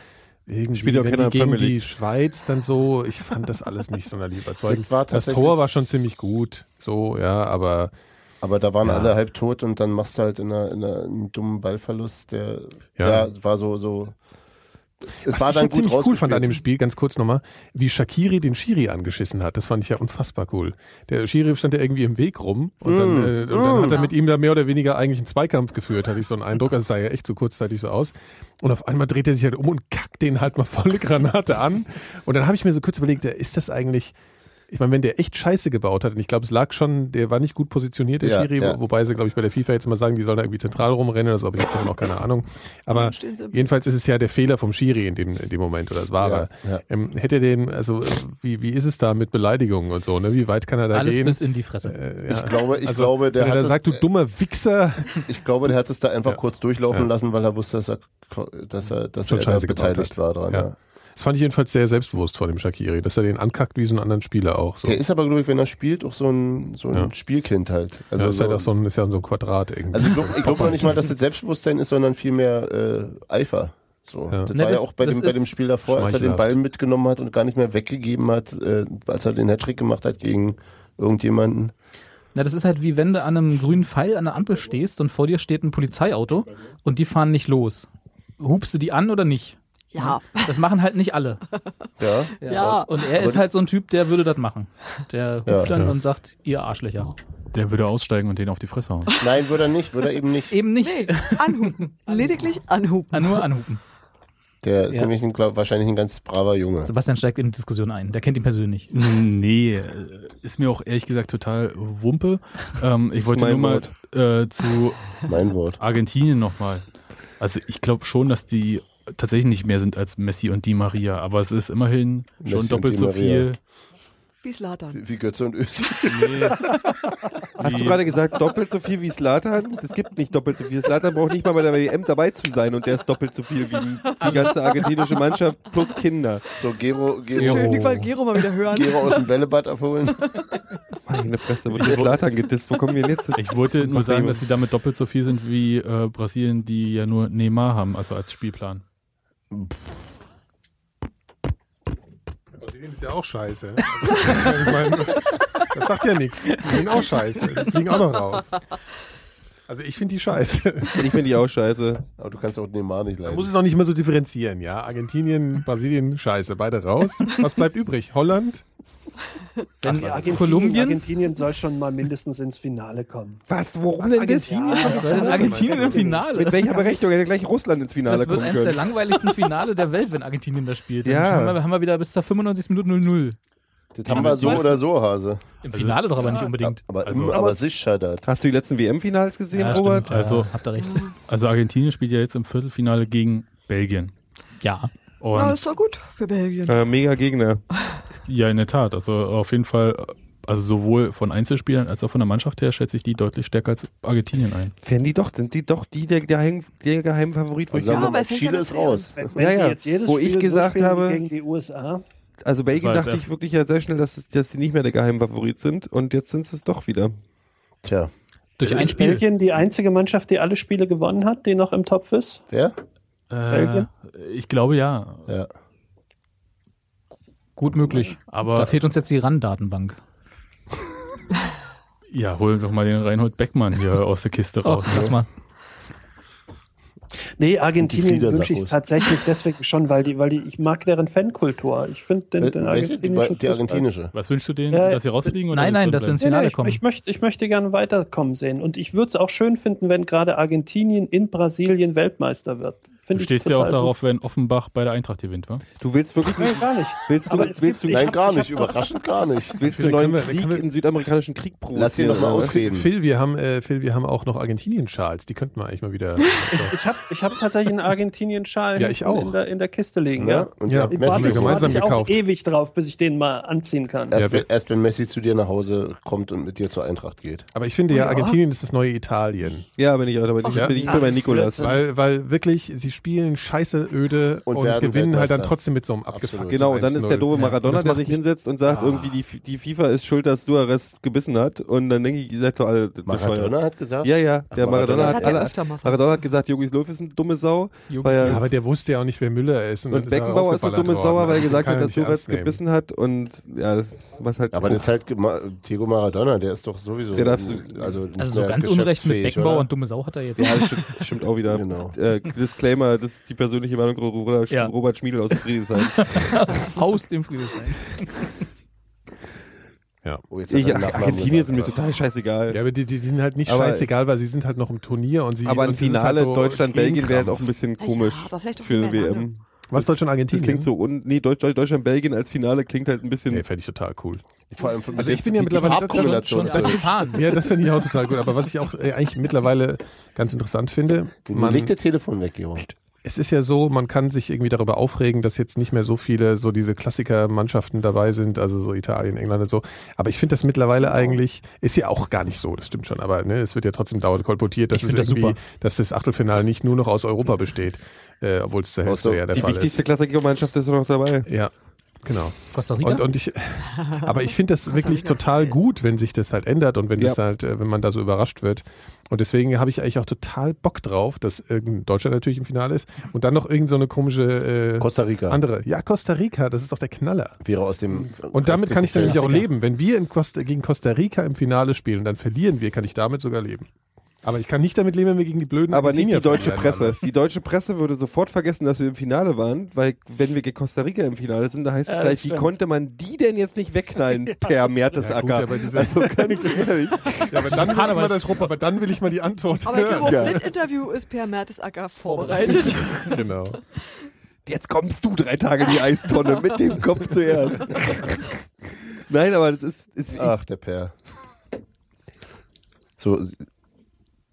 C: irgendwie,
D: Spielt auch
C: wenn
D: keiner
C: die gegen
D: Premier
C: die
D: League.
C: Schweiz dann so, ich fand das alles nicht sonderlich überzeugend.
J: Das war
C: Das
J: tatsächlich-
C: Tor war schon ziemlich gut, so, ja, aber
J: Aber da waren
C: Ja.
J: alle halb tot und dann machst du halt in einer, in einer, einen dummen Ballverlust, der
C: Ja.
J: ja. war so, so. Es
C: Was
J: war
C: ich
J: dann
C: jetzt
J: gut
C: ziemlich cool fand an dem
J: rausgespielt.
C: Spiel, ganz kurz nochmal, wie Shakiri den Schiri angeschissen hat. Das fand ich ja unfassbar cool. Der Schiri stand ja irgendwie im Weg rum und dann,
J: Mm,
C: äh, und dann hat er mit ihm da mehr oder weniger eigentlich einen Zweikampf geführt, hatte ich so einen Eindruck. Also es sah ja echt so kurzzeitig so aus. Und auf einmal dreht er sich halt um und kackt den halt mal volle Granate an. Und dann habe ich mir so kurz überlegt, ja, ist das eigentlich ich meine, wenn der echt Scheiße gebaut hat, und ich glaube, es lag schon, der war nicht gut positioniert, der
J: Ja,
C: Schiri,
J: ja.
C: wo- wobei sie, glaube ich, bei der FIFA jetzt mal sagen, die sollen da irgendwie zentral rumrennen oder so, aber ich habe noch keine Ahnung. Aber
J: Dann stehen sie im-
C: jedenfalls ist es ja der Fehler vom Schiri in dem, in dem Moment, oder das war
J: Ja,
C: er.
J: ja.
C: Ähm, hätte er den, also äh, wie, wie ist es da mit Beleidigungen und so, ne? Wie weit kann er da
E: Alles
C: gehen?
E: bis in die Fresse.
C: Äh,
J: Ich glaube, ich
C: Also,
J: glaube, der
C: wenn
J: hat äh,
C: er da
J: es-
C: sagt, du dummer Wichser.
J: Ich glaube, der hat es da einfach kurz durchlaufen
C: Ja.
J: lassen, weil er wusste, dass er, dass er, dass
C: schon
J: er da
C: scheiße
J: beteiligt war
C: gebaut
J: dran.
C: hat. Ja.
J: Ja.
C: Das fand ich jedenfalls sehr selbstbewusst von dem Shakiri, dass er den ankackt wie so einen anderen Spieler auch. So.
J: Der ist aber, glaube ich, wenn er spielt, auch so ein, so ein
C: Ja.
J: Spielkind halt.
C: also ja, ist halt auch so ein, ist ja so ein Quadrat irgendwie.
J: Also ich glaube glaub noch nicht mal, dass es Selbstbewusstsein ist, sondern vielmehr äh, Eifer. So.
C: Ja.
J: Das
C: Ne,
J: war ja
C: das-
J: auch bei
C: das
J: dem, bei
C: ist
J: dem Spiel davor, als er den
C: schmeichelhaft.
J: Ball mitgenommen hat und gar nicht mehr weggegeben hat, äh, als er den Hattrick gemacht hat gegen irgendjemanden.
E: Na, das ist halt wie wenn du an einem grünen Pfeil an der Ampel stehst und vor dir steht ein Polizeiauto und die fahren nicht los. Hubst du die an oder nicht?
I: Ja.
E: Das machen halt nicht alle.
J: Ja.
I: Ja.
E: Und er
I: Aber
E: ist
I: die-
E: halt so ein Typ, der würde das machen. Der ruft
A: Ja.
E: dann
A: Ja.
E: und sagt, ihr Arschlöcher.
A: Der würde aussteigen und den auf die Fresse hauen.
J: Nein, würde er nicht, würde er eben nicht.
E: Eben nicht.
I: Nee, anhupen. Lediglich anhupen.
E: nur anhupen.
J: Der ist
E: Ja.
J: nämlich ein, glaub, wahrscheinlich ein ganz braver Junge.
E: Sebastian steigt in die Diskussion ein. Der kennt ihn persönlich.
A: Nee, ist mir auch ehrlich gesagt total Wumpe. Ähm, ich
J: Ist
A: wollte
J: mein
A: nur mal äh, zu
J: mein Wort.
A: Argentinien nochmal. Also ich glaube schon, dass die tatsächlich nicht mehr sind als Messi und Di Maria, aber es ist immerhin schon
J: Messi und
A: doppelt
J: Di
A: so
J: Maria.
A: viel.
I: Wie Slatan.
J: Wie Götze und Özil.
D: Hast du gerade gesagt, doppelt so viel wie Slatan? Das gibt nicht doppelt so viel. Slatan braucht nicht mal bei der WM dabei zu sein und der ist doppelt so viel wie die ganze argentinische Mannschaft plus Kinder.
J: So, Gero, Gero,
I: Schön, ich wollte Gero mal wieder hören.
J: Gero aus dem Bällebad abholen.
D: Meine Fresse, wurde hier Slatan gedisst. Wo kommen wir jetzt?
A: Ich wollte nur sagen, dass sie damit doppelt so viel sind wie äh, Brasilien, die ja nur Neymar haben, also als Spielplan.
C: Brasilien ist ja auch scheiße. ne? Also, ich meine, das, das sagt ja nichts. Die sind auch scheiße. Die fliegen auch noch raus. Also ich finde die scheiße.
D: Ich finde die auch scheiße.
J: Aber du kannst auch Neymar nicht
C: Man
J: leiden.
C: muss es auch nicht mehr so differenzieren, ja. Argentinien, Brasilien, scheiße. Beide raus. Was bleibt übrig? Holland?
E: Wenn
H: Ja,
E: Argentinien,
H: Argentinien,
E: also Kolumbien,
H: Argentinien soll schon mal mindestens ins Finale kommen.
D: Was? Worum denn das?
E: was soll denn Argentinien im
D: Mit
E: Finale?
D: welcher Berechtigung hätte gleich Russland ins Finale
E: Das wird
D: kommen
E: eins der
D: können?
E: langweiligsten Finale der Welt, wenn Argentinien das spielt. Dann
D: Ja.
E: haben, wir, haben wir wieder bis zur 95. Minute 0-0.
J: Das haben wir so oder so, Hase.
E: Im Finale doch aber nicht unbedingt.
J: Aber,
A: Also-
J: aber sich scheitert.
D: Hast du die letzten WM-Finals gesehen,
E: Ja, stimmt.
D: Robert?
A: Also-
E: ja, habt ihr recht.
A: Also Argentinien spielt ja jetzt im Viertelfinale gegen Belgien.
E: Ja.
A: Und
I: Na, ist doch gut für Belgien.
D: Äh, mega Gegner.
A: Ja, in der Tat. Also auf jeden Fall, also sowohl von Einzelspielern als auch von der Mannschaft her schätze ich die deutlich stärker als Argentinien ein.
D: Wären die doch, sind die doch die der, der, Heim- der geheime Favorit, wo
J: Also sagen
I: Ja,
J: wir mal,
I: weil fängt
J: Chile
I: ja
J: ist
I: mit Ehren.
J: raus.
H: Wenn, wenn
D: Ja, ja.
H: sie jetzt jedes
D: Wo ich
H: Spiel
D: gesagt
H: so spielen wie
D: habe-
H: gegen die USA,
D: Also Belgien
A: Das war
D: dachte
A: jetzt
D: ich wirklich ja sehr schnell, dass, es, dass sie nicht mehr der Geheimfavorit sind und jetzt sind sie es doch wieder.
J: Tja,
E: Durch ein
H: ist
E: Spiel.
H: Belgien die einzige Mannschaft, die alle Spiele gewonnen hat, die noch im Topf ist.
J: wer?
A: Äh,
H: Belgien?
A: ich glaube ja.
J: Ja.
E: Gut möglich.
A: Aber
E: Da fehlt uns jetzt die RAN-Datenbank.
A: ja, holen doch mal den Reinhold Beckmann hier aus der Kiste
E: Oh,
A: raus.
E: lass
A: ne?
E: mal.
H: Nee, Argentinien
J: Fliedersack
H: wünsche ich
J: aus.
H: es tatsächlich deswegen schon, weil die, weil die, ich mag deren Fankultur. Ich finde den, den
J: Welche? Die,
H: argentinischen
J: Ba- die
H: Fußball-
J: argentinische.
A: Was wünschst du denen,
H: Ja,
A: dass sie rausfliegen? Oder
E: Nein, nein,
A: dass
E: dass
A: sie drin
E: sie ins
A: bleiben?
E: Finale
H: ich,
E: kommen.
H: Ich möchte, ich möchte gerne weiterkommen sehen. Und ich würde es auch schön finden, wenn gerade Argentinien in Brasilien Weltmeister wird. Find
A: Du
H: ich
A: stehst ja auch
H: total gut.
A: darauf, wenn Offenbach bei der Eintracht gewinnt, wa?
D: Du willst wirklich
H: Nee, gar nicht.
D: willst du,
H: Aber es
D: willst du,
H: gibt-
J: Nein,
D: nein,
H: hab-
J: gar
H: ich hab
J: nicht. Überraschend gar nicht.
D: willst du
C: Vielleicht
D: neuen
C: können wir-
D: Krieg,
C: können wir-
D: einen südamerikanischen Krieg provozieren?
J: Lass ihn doch mal
C: ne?
D: oder was?
J: ausreden.
C: Phil, wir haben, äh, Phil, wir haben auch noch Argentinien-Schals. Die könnten wir eigentlich mal wieder.
H: Ich habe ich hab tatsächlich einen Argentinien-Schal
C: Ja, ich
H: hinten
C: auch.
H: In, der, in der Kiste liegen.
J: Ja,
H: Ja.
J: ne? und
C: Ja,
J: ja,
C: Messi
H: Den
J: Messi
H: warte
C: wir
H: ich-
C: gemeinsam
H: warte ich
C: gekauft.
H: auch ewig drauf, bis ich den mal anziehen kann.
J: Erst,
C: Ja,
J: wenn,
C: wir-
J: erst wenn Messi zu dir nach Hause kommt und mit dir zur Eintracht geht.
C: Aber ich finde ja, Argentinien ist das neue Italien.
D: Ja, bin ich auch dabei. Ich
C: Ja?
D: bin ich bin bei Nikolas.
C: Weil, weil wirklich, sie spielen scheiße öde
J: Und
C: und,
J: werden
C: gewinnen halt dann
J: Weltmeister.
C: trotzdem mit so einem
J: Absolut.
C: abgefuckten
D: Genau, und dann ist der
C: 1-0.
D: doofe Maradona,
C: das
D: der
C: macht
D: sich
C: mich-
D: hinsetzt und
A: Ah.
D: sagt, irgendwie die, die FIFA ist schuld, dass Suarez gebissen hat. Und dann denke ich, ihr seid doch alle
J: Maradona
D: bescheuert.
J: hat gesagt.
D: Ja, ja, der
J: Ach,
D: Maradona,
J: Maradona.
I: Das
D: hat,
I: hat er
D: alle,
I: öfter mal.
D: Maradona hat gesagt, Jogis Löw ist eine dumme Sau.
E: Jogis
D: Weil er,
C: Ja, aber der wusste ja auch nicht, wer Müller ist.
D: und
C: dann er
D: Beckenbauer ist eine
C: rausgeballert
D: dumme
C: worden.
D: Sauer, weil er
C: Also,
D: gesagt
C: den
D: hat,
C: kann
D: dass
C: er nicht
D: Suarez
C: ernst nehmen.
D: gebissen hat. Und ja, das- was halt.
J: Aber das ist halt gema- Diego Maradona, der ist doch sowieso.
D: Der darf-
J: also, nicht
E: Also so
J: mehr
E: ganz unrecht mit
J: geschäftsfähig,
E: Beckenbauer
J: oder?
E: und dumme Sau hat er jetzt.
D: Ja, das stimmt, stimmt auch wieder.
J: Genau.
D: Äh, Disclaimer, das ist die persönliche Meinung Robert,
E: Ja.
D: Robert Schmiedl aus Friedrichshain.
E: Aus dem Friedrichshain.
J: Oh, jetzt hat
D: Ich,
J: er einen
D: ach,
J: Nachnamen
D: Argentinien sind mir
J: gesagt.
D: total scheißegal.
C: Ja, aber die, die, die sind halt nicht
D: Aber-
C: scheißegal, weil sie sind halt noch im Turnier und sie
D: aber
C: und
D: ein
C: das ist
D: Finale
C: halt so
D: Deutschland-Belgien wäre halt auch
C: Gegenkampf.
D: ein
I: Ja,
D: bisschen komisch
I: aber vielleicht auch
D: für eine
I: mehr in
D: WM.
C: Was Deutschland Argentinien?
F: Das klingt so und nee, Deutsch, Deutschland Belgien als Finale klingt halt ein bisschen. Nee,
C: fände ich total cool.
J: Vor allem von
C: Also ich bin ja mittlerweile
J: Farbkombination.
C: das,
D: Also,
C: das, ja, das finde ich auch total gut. Aber was ich auch äh, eigentlich mittlerweile ganz interessant finde,
J: Man legt das Telefon weg, Georg.
C: es ist ja so, man kann sich irgendwie darüber aufregen, dass jetzt nicht mehr so viele so diese Klassikermannschaften dabei sind, also so Italien, England und so. Aber ich finde das mittlerweile eigentlich ist ja auch gar nicht so, das stimmt schon. Aber ne, es wird ja trotzdem dauernd kolportiert, dass
E: Ich
C: es
E: find das
C: irgendwie,
E: super.
C: dass das Achtelfinale nicht nur noch aus Europa besteht, äh, obwohl es zur Hälfte ja der
F: die
C: Fall
F: wichtigste Klassikergemeinschaft ist noch dabei.
C: ist. Ja, genau.
E: Costa Rica?
C: Und, und ich, aber ich finde das wirklich total gut, wenn sich das halt ändert und wenn das
F: Ja.
C: halt, äh, wenn man da so überrascht wird. Und deswegen habe ich eigentlich auch total Bock drauf, dass irgendein Deutschland natürlich im Finale ist und dann noch irgend so eine komische äh,
J: Costa Rica.
C: andere. Ja, Costa Rica, das ist doch der Knaller.
J: Wäre aus dem.
C: Und damit kann ich dann nämlich auch
J: Klassiker.
C: leben. Wenn wir in Costa, gegen Costa Rica im Finale spielen, dann verlieren wir, kann ich damit sogar leben. Aber ich kann nicht damit leben, wenn wir gegen die blöden
F: Aber nicht die
C: Argentinier
F: deutsche
C: verlieren werden.
F: Presse. Die deutsche Presse würde sofort vergessen, dass wir im Finale waren, weil wenn wir gegen Costa Rica im Finale sind, da heißt es
H: Ja, das
F: gleich, wie
H: stimmt.
F: konnte man die denn jetzt nicht wegknallen, per
C: Ja, gut,
F: Mertesacker?
C: aber diese-
F: also ganz ehrlich.
C: Ja, aber, dann will ich mal das, aber dann will ich mal die Antwort
I: Aber ich glaube,
C: hören.
I: auf
F: Ja.
I: das Interview ist Per Mertesacker vorbereitet.
C: Genau.
F: Jetzt kommst du drei Tage in die Eistonne mit dem Kopf zuerst. Nein, aber das ist, ist
J: Ach, der Per. So,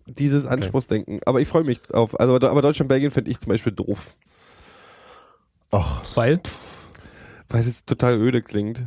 F: dieses Anspruchsdenken. Aber ich freue mich auf. Also, aber Deutschland-Belgien finde ich zum Beispiel doof,
E: Weil?
F: weil es total öde klingt.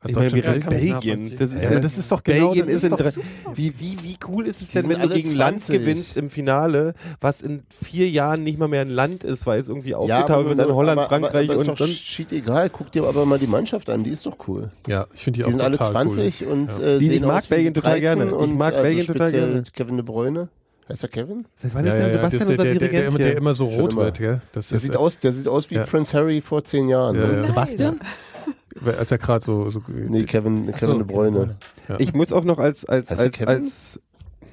C: Hast
F: ich meine, wir
C: Deutschland-
F: reden
C: Ja,
F: Belgien. Das ist,
C: Ja, aber das ist doch genau-
F: Belgien
C: das
F: ist
C: ist
F: in
C: doch
F: drei,
C: super.
F: wie, wie, wie cool ist es denn,
J: sind
F: wenn du
J: alle
F: gegen Land
J: 20.
F: gewinnst im Finale, was in vier Jahren nicht mal mehr ein Land ist, weil es irgendwie aufgetaucht
J: aber-
F: wird an Holland,
J: aber,
F: Frankreich
J: aber, aber ist
F: und
J: doch
F: sonst.
J: shit egal. Guck dir aber mal die Mannschaft an, die ist doch cool.
C: Ja, ich finde die,
J: Die,
C: auch
J: sind alle
C: total cool.
J: 20 und
C: Ja.
J: äh,
F: Die- ich
J: sehen
F: mag
J: aus wie
F: Belgien total
J: 13
F: gerne. Ich
J: und,
F: mag
J: also
F: Belgien total
J: speziell
F: gerne.
J: Kevin de Bruyne. Heißt er Kevin?
F: Seit wann
C: Ja,
F: ist
C: ja,
F: denn
C: ja, das,
F: Sebastian
C: der,
F: unser
C: der, der, der,
F: Dirigent
C: immer,
F: hier?
C: der immer so
J: Schon
C: rot
J: immer.
C: wird, gell? Das
J: Der
C: ist,
J: sieht, aus, der sieht aus wie
C: ja.
J: Prince Harry vor zehn Jahren.
C: Ja,
J: ne?
C: ja.
E: Sebastian?
C: als er gerade so, so
J: Nee, Kevin, Kevin
E: so,
J: de Bruyne.
F: Ich muss auch noch als, als,
J: Heißt der
F: als,
J: Kevin?
F: als,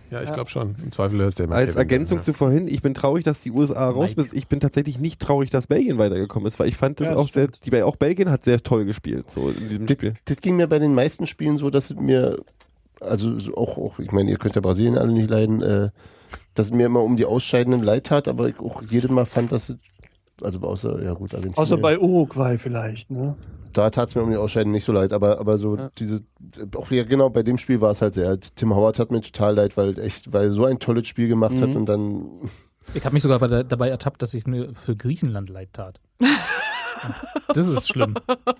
C: ja, ich glaube schon. Im Zweifel hörst du immer
F: als
C: Kevin,
F: Ergänzung
C: ja.
F: zu vorhin, ich bin traurig, dass die USA raus
E: Mike.
F: ist. Ich bin tatsächlich nicht traurig, dass Belgien weitergekommen ist, weil ich fand das
H: Ja, das
F: auch sehr, die, auch Belgien hat sehr toll gespielt, so in diesem
J: Das,
F: Spiel.
J: das ging mir bei den meisten Spielen so, dass es mir, also so auch, auch ich meine, ihr könnt ja Brasilien alle nicht leiden, äh, dass es mir immer um die Ausscheidenden leid tat, aber ich auch jedes Mal fand, dass es, also außer, ja gut, Argentinien.
H: Außer bei Uruguay vielleicht. Ne?
J: Da tat es mir um die Ausscheiden nicht so leid, aber, aber so diese, auch ja genau, bei dem Spiel war es halt sehr. Tim Howard hat mir total leid, weil echt, weil er so ein tolles Spiel gemacht
E: Mhm.
J: hat und dann,
E: Ich habe mich sogar bei der, dabei ertappt, dass ich mir für Griechenland leid tat. Das ist schlimm.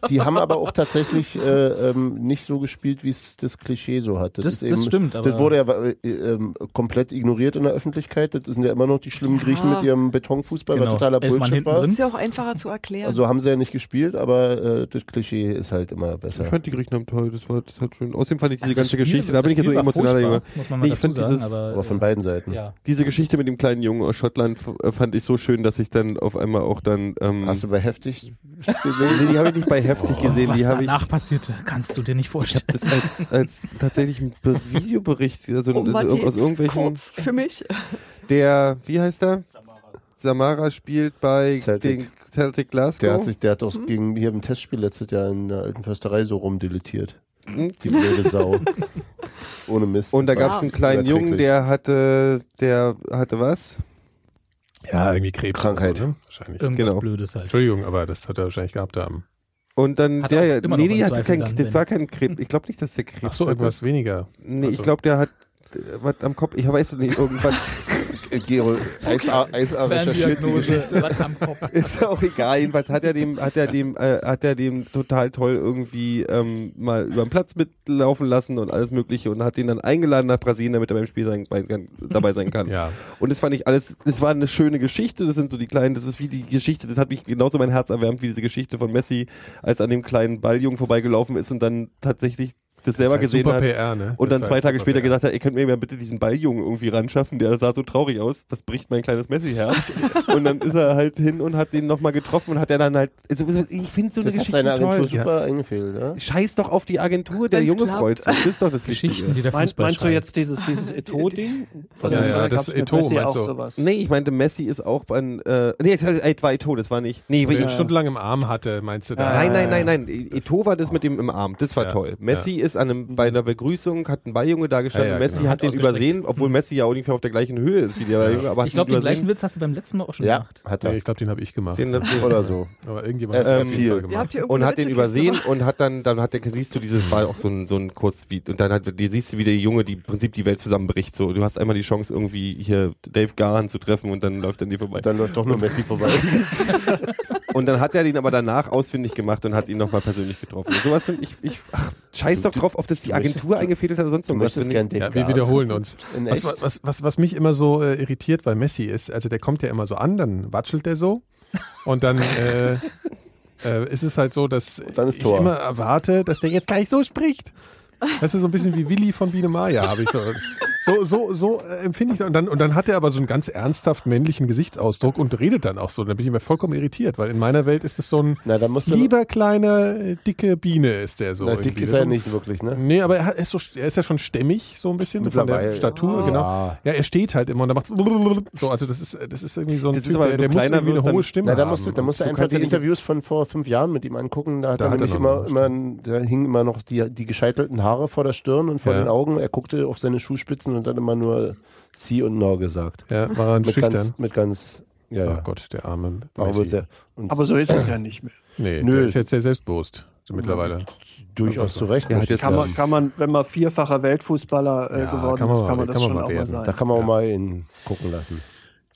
J: die haben aber auch tatsächlich äh, ähm, nicht so gespielt, wie es das Klischee so hat.
E: Das- das stimmt, aber-
J: Das wurde ja äh, ähm, komplett ignoriert in der Öffentlichkeit. Das sind ja immer noch die schlimmen Griechen mit ihrem Betonfußball,
E: Genau.
J: was totaler
E: Elf Mann
J: Bullshit
E: hinten
J: war.
E: drin.
I: Ist ja auch einfacher zu erklären.
J: Hm? Also haben sie ja nicht gespielt, aber äh, das Klischee ist halt immer
F: Ich
J: besser.
F: fand die Griechen haben toll, das war das hat schön. Außerdem fand ich diese
E: Also das
F: ganze
E: Spiel-
F: Geschichte, da bin
E: das
F: ich jetzt so
E: Spiel war
F: emotional
E: furchtbar,
F: über.
E: Muss man mal
F: Nee, ich
E: dazu
F: find
E: sagen,
F: dieses-
E: aber,
J: Aber von beiden Seiten.
E: ja.
F: Diese Geschichte mit dem kleinen Jungen aus Schottland f- äh, fand ich so schön, dass ich dann auf einmal auch dann. Ähm,
J: Hast du bei heftig
F: nee, die habe ich nicht bei heftig gesehen,
E: Oh, Was
F: die habe ich
E: danach passierte, kannst du dir nicht vorstellen.
F: das als, als tatsächlich ein Be- Videobericht, also
I: um
F: also
I: Mathe
F: aus
I: jetzt
F: irgendwelchen.
I: kurz für mich.
F: Der, wie heißt er? Samara spielt bei
J: Celtic.
F: den Celtic Glasgow.
J: Der hat sich, der hat doch
F: Mhm.
J: gegen hier im Testspiel letztes Jahr in der alten Försterei so rumdilettiert. Die blöde Sau. Ohne Mist.
F: Mhm. und da gab es
J: War
F: einen kleinen Jungen,
J: unerträglich.
F: der hatte, der hatte was?
C: Ja, irgendwie Krebs.
J: Krankheit.
C: oder So, ne? Wahrscheinlich.
E: Irgendwas
F: Genau.
E: Blödes halt.
C: Entschuldigung, aber das hat er wahrscheinlich gehabt haben.
F: Und dann
E: Hat er
F: der,
E: auch immer
F: nee,
E: noch
F: nee,
E: im
F: hatte
E: Zweifel
F: kein,
E: dann, ne?
F: das
E: wenn-
F: war kein Krebs. Ich glaube nicht, dass der Krebs.
C: Ach so,
F: hatte.
C: irgendwas weniger.
F: Nee,
C: Also-
F: ich glaube, der hat äh, was am Kopf. Ich weiß es nicht. Irgendwann
J: Äh, Gero, 1A, 1A recherchiert die Geschichte.
E: was am Kopf.
F: ist auch egal. Jedenfalls hat er dem, hat er dem, äh, hat er dem total toll irgendwie ähm, mal über den Platz mitlaufen lassen und alles Mögliche und hat ihn dann eingeladen nach Brasilien, damit er beim Spiel sein, bei, dabei sein kann.
C: Ja.
F: Und das fand ich alles, das war eine schöne Geschichte, das sind so die kleinen, das ist wie die Geschichte, das hat mich genauso mein Herz erwärmt wie diese Geschichte von Messi, als an dem kleinen Balljungen vorbeigelaufen ist und dann tatsächlich das selber
C: Das ist halt
F: gesehen
C: super
F: hat.
C: PR, ne?
F: Und
C: Das
F: dann
C: ist
F: zwei
C: halt
F: Tage
C: super
F: später
C: PR.
F: gesagt hat, ihr könnt mir mal bitte diesen Balljungen irgendwie ran schaffen, der sah so traurig aus, das bricht mein kleines Messi-Herz. und dann ist er halt hin und hat den nochmal getroffen und hat er dann halt, also ich finde so eine
J: Das hat
F: Geschichte
J: seine Agentur
F: toll.
J: super ne? eingefehlt, ja?
F: Scheiß doch auf die Agentur, der
I: Wenn's
F: Junge
I: klappt.
F: freut sich, das ist doch das
E: Geschichten,
F: Wichtige.
E: die der
H: Mein,
E: Fußball
H: meinst du
E: schreibt.
H: jetzt dieses, dieses Eto-Ding?
C: Ja,
H: Oder
C: ja,
H: gab's
C: das
H: mit
C: Eto'o,
H: Messi
C: meinst
H: auch
C: du?
H: Sowas?
F: Nee, ich meinte, Messi ist auch bei, äh, nee, äh, war Ito, das war nicht, nee,
C: Den
F: ja.
C: stundenlang im Arm hatte, meinst du da?
H: Ja.
F: Nein, nein, nein, nein. Eto war das mit dem im Arm. Das war
C: Äh, Ja,
F: toll. Messi ist
D: ist an einem, bei einer Begrüßung, hat ein Balljunge da gestanden,
E: Ja, ja,
D: Messi
E: genau.
D: hat den
E: Hat ausgestreckt.
D: übersehen, obwohl Messi ja ungefähr auf der gleichen Höhe ist wie der Balljunge. Aber hat
E: ich glaube,
D: ihn
E: den
D: übersehen.
E: gleichen Witz hast du beim letzten Mal auch schon
D: Ja,
E: gemacht.
D: hat er.
C: Nee, ich glaube, den habe ich gemacht.
D: Den hat-
C: oder so. Aber irgendjemand hat
D: ähm,
C: auf jeden Fall
D: viel.
C: gemacht. Ihr habt hier
D: und
C: irgendeine
D: hat den
C: Witzekiste
D: übersehen
C: gemacht?
D: und hat dann, dann hat der, siehst du dieses war auch so ein, so ein kurz wie, und dann hat, die siehst du, wie der Junge, die im Prinzip die Welt zusammenbricht, so. Du hast einmal die Chance, irgendwie hier Dave Gahan zu treffen und dann läuft er an dir vorbei. Dann läuft doch
J: nur Messi vorbei.
D: und dann hat er den aber danach ausfindig gemacht und hat ihn nochmal persönlich getroffen. Und sowas sind, ich, ich, ach, scheiß doch drauf, ob das die Agentur eingefädelt hat oder sonst
J: du
D: irgendwas.
J: möchtest
D: Wenn ich-
J: gern Dave
C: Ja, wir wiederholen uns.
J: In
C: Was,
J: echt?
C: was, was, was mich immer so äh, irritiert bei Messi ist, also der kommt ja immer so an, dann watschelt der so und dann äh, äh, ist es halt so, dass ich
J: Tor.
C: immer erwarte, dass der jetzt gleich so spricht. Das ist so ein bisschen wie Willi von Biene Maya, habe ich so. So, so, so äh, empfinde ich das. Und dann, und dann hat er aber so einen ganz ernsthaft männlichen Gesichtsausdruck und redet dann auch so. Da bin ich immer vollkommen irritiert, weil in meiner Welt ist das so ein lieber kleiner, äh, dicke Biene ist der so.
J: Na, dick
C: irgendwie.
J: ist er nicht wirklich, ne?
C: Nee, aber er, hat, er ist, so, er ist ja schon stämmig, so ein bisschen, so von der
J: Mittlerweile,
C: Statur,
J: ja.
C: genau.
J: Ja.
C: Ja, er steht halt immer und dann macht so, also das ist, das ist irgendwie so ein
D: Das ist
C: Typ,
D: aber,
C: der,
D: wenn
C: der
D: du
C: muss
D: kleiner
C: irgendwie eine
D: wirst, dann-
C: hohe Stimme
J: Na, da
C: haben.
J: musst du, da musst du
C: Du
J: einfach
C: kannst ja
J: die
C: nicht-
J: Interviews von vor fünf Jahren mit ihm angucken. Da, hat
C: Da
J: er
C: hat er
J: nämlich
C: noch
J: immer, immer, da hingen immer noch die, die gescheitelten Haare vor der Stirn und vor
C: Ja.
J: den Augen. Er guckte auf seine Schuhspitzen und dann immer nur Sie und Nor gesagt.
C: Ja, war er
J: mit
C: schüchtern?
J: ganz, mit ganz, ja, ja.
C: Oh Gott, der arme
J: Aber,
C: Messi.
J: sehr- und-
H: Aber so ist es ja nicht mehr.
C: Nee,
J: Nö.
C: der ist jetzt sehr selbstbewusst so
D: Mhm.
C: mittlerweile.
J: Durchaus zu Recht.
C: Er hat jetzt
H: Kann man, kann man, wenn man vierfacher Weltfußballer äh,
C: Ja,
H: geworden
C: kann man
H: ist,
C: mal-
H: kann man das
C: kann man
H: schon
C: mal
H: auch mal
C: werden.
H: sein.
J: Da kann man auch mal ihn gucken lassen.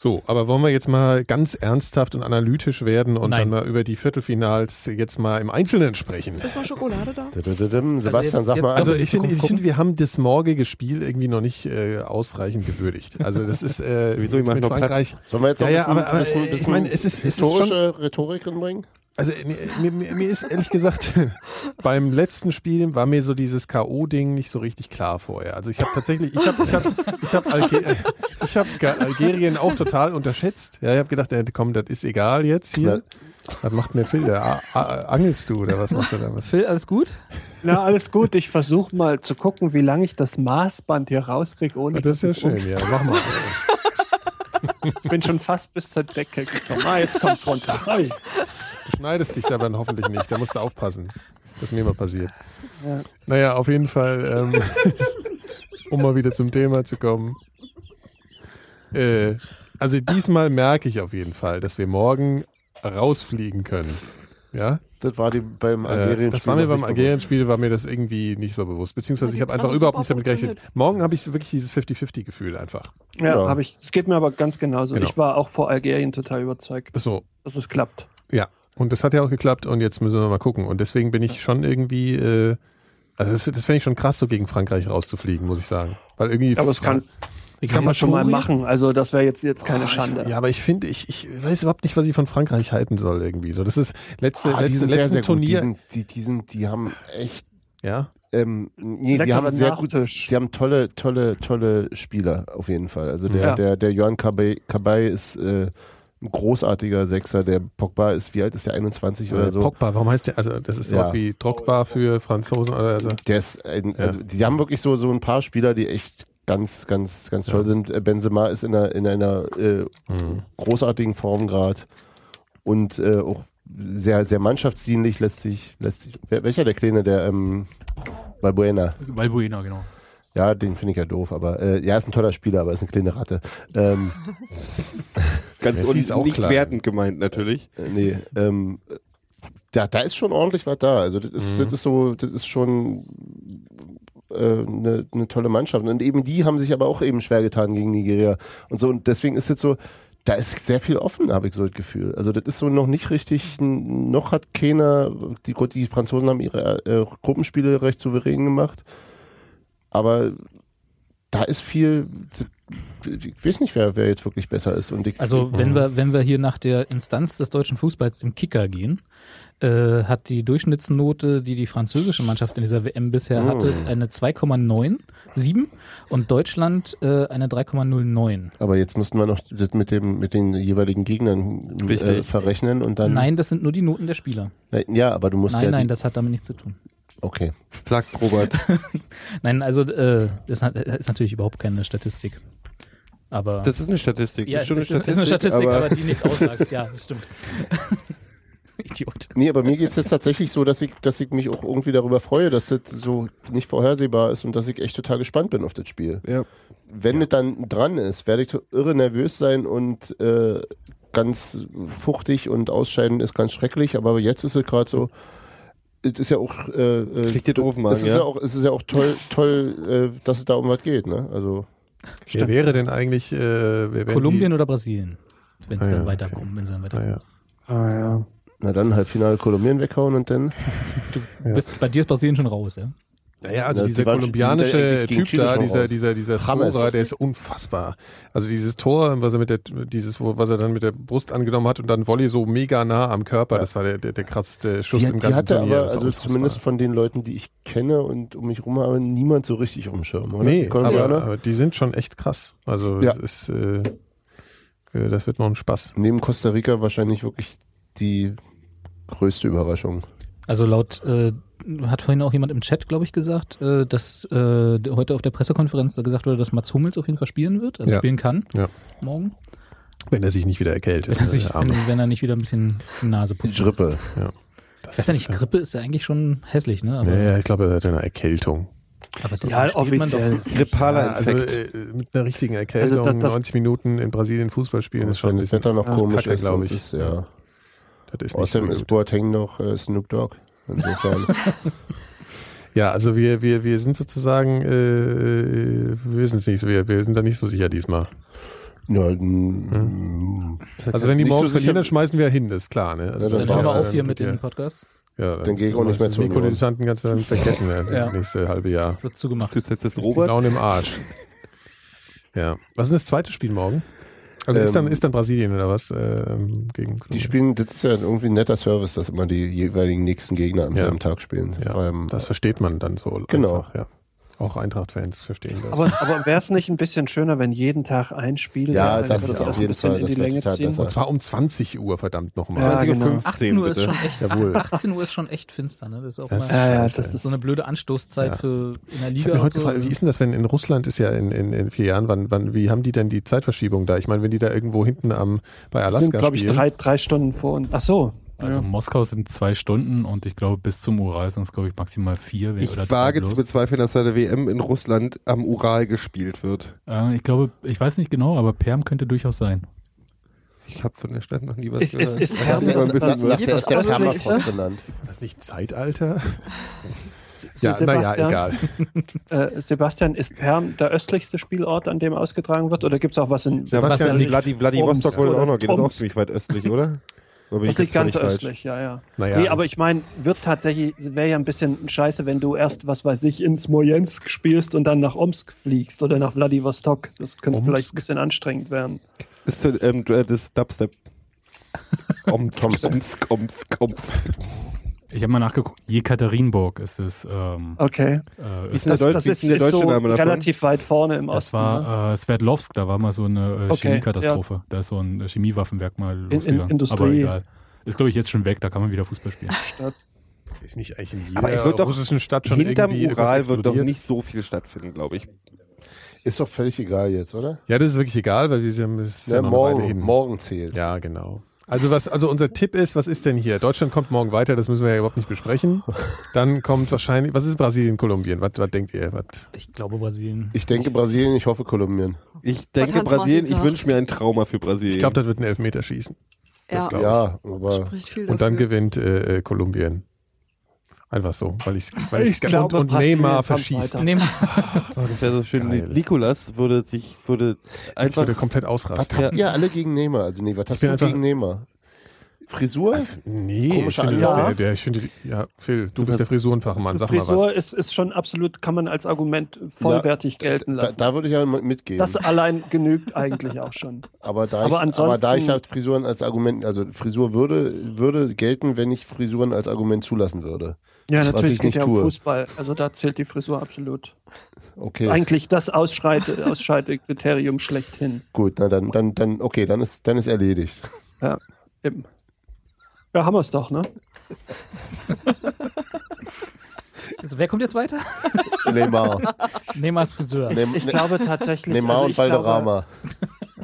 C: So, aber wollen wir jetzt mal ganz ernsthaft und analytisch werden und dann
E: Nein.
C: mal über die Viertelfinals jetzt mal im Einzelnen sprechen?
I: Ist mal Schokolade da?
J: Sebastian,
I: jetzt-
J: sag
I: jetzt
J: mal,
C: Also
J: an.
C: ich finde, ich finde, wir haben das morgige Spiel irgendwie noch nicht äh, ausreichend gewürdigt. Also das ist äh,
D: Wieso, ich mach
C: mit
D: noch Platz.
C: Frankreich.
J: Sollen wir jetzt
C: ja,
J: noch ein
C: ja,
J: bisschen,
C: aber, aber,
J: bisschen,
C: äh, ich
J: bisschen
C: meine, es ist, es ist schon,
J: historische Rhetorik reinbringen?
C: also äh, mir, mir, mir ist ehrlich gesagt beim letzten Spiel war mir so dieses KO Ding nicht so richtig klar vorher. Also ich habe tatsächlich ich habe ich habe ich habe Alge ich hab Ga- Algerien auch total unterschätzt. Ja, ich habe gedacht, äh, komm, das ist egal jetzt hier. Was macht mir Phil? Da? A- a- Angelst du oder was machst du da? Was?
E: Phil, alles gut?
H: Na, alles gut. Ich versuche mal zu gucken, wie lange ich das Maßband hier rauskriege, ohne
C: Das ist ja
H: dass es
C: schön,
H: um-
C: ja, mach mal.
H: Ich bin schon fast bis zur Decke gekommen. Ah, jetzt kommt's runter. Ei.
C: Du schneidest dich da dann hoffentlich nicht. Da musst du aufpassen. Das ist mir mal passiert.
H: Ja.
C: Naja, auf jeden Fall, ähm, um mal wieder zum Thema zu kommen. Äh, also diesmal merke ich auf jeden Fall, dass wir morgen rausfliegen können. Ja?
J: Das war die beim
C: Äh,
J: Algerien.
C: das war mir beim Algerien-Spiel war mir das irgendwie nicht so bewusst. Beziehungsweise
I: Ja,
C: ich
I: die
C: habe einfach
I: haben
C: überhaupt
I: super
C: nicht damit gerechnet.
I: funktioniert.
C: Morgen habe ich so wirklich dieses 50-50-Gefühl einfach.
H: Ja,
J: Ja.
H: habe ich. Es geht mir aber ganz genauso.
C: Genau.
H: Ich war auch vor Algerien total überzeugt,
C: So,
H: dass es klappt.
C: Ja, und das hat ja auch geklappt und jetzt müssen wir mal gucken. Und deswegen bin ich schon irgendwie, äh, also das, das fände ich schon krass, so gegen Frankreich rauszufliegen, muss ich sagen. Weil irgendwie.
H: Aber es kann, das kann man schon mal machen. Also das wäre jetzt, jetzt keine Schande.
C: Ja, aber Ah, ich finde, ich, ich weiß überhaupt nicht, was ich von Frankreich halten soll irgendwie. So, das ist letzte,
J: Ah, die
C: letzte,
J: sind sehr,
C: letzten
J: sehr gut. Die,
C: Turnier.
J: sind, die, die, sind, die haben echt.
C: Ja.
J: Ähm, nee, die
H: Leckerer
J: haben sehr gut,
H: Nachtisch.
J: sie haben tolle, tolle, tolle Spieler auf jeden Fall. Also der,
H: Ja.
J: der, der Johann Cabay, Cabay ist äh, ein großartiger Sechser. Der Pogba ist, wie alt ist der?
H: Äh,
J: 21 oder so.
C: Äh, Pogba, warum heißt der? Also, das ist sowas
J: Ja.
C: wie Drogba für Franzosen oder so.
J: Der ist ein, also die haben wirklich so, so ein paar Spieler, die echt ganz, ganz, ganz toll sind. Äh, Benzema ist in einer, in einer äh,
H: Mhm.
J: großartigen Form gerade und äh, auch sehr, sehr mannschaftsdienlich lässt sich, lässt sich. Wer, welcher der Kleine, der ähm, Balbuena?
A: Valbuena, genau.
J: Ja, den finde ich ja doof, aber äh, ja, ist ein toller Spieler, aber ist eine kleine Ratte. Ähm,
D: Ganz
C: Messi ist
D: und
C: auch
D: nicht
C: klein.
D: wertend gemeint, natürlich.
J: äh, nee, ähm, da, da ist schon ordentlich was da. Also das ist, das ist so, das ist schon äh, eine eine tolle Mannschaft. Und eben die haben sich aber auch eben schwer getan gegen Nigeria. Und so, und deswegen ist jetzt so, da ist sehr viel offen, habe ich so das Gefühl. Also das ist so noch nicht richtig, n- noch hat keiner, die, gut, die Franzosen haben ihre äh, Gruppenspiele recht souverän gemacht. Aber da ist viel, ich weiß nicht, wer, wer jetzt wirklich besser ist. Und ich, Mhm.
E: Also wenn wir, wenn wir hier nach der Instanz des deutschen Fußballs im Kicker gehen, äh, hat die Durchschnittsnote, die die französische Mannschaft in dieser WM bisher hatte, eine 2,97 und Deutschland äh, eine 3,09.
J: Aber jetzt mussten wir noch das mit dem mit den jeweiligen Gegnern äh,
D: Richtig.
J: verrechnen und dann.
E: Nein, das sind nur die Noten der Spieler.
J: Nein, Ja, aber du musst
E: Nein,
J: ja.
E: nein,
J: die,
E: das hat damit nichts zu tun.
J: okay.
D: Sagt Robert.
E: Nein, also äh, das hat- das ist natürlich überhaupt keine Statistik. Aber
D: Das ist eine Statistik.
E: ja,
D: ist schon eine
E: es ist, ist eine Statistik, aber, die nichts aussagt. Ja, das stimmt. Idiot.
J: Nee, aber mir geht's jetzt tatsächlich so, dass ich, dass ich mich auch irgendwie darüber freue, dass das so nicht vorhersehbar ist und dass ich echt total gespannt bin auf das Spiel. Wenn das dann dran ist, werde ich irre nervös sein und äh, ganz fuchtig und ausscheiden ist ganz schrecklich, aber jetzt ist es gerade so. Es ist ja auch. Äh, äh,
D: Kriegt ihr doofen Magen,
J: es ist ja?
D: ja?
J: auch, Es ist ja auch toll, toll äh, dass es da um was geht, ne? Also.
C: Wer wäre denn eigentlich. Äh, wer wären
E: Kolumbien
C: die?
E: oder Brasilien? Wenn es
C: Ah ja,
E: dann weiterkommt, wenn es dann weiterkommt.
J: Ah, ja. Na dann Halbfinale Kolumbien weghauen und dann.
E: Du bist, bei dir ist Brasilien schon raus, ja?
C: Naja,
J: Na,
C: also
J: Ne, die
C: dieser
J: waren- die sind ja
C: kolumbianische
J: eigentlich gegen
C: Typ
J: Chile
C: da,
J: schon
C: dieser,
J: raus.
C: dieser, dieser
J: James.
C: Scorer, der ist unfassbar. Also dieses Tor, was er mit der, dieses, wo- was er dann mit der Brust angenommen hat und dann Volley so mega nah am Körper, das war der, der, der krasseste Schuss
J: Die,
C: im
J: die
C: ganzen
J: hatte
C: Turnier.
J: aber,
C: Das war
J: also
C: unfassbar.
J: zumindest von den Leuten, die ich kenne und um mich rum habe, niemand so richtig auf dem Schirm, oder?
C: Nee,
J: Die
C: aber,
J: Kolumbianer?
C: aber die sind schon echt krass. Also
J: Ja.
C: das ist, äh, äh, das wird noch ein Spaß.
J: Neben Costa Rica wahrscheinlich wirklich die größte Überraschung.
E: Also laut, äh, hat vorhin auch jemand im Chat, glaube ich, gesagt, äh, dass äh, heute auf der Pressekonferenz da gesagt wurde, dass Mats Hummels auf jeden Fall spielen wird, also
C: Ja.
E: spielen kann
C: Ja.
E: morgen.
C: Wenn er sich nicht wieder erkältet.
E: Wenn er, sich,
J: äh,
C: der Arme.
E: wenn, wenn er nicht wieder ein bisschen die Nase putzt.
J: Grippe.
C: Ja.
E: Das ist ja nicht, Grippe ist ja eigentlich schon hässlich, ne? Aber,
C: Ja, ja, ich glaube, er hat eine Erkältung.
E: aber das
H: Ja,
E: spielt man
H: offiziell.
E: doch.
D: Grippaler
C: Ja, also
D: Infekt.
C: äh, mit einer richtigen Erkältung
H: Also das- das-
C: 90 Minuten in Brasilien Fußball spielen ist schon ein
J: Wenn Oh, das
C: bisschen Ah,
J: Wetter noch komisch
C: kacke,
J: ist,
C: glaube
J: und
C: ich.
J: Ist, ja.
C: Das ist nicht so
J: Außerdem
C: gut.
J: ist Boateng noch äh, Snoop Dogg. Insofern.
C: Ja, also wir, wir, wir sind sozusagen, äh, wir wissen es nicht, so, wir, wir sind da nicht so sicher diesmal.
J: ja, n-
C: Also wenn die
J: Nicht so
C: morgen verlieren,
J: sicher-
C: dann schmeißen wir hin, ist klar. Ne?
J: Ja,
C: Also
E: Dann
J: war's.
E: hören wir
J: Ja,
E: auf hier mit dem Podcast.
C: Ja,
J: Dann gehe ich auch nicht mehr zur Union.
C: Mikrodilettanten ganz dann vergessen werden
E: Ja.
C: das nächste halbe Jahr.
E: Wird zugemacht.
D: Jetzt ist das
C: Die
D: Robert.
C: Laune im Arsch. Ja. Was ist denn das zweite Spiel morgen? Also ist,
J: Ähm,
C: dann, ist dann Brasilien oder was? Ähm, gegen
J: Die spielen, das ist ja irgendwie ein netter Service, dass immer die jeweiligen nächsten Gegner am
C: Ja.
J: selben Tag spielen.
C: ja,
J: Ähm,
C: das versteht man dann so.
J: Genau.
C: Einfach, ja. Auch Eintracht-Fans verstehen das.
H: Aber, aber wäre es nicht ein bisschen schöner, wenn jeden Tag ein Spiel
J: Ja,
H: wäre? Dann
J: das
H: kannst
J: ist
H: du
J: auf
H: auch ein
J: jeden
H: bisschen
J: Fall,
H: in die
J: das wäre
H: Länge
J: total
H: ziehen.
J: besser.
C: Und zwar um 20 Uhr, verdammt nochmal.
D: Ah,
H: Ja, genau.
E: 18 Uhr ist schon echt,
C: Jawohl.
E: 18 Uhr ist schon echt finster, ne? Das ist auch
C: Das
E: mal
C: ist
H: Ja, ja,
C: Scheiße.
H: das ist
E: so eine blöde Anstoßzeit
C: Ja.
E: für in der
C: Ich
E: Liga.
C: habe mir
E: und
C: heute
E: so.
C: gefragt, wie ist denn das, wenn in Russland ist ja in, in, in vier Jahren, wann, wann, wie haben die denn die Zeitverschiebung da? Ich meine, wenn die da irgendwo hinten am bei Alaska
H: sind, glaube ich,
C: spielen,
H: drei, drei Stunden vor uns. Ach so.
A: Also Moskau sind zwei Stunden und ich glaube bis zum Ural sind es glaube ich maximal vier wenn-
D: Ich
A: oder
D: wage
A: drei
D: zu
A: bloß.
D: bezweifeln, dass bei der WM in Russland am Ural gespielt wird.
A: äh, Ich glaube, ich weiß nicht genau, aber Perm könnte durchaus sein.
D: Ich habe von der Stadt noch nie was
H: Ist, ist, ist,
D: Ich
H: Perm-
D: hab immer ein bisschen
H: also,
D: was-
H: also,
J: Dafür ist der
H: Ausgleich,
J: Permafrost
H: ne?
J: benannt.
C: das nicht Zeitalter?
H: Se-
C: Ja, naja,
H: Sebastian,
C: egal.
H: Äh, Sebastian, ist Perm der östlichste Spielort, an dem ausgetragen wird? Oder gibt es auch was in
D: Sebastian,
H: liegt
D: Vladi, Vladivostok
H: Omsk
D: wollte auch noch
H: oder
D: gehen. Das ist auch
H: Tomsk?
D: ziemlich weit östlich, oder? Oder bin
H: Das
D: ich
H: liegt
D: jetzt
H: ganz
D: völlig falsch?
H: östlich, ja, ja.
C: Naja,
H: nee, aber
C: das-
H: ich meine, wird tatsächlich, wäre ja ein bisschen scheiße, wenn du erst, was weiß ich, in Smolensk spielst und dann nach Omsk fliegst oder nach Vladivostok. Das könnte
C: Omsk?
H: vielleicht ein bisschen anstrengend werden.
D: Ist so, ähm, du- äh, das Dubstep. Omsk, Omsk, Omsk, Omsk.
A: Ich habe mal nachgeguckt, Jekaterinburg ist es. Ähm,
H: Okay.
A: äh,
D: Wie ist denn
H: Das,
D: der Deutsch-
H: das
D: wie ist
H: ist,
D: denn der
H: ist
D: deutsche
H: so
D: Name davon?
H: relativ weit vorne im
A: Das
H: Osten. ne?
A: war äh, Sverdlovsk, da war mal so eine äh,
H: Okay,
A: Chemiekatastrophe. Da ist so ein äh, Chemiewaffenwerk mal losgegangen.
H: Industrie.
A: Aber egal. Ist, glaube ich, jetzt schon weg, da kann man wieder Fußball spielen.
H: Stadt.
C: Ist nicht eigentlich in jeder
D: Aber es wird doch
C: russischen Stadt schon
D: Hinterm
C: irgendwie irgendwas
D: Ural wird doch
C: explodiert?
D: nicht so viel stattfinden, glaube ich.
J: Ist doch völlig egal jetzt, oder?
C: Ja, das ist wirklich egal, weil wir sind es ist ja
J: Ja,
C: noch eine Weile
J: morgen,
C: hin.
J: morgen zählt.
C: Ja, genau. Also was, also unser Tipp ist, was ist denn hier? Deutschland kommt morgen weiter, das müssen wir ja überhaupt nicht besprechen. Dann kommt wahrscheinlich, was ist Brasilien, Kolumbien? Was, was denkt ihr? Was?
E: Ich glaube Brasilien.
J: Ich denke Brasilien, ich hoffe Kolumbien.
D: Ich denke
I: Hans-Martin
D: Brasilien, ich
I: sagt.
D: wünsche mir ein Trauma für Brasilien.
C: Ich glaube, das wird ein Elfmeterschießen.
I: Ja,
C: glaub
J: Ja, aber
I: spricht viel
C: Und dann
I: dafür.
C: gewinnt äh, äh, Kolumbien. Einfach so, weil ich, weil ich,
H: Ich glaube,
C: und, und
H: Brasilien
C: Neymar
H: kommt
C: verschießt.
H: weiter.
E: Nehmen
D: Oh, das wäre so schön.
C: Geil.
D: Nikolas würde sich, würde
C: Ich würde
D: einfach.
C: komplett
J: was
C: ausrasten.
J: habt ihr alle gegen Neymar? Also nee, was hast
C: bin
J: du
C: einfach-
J: gegen Neymar? Frisur?
C: Nee, ich
J: Komischer
C: finde, dass der,
H: Anlauf.
C: der, ich finde, ja, Phil, du,
J: hast-
C: bist der Frisurenfachmann, sag mal
H: Frisur
C: was.
H: ist, ist schon absolut, kann man als Argument vollwertig gelten
J: da,
H: lassen.
J: da würde ich ja mitgehen.
H: das allein genügt eigentlich auch schon.
J: aber, da
H: aber
J: ich, aber da ich
H: ansonsten-
J: halt Frisuren als Argument, also Frisur würde, würde gelten, wenn ich Frisuren als Argument zulassen würde.
H: Ja,
J: Was
H: natürlich
J: ich
H: geht
J: nicht
H: ja um
J: tue.
H: Fußball. Also da zählt die Frisur absolut.
J: Okay,
H: Ist eigentlich das Ausschreite, Ausscheidekriterium schlechthin.
J: gut, na dann, dann, dann, okay, dann ist, dann ist erledigt.
H: Ja, eben. Ja, haben wir es doch, ne?
E: Also, wer kommt jetzt weiter?
J: Neymar,
E: Neymars Friseur.
J: Neym
H: Ich glaube tatsächlich.
J: Neymar
H: also
J: und
H: ich glaube-
J: Valderrama.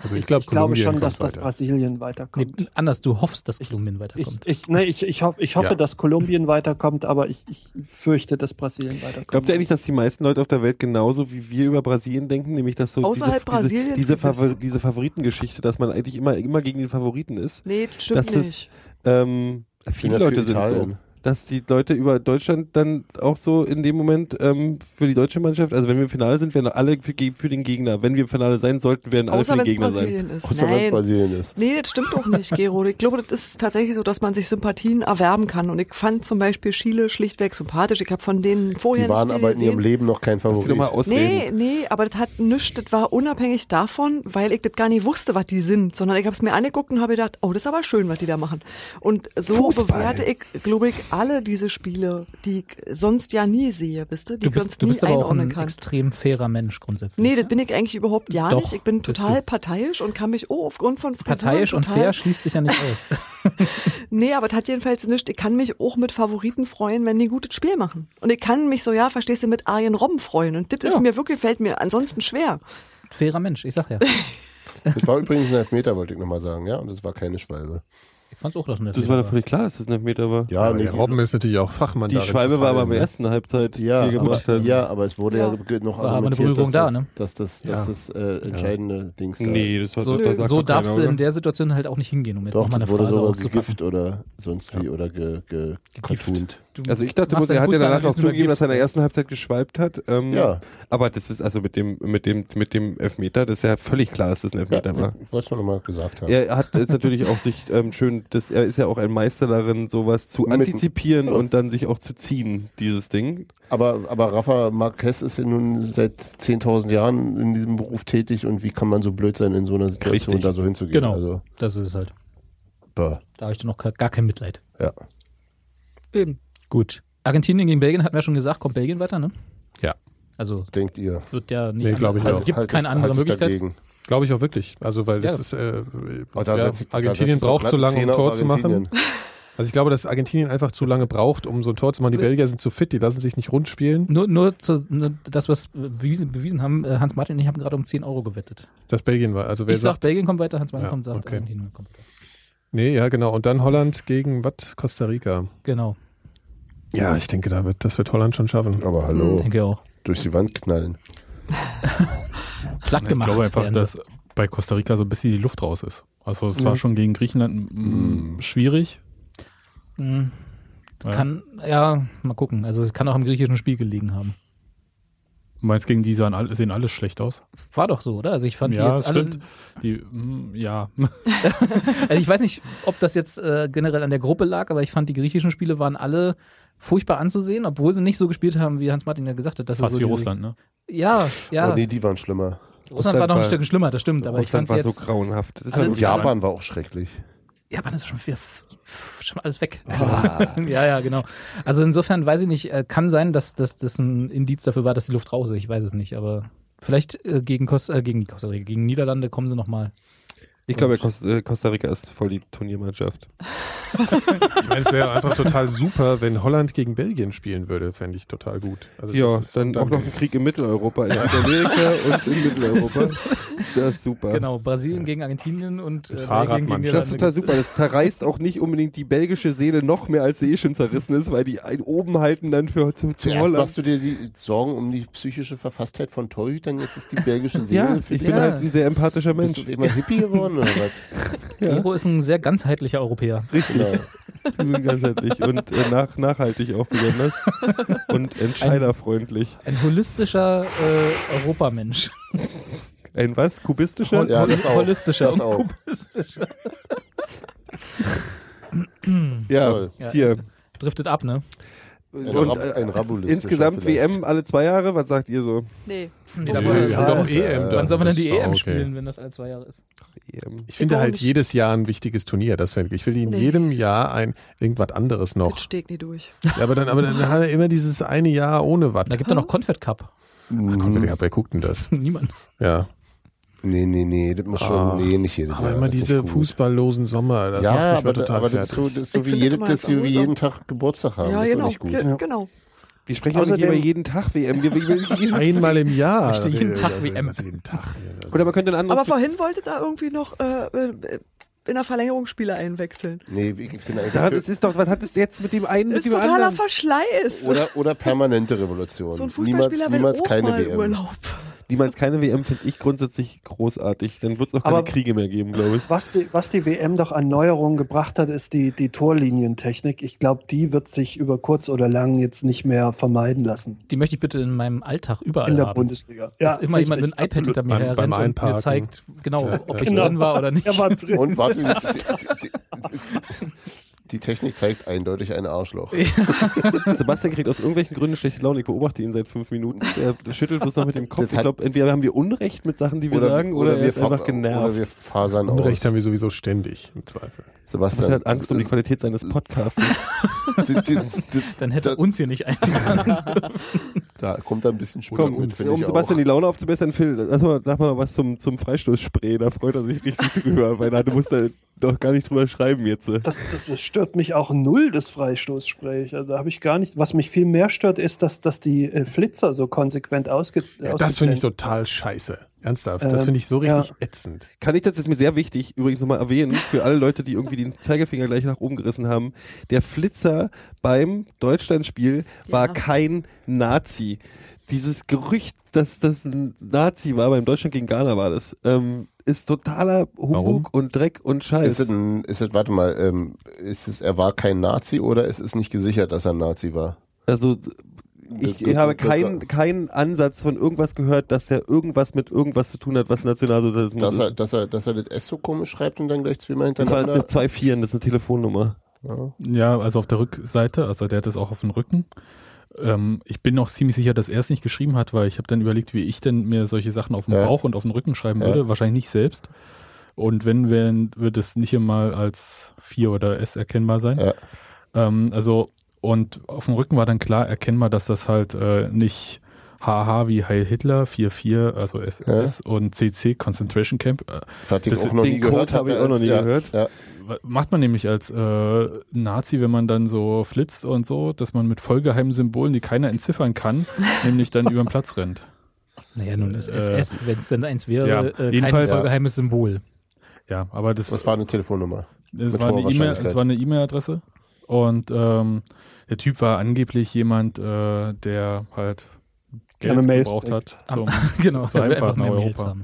C: Also ich, glaub,
H: glaube
C: Kolumbien
H: schon, dass
C: kommt
H: das
C: weiter.
H: Brasilien weiterkommt.
E: Nee, anders, du hoffst, dass Kolumbien weiterkommt.
H: Ich, nee, ich, ich, hoff, ich hoffe,
E: Ja.
H: dass Kolumbien weiterkommt, aber ich, ich fürchte, dass Brasilien weiterkommt.
F: Glaubt ihr eigentlich, dass die meisten Leute auf der Welt genauso wie wir über Brasilien denken, nämlich dass so diese,
H: Außerhalb
F: diese,
H: Brasiliens
F: diese,
H: gibt es-
F: Favor diese Favoritengeschichte, dass man eigentlich immer, immer gegen den Favoriten ist?
I: Nee, das stimmt
F: dass
I: nicht.
F: Es, ähm, viele
J: bin dafür
F: Leute sind so.
J: Italien.
F: Dass die Leute über Deutschland dann auch so in dem Moment ähm, für die deutsche Mannschaft, also wenn wir im Finale sind, werden alle für, ge- für den Gegner. Wenn wir im Finale sein sollten, werden alle
I: Außer
F: für
I: wenn
F: den Gegner
I: es Brasilien
F: sein.
I: ist. Nein. Nee, das stimmt doch nicht, Gero. Ich glaube, das ist tatsächlich so, dass man sich Sympathien erwerben kann. Und ich fand zum Beispiel Chile schlichtweg sympathisch. Ich habe von denen vorher
J: Die waren
I: nicht viel
J: aber in
I: gesehen.
J: ihrem Leben noch kein Favorit.
I: Nee, nee, aber das hat nichts, das war unabhängig davon, weil ich das gar nicht wusste, was die sind, sondern ich habe es mir angeguckt und habe gedacht, oh, das ist aber schön, was die da machen. Und so
L: Fußball.
I: bewerte ich, glaube ich, alle diese Spiele, die ich sonst ja nie sehe, wisst ihr, die
E: Du
I: ich sonst
E: bist, du
I: nie
E: bist aber auch
I: einordnen
E: ein
I: kann.
E: extrem fairer Mensch grundsätzlich.
I: Nee, das bin ich eigentlich überhaupt ja
E: Doch,
I: nicht. Ich bin
E: bist
I: total
E: du.
I: parteiisch und kann mich, oh, aufgrund von Frisuren
E: Parteiisch und
I: total,
E: fair schließt sich ja nicht aus.
I: Nee, aber das hat jedenfalls nichts. Ich kann mich auch mit Favoriten freuen, wenn die ein gutes Spiel machen. Und ich kann mich so, ja, verstehst du, mit Arjen Robben freuen. Und das ist mir wirklich, fällt mir ansonsten schwer.
E: Fairer Mensch, ich sag ja.
J: Das war übrigens ein Elfmeter, wollte ich nochmal sagen, ja, und das war keine Schwalbe.
E: Ich fand's auch das nicht.
F: Das war doch völlig klar, dass das ein Elfmeter war.
J: Ja,
C: Aber
J: nee,
C: der Robben ist natürlich auch Fachmann
F: Die
C: darin
F: Schwalbe
C: zu
F: war aber
C: fallen,
F: im
C: ne?
F: ersten Halbzeit,
J: Ja,
F: die er gemacht
J: aber,
F: hat.
J: ja, aber es wurde ja,
F: Ja.
J: noch
E: War aber eine
J: argumentiert,
E: Berührung
J: dass
E: da, ne?
J: das, dass das, dass
E: Ja.
J: das äh, entscheidende Dings da
F: Nee, das war-
E: So,
F: da sagt
E: so
F: doch keiner,
E: darfst du in
F: oder?
E: der Situation halt auch nicht hingehen, um jetzt
J: Doch,
E: nochmal eine
J: das wurde
E: Phrase
J: sogar
E: auszupacken.
J: gegift oder sonst wie oder ge, ge, gecartoont.
F: Also ich dachte,
E: machst
F: bloß, er
E: deinen
F: hat ja danach
E: Fußball
F: auch zugegeben, dass er in der
E: übergibst.
F: ersten Halbzeit geschwalbt hat. Ähm,
J: Ja.
F: Aber das ist also mit dem, mit dem, mit dem Elfmeter, das ist ja völlig klar, dass das ein Elfmeter war.
J: Ich wollte es nur noch mal gesagt haben.
F: Er hat jetzt natürlich auch sich ähm, schön, das, er ist ja auch ein Meister darin, sowas zu
J: Mit-
F: antizipieren und dann sich auch zu ziehen, dieses Ding.
J: Aber, aber Rafa Marquez ist ja nun seit 10.000 Jahren in diesem Beruf tätig und wie kann man so blöd sein, in so einer Situation
F: Richtig.
J: da so hinzugehen?
E: Genau,
J: Also,
E: das ist es halt.
J: bah.
E: Da habe ich dann noch gar kein Mitleid.
J: Ja.
I: Eben.
E: Gut. Argentinien gegen Belgien hatten wir schon gesagt, kommt Belgien weiter, ne?
C: Ja.
E: Also
J: denkt ihr?
E: Wird ja nicht
C: Nee, glaube ich
E: anders- also
C: auch.
F: Halt
E: gibt's Haltet- keine andere haltet Möglichkeit? dagegen.
C: Glaube ich auch wirklich. Also weil das
E: Ja.
C: ist äh,
J: Oh, da
C: ja,
J: setz ich- da setz
C: Argentinien
J: ich doch
C: braucht
J: glatt
C: zu lange, um
J: einen
C: ein Tor
J: Zehner auf
C: zu machen.
J: Argentinien.
C: Also ich glaube, dass Argentinien einfach zu lange braucht, um so ein Tor zu machen. Die Belgier sind zu fit, die lassen sich nicht rund spielen.
E: Nur, nur, zu, nur das, was wir bewiesen, bewiesen haben, äh, Hans-Martin und ich haben gerade um 10 Euro gewettet.
C: Das Belgien war. Also wer
E: ich sag,
C: sagt,
E: Belgien kommt weiter, Hans-Martin
C: Ja,
E: kommt, sagt
C: okay.
E: Argentinien kommt weiter.
C: nee, ja genau. Und dann Holland gegen was? Costa Rica.
E: Genau.
C: Ja, ich denke, da wird, das wird Holland schon schaffen.
J: Aber hallo.
E: Denke auch.
J: Durch die Wand knallen.
E: Platt
D: Ich
E: gemacht
D: glaube einfach,
E: werden sie.
D: dass bei Costa Rica so ein bisschen die Luft raus ist. Also es
E: Mhm.
D: war schon gegen Griechenland mm, schwierig.
E: Hm.
D: Ja.
E: Kann, ja, mal gucken. Also kann auch im griechischen Spiel gelegen haben.
D: Du meinst, gegen die sahen alle, sehen alle schlecht aus?
E: War doch so, oder? Also ich fand
D: ja,
E: die jetzt alle.
D: stimmt. Die, mm, ja.
E: Also ich weiß nicht, ob das jetzt äh, generell an der Gruppe lag, aber ich fand, die griechischen Spiele waren alle furchtbar anzusehen, obwohl sie nicht so gespielt haben, wie Hans-Martin ja gesagt hat. Das
D: Fast
E: ist so
D: wie
E: dieses-
D: Russland, ne?
E: Ja, ja.
J: Oh nee, die waren schlimmer.
E: Russland war noch ein Stück schlimmer, das stimmt, aber ich
F: Russland
E: fand's
F: war
E: jetzt-
F: so grauenhaft. Das
E: Alle-
F: war wirklich-
J: Japan war auch schrecklich.
E: Ja, aber das ist schon, wieder, schon alles weg. ja, ja, genau. Also insofern weiß ich nicht, äh, kann sein, dass dass das ein Indiz dafür war, dass die Luft raus ist. Ich weiß es nicht, aber vielleicht äh, gegen, Costa, äh, gegen Costa Rica, gegen Niederlande kommen sie nochmal.
F: Ich glaube, Costa, äh, Costa Rica ist voll die Turniermannschaft.
C: Ich meine, es wäre einfach total super, wenn Holland gegen Belgien spielen würde, fände ich total gut. Also
F: ja,
C: das ist-
F: dann auch noch ein Krieg in Mitteleuropa, in Amerika und in Mitteleuropa. Das ist super.
E: Genau, Brasilien gegen Argentinien und äh, Belgien gegen
F: Das ist
E: Niederlande.
F: total super. Das zerreißt auch nicht unbedingt die belgische Seele noch mehr, als sie eh schon zerrissen ist, weil die ein oben halten dann für zu, zu
J: Zuerst
F: Holland.
J: machst du dir die Sorgen um die psychische Verfasstheit von Torhütern, jetzt ist die belgische Seele
F: Ja,
J: für
F: ich
J: die-
F: bin halt ein sehr empathischer Mensch.
J: Bist du immer Hippie geworden oder was?
E: Gero ist ein sehr ganzheitlicher Europäer.
F: Richtig.
J: Genau.
F: Die sind ganzheitlich und äh, nach, nachhaltig auch besonders. Und entscheiderfreundlich.
E: Ein holistischer äh, Europamensch.
F: Ein was? Kubistischer?
E: Ja, das auch. Holistischer
F: Das
E: und
F: auch.
E: kubistischer.
F: Ja,
E: Toll.
F: hier.
E: Driftet ab, ne?
J: Ein
F: Und
J: Rab- ein
F: äh,
J: Rabulistischer
F: insgesamt
J: vielleicht.
F: WM alle zwei Jahre, was sagt ihr so?
I: Nee.
E: Nee,
C: da
E: da
C: muss
E: muss
C: es-
E: ja,
C: doch EM dann.
E: Wann soll man denn die
C: Das ist
E: EM
C: auch okay.
E: spielen, wenn das alle zwei Jahre ist?
C: Ich finde
E: Warum
C: halt
E: nicht?
C: jedes Jahr ein wichtiges Turnier. Das fände ich. Ich will in
E: Nee.
C: jedem Jahr ein irgendwas anderes noch.
I: Steg nie durch.
C: Ja, aber dann, aber dann hat er immer dieses eine Jahr ohne was. Da
E: gibt er noch Confed Cup.
C: Ach, Confed Cup, wer guckt denn das?
E: Niemand.
C: Ja.
J: Nee, nee, nee, das muss schon,
C: Ach,
J: nee, nicht jedes
C: Aber
J: Jahr,
C: immer
J: das ist
C: diese
J: nicht gut.
C: fußballlosen Sommer, das
J: ja,
C: macht mich
J: aber,
C: mal total
J: aber das ist
C: fertig.
J: so, das ist so
I: Ich
J: wie,
I: finde
J: jedes,
I: immer
J: das
I: das
J: wie
I: Amüsant.
J: jeden Tag Geburtstag haben.
I: ja,
J: das
I: genau.
J: ist doch
I: ge-
J: nicht gut.
I: genau.
F: Wir sprechen aber nicht
C: Außerdem-
F: über jeden Tag WM. Wir, wir wir- jeden
C: Einmal im Jahr.
F: Ich stehe jeden
C: Nee,
F: Tag
C: also
F: WM.
C: Jeden Tag.
F: Oder man könnte ein
I: Aber
F: anderes.
I: vorhin wollte da irgendwie noch äh, äh, in der Verlängerung Spieler einwechseln.
J: Nee, ich bin eigentlich
F: da,
J: für-
F: das ist doch, was hat es jetzt mit dem einen, mit
I: Ist
F: dem
I: totaler
F: anderen?
I: Verschleiß.
J: Oder, oder permanente Revolution.
I: So ein Fußballspieler will
J: niemals, niemals
I: auch
J: keine
I: mal
J: WM.
I: Urlaub.
F: Niemals keine WM finde ich grundsätzlich großartig. Dann wird es auch keine
H: Aber-
F: Kriege mehr geben, glaube ich.
H: Was die, was die WM doch an Neuerungen gebracht hat, ist die, die Torlinientechnik. Ich glaube, die wird sich über kurz oder lang jetzt nicht mehr vermeiden lassen.
E: Die möchte ich bitte in meinem Alltag überall
H: In der
E: haben.
H: Bundesliga.
E: Ja,
H: Ja,
E: dass immer jemand mit
H: richtig,
E: einem iPad hinter mir
C: Beim- beim
E: herrennt und mir
C: Einparken.
E: zeigt, genau,
C: Ja,
E: ob
C: ja.
E: ich drin war oder nicht.
H: Er war drin.
J: Und warte, die, die, die, die Technik zeigt eindeutig ein Arschloch.
F: Sebastian kriegt aus irgendwelchen Gründen schlechte Laune. Ich beobachte ihn seit fünf Minuten. Er schüttelt bloß noch mit dem Kopf.
J: Das
F: Ich
J: hat-
F: glaube, entweder haben wir Unrecht mit Sachen, die wir sagen, oder, er ist
J: fa-
F: einfach genervt.
J: Oder wir fasern
C: Unrecht
J: aus.
C: haben wir sowieso ständig, im Zweifel.
J: Sebastian,
F: Sebastian hat Angst um die Qualität seines Podcasts.
J: die, die, die,
E: Dann hätte er
J: Da-
E: uns hier nicht eingeladen.
J: da kommt er ein bisschen später
F: Komm,
J: mit, finde
F: um
J: ich
F: Sebastian
J: auch.
F: die Laune aufzubessern, Phil, sag mal, sag mal noch was zum, zum Freistoßspray. Da freut er sich richtig drüber, weil da- du musst da doch gar nicht drüber schreiben jetzt. äh.
H: Das, das, das stört mich auch null, das Freistoßspray. Also, da habe ich gar nicht. Was mich viel mehr stört, ist, dass, dass die äh, Flitzer so konsequent ausge.
C: Ja, das
H: ausgeblendet
C: finde ich total scheiße. Ernsthaft. Das
H: Ähm,
C: finde ich so richtig
H: ja.
C: ätzend.
F: Kann ich das, ist mir sehr wichtig, übrigens nochmal erwähnen, für alle Leute, die irgendwie den Zeigefinger gleich nach oben gerissen haben. Der Flitzer beim Deutschlandspiel war
I: Ja.
F: kein Nazi. Dieses Gerücht, dass das ein Nazi war, beim Deutschland gegen Ghana war das, ähm, ist totaler Humbug und Dreck und Scheiß.
J: Ist es, ein, ist es, warte mal, ähm, ist es, er war kein Nazi oder ist es nicht gesichert, dass er Nazi war?
F: Also ich,
J: Das- das-
F: habe
J: das-
F: keinen keinen Ansatz von irgendwas gehört, dass der irgendwas mit irgendwas zu tun hat, was Nationalsozialismus
J: Dass er,
F: ist.
J: dass, er, dass er das S so komisch schreibt und dann gleich zweimal
F: Das war
J: hintereinander.
F: eine 2-4, das ist eine Telefonnummer.
D: Ja, also auf der Rückseite, also der hat das auch auf dem Rücken. Ähm, ich bin auch ziemlich sicher, dass er es nicht geschrieben hat, weil ich habe dann überlegt, wie ich denn mir solche Sachen auf dem
J: Ja.
D: Bauch und auf den Rücken schreiben
J: Ja.
D: würde. Wahrscheinlich nicht selbst. Und wenn, wenn wird es nicht einmal als 4 oder S erkennbar sein.
J: Ja.
D: Ähm, also, und auf dem Rücken war dann klar erkennbar, dass das halt äh, nicht HH wie Heil Hitler, 4-4, also SS und CC, Concentration Camp. Äh,
J: Hat den
D: Das-
J: auch noch nie
F: den Code
J: gehört.
F: habe ich
J: hat er
F: auch noch
J: als-
F: nie
J: ja,
F: gehört.
J: Ja.
D: Macht man nämlich als äh, Nazi, wenn man dann so flitzt und so, dass man mit vollgeheimen Symbolen, die keiner entziffern kann, nämlich dann über den Platz rennt.
E: Naja, nun ist
D: Äh,
E: SS, wenn es denn eins wäre,
D: ja,
E: äh, kein
D: jedenfalls-
E: vollgeheimes Symbol.
D: Ja, aber das,
J: Was war eine Telefonnummer?
D: das
J: mit
D: war eine
J: hoher
D: E-Mail-
J: Wahrscheinlichkeit?
D: es war eine E-Mail-Adresse und ähm, der Typ war angeblich jemand, äh, der halt Geld
H: Gerne Mails
D: gebraucht hat. Zum,
F: Ah.
E: Genau,
D: zur
E: weil wir einfach
D: einfachen
E: mehr Mails
D: Europa.
E: haben.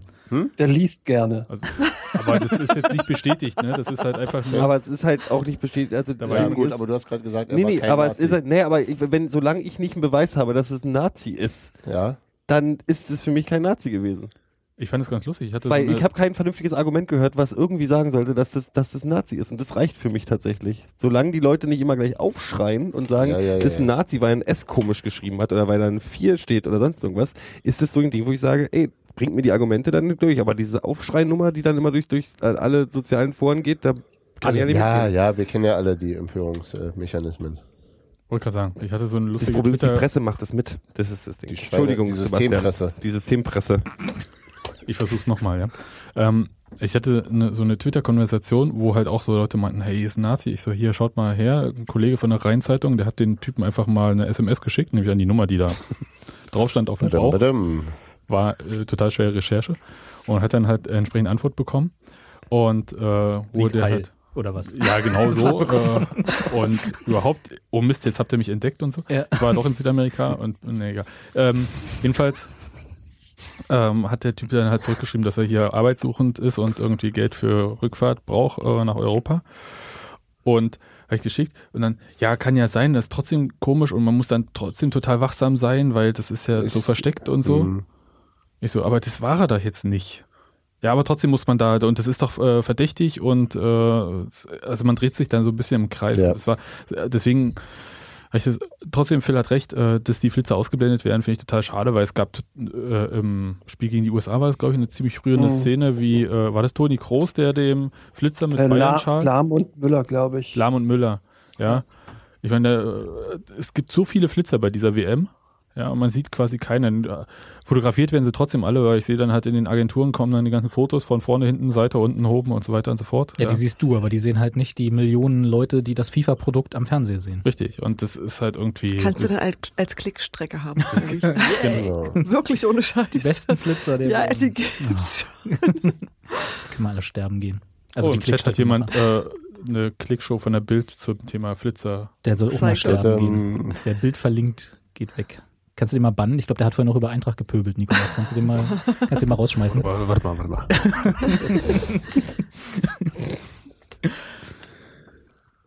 H: Der liest gerne.
D: Also, aber das ist jetzt nicht bestätigt, ne? Das ist halt einfach nur.
F: Aber es ist halt auch nicht bestätigt. Also
D: Dabei
J: Ja,
F: deswegen
J: gut,
F: ist-
J: aber du hast gerade gesagt, er
F: nee,
J: war
F: nee,
J: kein
F: aber
J: Nazi.
F: es ist halt, nee, aber ich, wenn solange ich nicht einen Beweis habe, dass es ein Nazi ist,
J: ja.
F: dann ist es für mich kein Nazi gewesen.
D: Ich fand es ganz lustig. Ich hatte
F: Weil
D: so eine,
F: ich habe kein vernünftiges Argument gehört, was irgendwie sagen sollte, dass das, dass das ein Nazi ist. Und das reicht für mich tatsächlich. Solange die Leute nicht immer gleich aufschreien und sagen,
J: Ja, ja, ja,
F: das ist ein
J: ja.
F: Nazi, weil er ein S komisch geschrieben hat oder weil da ein 4 steht oder sonst irgendwas, ist das so ein Ding, wo ich sage, ey, bringt mir die Argumente dann nicht durch. Aber diese Aufschreinummer, die dann immer durch, durch äh, alle sozialen Foren geht, da kann ich ja nicht
J: ja,
F: mitgehen.
J: ja, wir kennen ja alle die Empörungsmechanismen.
D: wollte gerade sagen, ich hatte so eine
F: Das
D: lustige
F: Problem ist, die
D: Twitter-
F: Presse macht das mit. Das ist das Ding.
J: Die Schweine-
F: Entschuldigung,
J: die
F: Sebastian.
J: Systempresse.
F: Die Systempresse.
D: Ich versuch's nochmal, ja. Ähm, ich hatte eine, so eine Twitter-Konversation, wo halt auch so Leute meinten, hey, ist ein Nazi. Ich so, hier, schaut mal her. Ein Kollege von der Rheinzeitung, der hat den Typen einfach mal eine SMS geschickt, nämlich an die Nummer, die da drauf stand auf dem
J: Badum,
D: Bauch.
J: badum.
D: War äh, total schwere Recherche. Und hat dann halt entsprechende Antwort bekommen. Und äh, wo
E: Sieg
D: der
E: heil,
D: halt
E: oder was?
D: ja, genau
E: Das
D: so.
E: hat
D: Äh, und überhaupt, oh Mist, jetzt habt ihr mich entdeckt und so.
E: Ja.
D: Ich war doch in Südamerika und nee, egal. Ähm, jedenfalls ähm, hat der Typ dann halt zurückgeschrieben, dass er hier arbeitssuchend ist und irgendwie Geld für Rückfahrt braucht äh, nach Europa. Und habe ich geschickt und dann, ja, kann ja sein, das ist trotzdem komisch und man muss dann trotzdem total wachsam sein, weil das ist ja so versteckt und so.
H: Mhm.
D: Ich so, aber das war er doch jetzt nicht. Ja, aber trotzdem muss man da, und das ist doch äh, verdächtig und äh, also man dreht sich dann so ein bisschen im Kreis.
J: Ja.
D: Das war, äh, deswegen, hab ich das, trotzdem, Phil hat recht, äh, dass die Flitzer ausgeblendet werden, finde ich total schade, weil es gab äh, im Spiel gegen die USA war es, glaube ich, eine ziemlich rührende
H: Mhm.
D: Szene, wie, äh, war das Toni Kroos, der dem Flitzer mit
H: Äh, La
D: Bayern-Schal?
H: Lahm und Müller, glaube ich.
D: Lahm und Müller, ja. Ich meine, äh, es gibt so viele Flitzer bei dieser WM. Ja, man sieht quasi keinen. Äh, Fotografiert werden sie trotzdem alle, weil ich sehe dann halt in den Agenturen kommen dann die ganzen Fotos von vorne, hinten, Seite, unten, oben und so weiter und so fort.
E: Ja, die siehst du, aber die sehen halt nicht die Millionen Leute, die das FIFA-Produkt am Fernseher sehen.
D: Richtig, und das ist halt irgendwie.
I: Kannst du dann als, als Klickstrecke haben. Wirklich ohne Scheiß.
E: Genau. Die besten Flitzer der
I: Ja,
E: Welt.
I: die gibt's schon.
E: Können wir alle sterben gehen.
D: Also oh,
E: die
D: im Chat hat
E: Klickstrecke-
D: jemand äh, eine Klickshow von der Bild zum Thema Flitzer.
E: Der soll auch mal sterben gehen.
D: Ähm,
E: Wer Bild verlinkt, geht weg. Kannst du den mal bannen? Ich glaube, der hat vorhin noch über Eintracht gepöbelt, Nikolas. Kannst du den mal, kannst du den mal rausschmeißen?
C: Warte, warte mal, warte mal.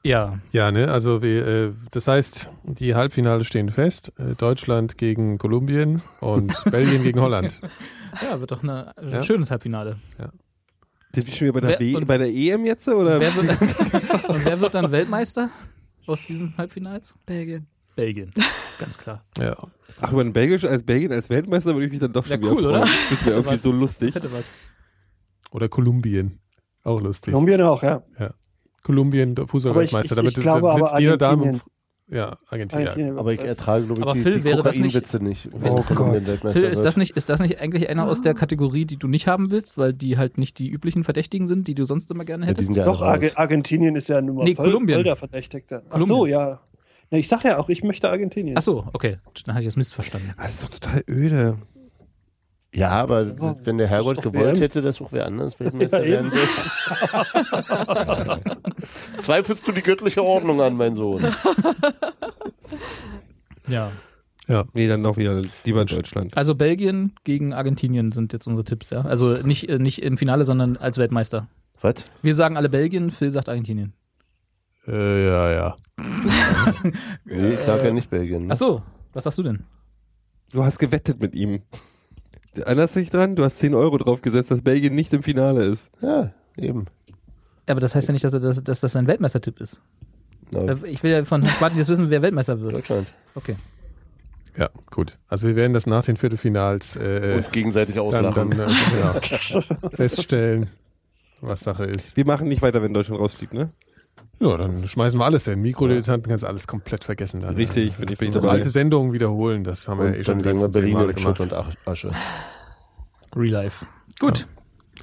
E: ja.
C: Ja, ne, also wir, äh, das heißt, die Halbfinale stehen fest. Äh, Deutschland gegen Kolumbien und Belgien gegen Holland.
E: Ja, wird doch eine, ein
C: Ja.
E: schönes Halbfinale.
C: Ja.
F: Sind wir schon wieder bei der,
E: Wer-
F: w
E: und-
F: bei der EM jetzt? Oder?
E: Wer wird, und wer wird dann Weltmeister aus diesem Halbfinals?
I: Belgien.
E: Belgien, ganz klar.
C: Ja.
F: Ach, über einen Belgisch als Belgien als Weltmeister würde ich mich dann doch
E: Wär
F: schon wieder
E: cool,
F: freuen.
E: oder?
F: Das wäre irgendwie
E: Was?
F: so lustig.
E: Hätte was.
C: Oder Kolumbien. Auch lustig.
H: Kolumbien auch, ja.
C: Ja. Kolumbien, der
H: Aber ich- ich-
C: Fußballweltmeister. Damit
H: ich glaube
C: dann sitzt
H: aber
C: jeder da. im-
H: Argentinien.
C: Ja, Argentinien.
H: Argentinien.
J: Aber ich ertrage, glaube ich,
E: Aber
J: die,
E: Phil,
J: die
E: wäre das nicht-
J: Kokainwitze nicht.
E: Oh
J: Wenn Kolumbien Weltmeister
E: Phil, ist
J: wird.
E: das, nicht, ist das nicht eigentlich einer aus der Kategorie, die du nicht haben willst, weil die halt nicht die üblichen Verdächtigen sind, die du sonst immer gerne hättest?
J: sind ja
H: Doch, Arge Argentinien ist ja nun mal
E: Nee,
H: voll,
E: Kolumbien.
H: voll der Verdächtigte. Ach
E: Kolumbien.
H: so, ja. Na, ich sag ja auch, ich möchte Argentinien.
E: Ach so, okay. Dann habe ich das missverstanden.
F: Ah, das ist doch total öde.
J: Ja,
E: Oh
J: aber wenn der Herrgott
H: Ist doch
J: gewollt
H: WM.
J: hätte, dass auch wer anders Weltmeister
H: Ja,
J: werden
H: eben.
J: sollte. Zweifelst du die göttliche Ordnung an, mein Sohn?
E: Ja.
C: Ja.
F: Nee, dann doch wieder lieber in Deutschland.
E: Also Belgien gegen Argentinien sind jetzt unsere Tipps, ja. Also nicht, äh, nicht im Finale, sondern als Weltmeister.
J: Was?
E: Wir sagen alle Belgien, Phil sagt Argentinien.
C: Äh, ja, ja.
J: Nee, ich sag ja nicht Belgien.
E: Ach so, was sagst du denn?
F: Du hast gewettet mit ihm. Erinnerst du dich dran? Du hast 10 Euro draufgesetzt, dass Belgien nicht im Finale ist.
J: Ja, eben.
E: Aber das heißt ja nicht, dass, er das- dass das ein Weltmeistertipp ist.
J: Na,
E: Äh, Ich will ja von Hans Martin jetzt wissen, wer Weltmeister wird.
J: Deutschland.
E: Okay.
C: Ja, gut. Also wir werden das nach den Viertelfinals äh,
J: Uns gegenseitig
C: dann,
J: auslachen.
C: dann äh, ja, feststellen, was Sache ist.
F: Wir machen nicht weiter, wenn Deutschland rausfliegt, ne?
C: Ja, dann schmeißen wir alles hin. Mikrodilettanten kannst du alles komplett vergessen. Dann, äh,
F: Richtig,
C: Ja.
F: bin ich- bin ich
C: So
F: dabei.
C: Alte Sendungen wiederholen, das haben wir ja eh
J: und
C: schon
J: dann
C: die
J: legen wir
C: letzten zehn
J: Berlin
C: Male
J: in Schutt
C: gemacht.
J: und Ach- Asche.
E: Real Life. Gut.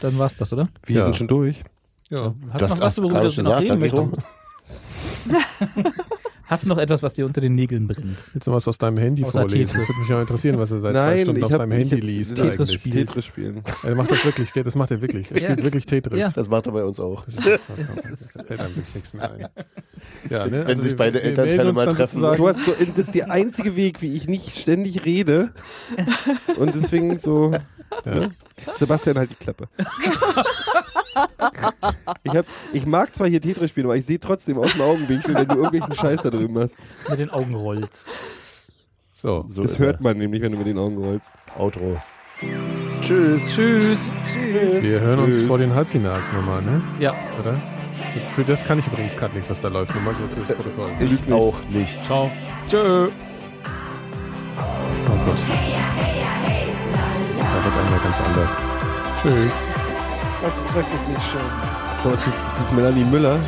E: Dann war's das, oder?
F: Wir
C: Ja.
F: sind schon durch.
C: Ja.
J: Das
E: Hast du noch was,
J: hast du
E: worüber
J: gerade
E: du noch
J: gesagt,
E: reden
J: dann geht
E: möchtest? Hast du noch etwas, was dir unter den Nägeln brennt?
C: Willst du was aus deinem Handy
E: Außer
C: vorlesen?
E: Tetris.
C: Das würde mich ja interessieren, was er seit zwei
F: Nein,
C: Stunden
F: ich
C: auf
F: hab-
C: seinem Handy
F: ich hab-
C: liest.
F: Tetris
C: eigentlich.
E: spielt.
F: Tetris spielen.
C: Er macht das wirklich, das macht er wirklich. Er
E: Ja,
C: spielt
E: es-
C: wirklich Tetris.
E: ja.
J: Das macht er bei uns auch.
C: Da fällt einem wirklich nichts mehr ein. Ja, ne?
J: Wenn sich beide Elternteile
C: melden uns
J: mal
C: dann
J: treffen.
C: sozusagen-
F: Du hast so, das ist der einzige Weg, wie ich nicht ständig rede. Und deswegen so. Ne? Sebastian, halt die Klappe. Ich, hab, ich mag zwar hier Tetris spielen, aber ich sehe trotzdem aus dem Augenwinkel, wenn du irgendwelchen Scheiß da drüben hast.
E: Mit den Augen rollst.
C: So,
J: So
F: das
J: ist
F: hört man nämlich, wenn du mit den Augen rollst.
J: er. Outro. Tschüss.
E: Tschüss. Tschüss.
C: wir hören uns
F: Tschüss.
C: vor den Halbfinals nochmal, ne?
E: Ja.
C: Oder? Für das kann ich übrigens gerade nichts, was da läuft. Nur mal so fürs Protokoll.
J: Ich auch nicht.
D: Ciao.
E: Tschö.
C: Oh Gott. Da wird einer ganz anders. Tschüss.
H: Das ist wirklich nicht schön.
F: Boah, ist das, ist das Melanie Müller?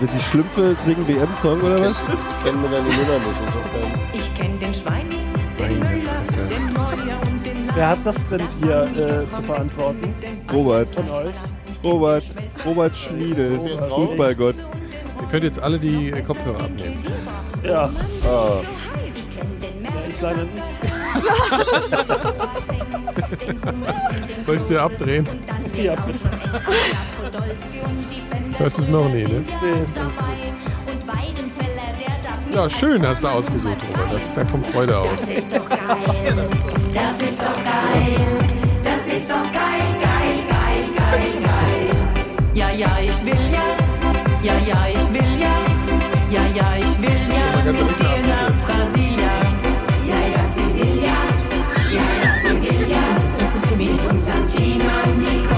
F: Wird die Schlümpfe singen WM-Song oder was?
J: Ich kenne mir deine Nummer nicht. Insofern.
M: Ich kenn den Schweinig, den
C: Meine
M: Müller,
C: Fresse.
M: den Neuer und den Lang.
H: Wer hat das denn hier äh, zu verantworten?
F: Robert,
H: Von euch?
F: Robert, Robert Schmiede, Fußballgott.
C: Ihr könnt jetzt alle die äh, Kopfhörer abnehmen.
H: Ja.
J: Ah.
M: Ich kenn den
H: Ich leider nicht.
C: Soll ich es dir abdrehen?
H: Ja.
C: Hörst du es noch? Nee, ne?
H: Nee, ist alles gut.
C: Ja, schön hast du ausgesucht, Robert. Das, da kommt Freude auf.
M: Ja, ja, ich will ja. Ja, ja, ich will ja. Ja, ja, ich will ja mit dir nach Brasilia. Ja, ja, sie will ja. Ja, ja, sie will ja. Mit unserem Team an die
D: halt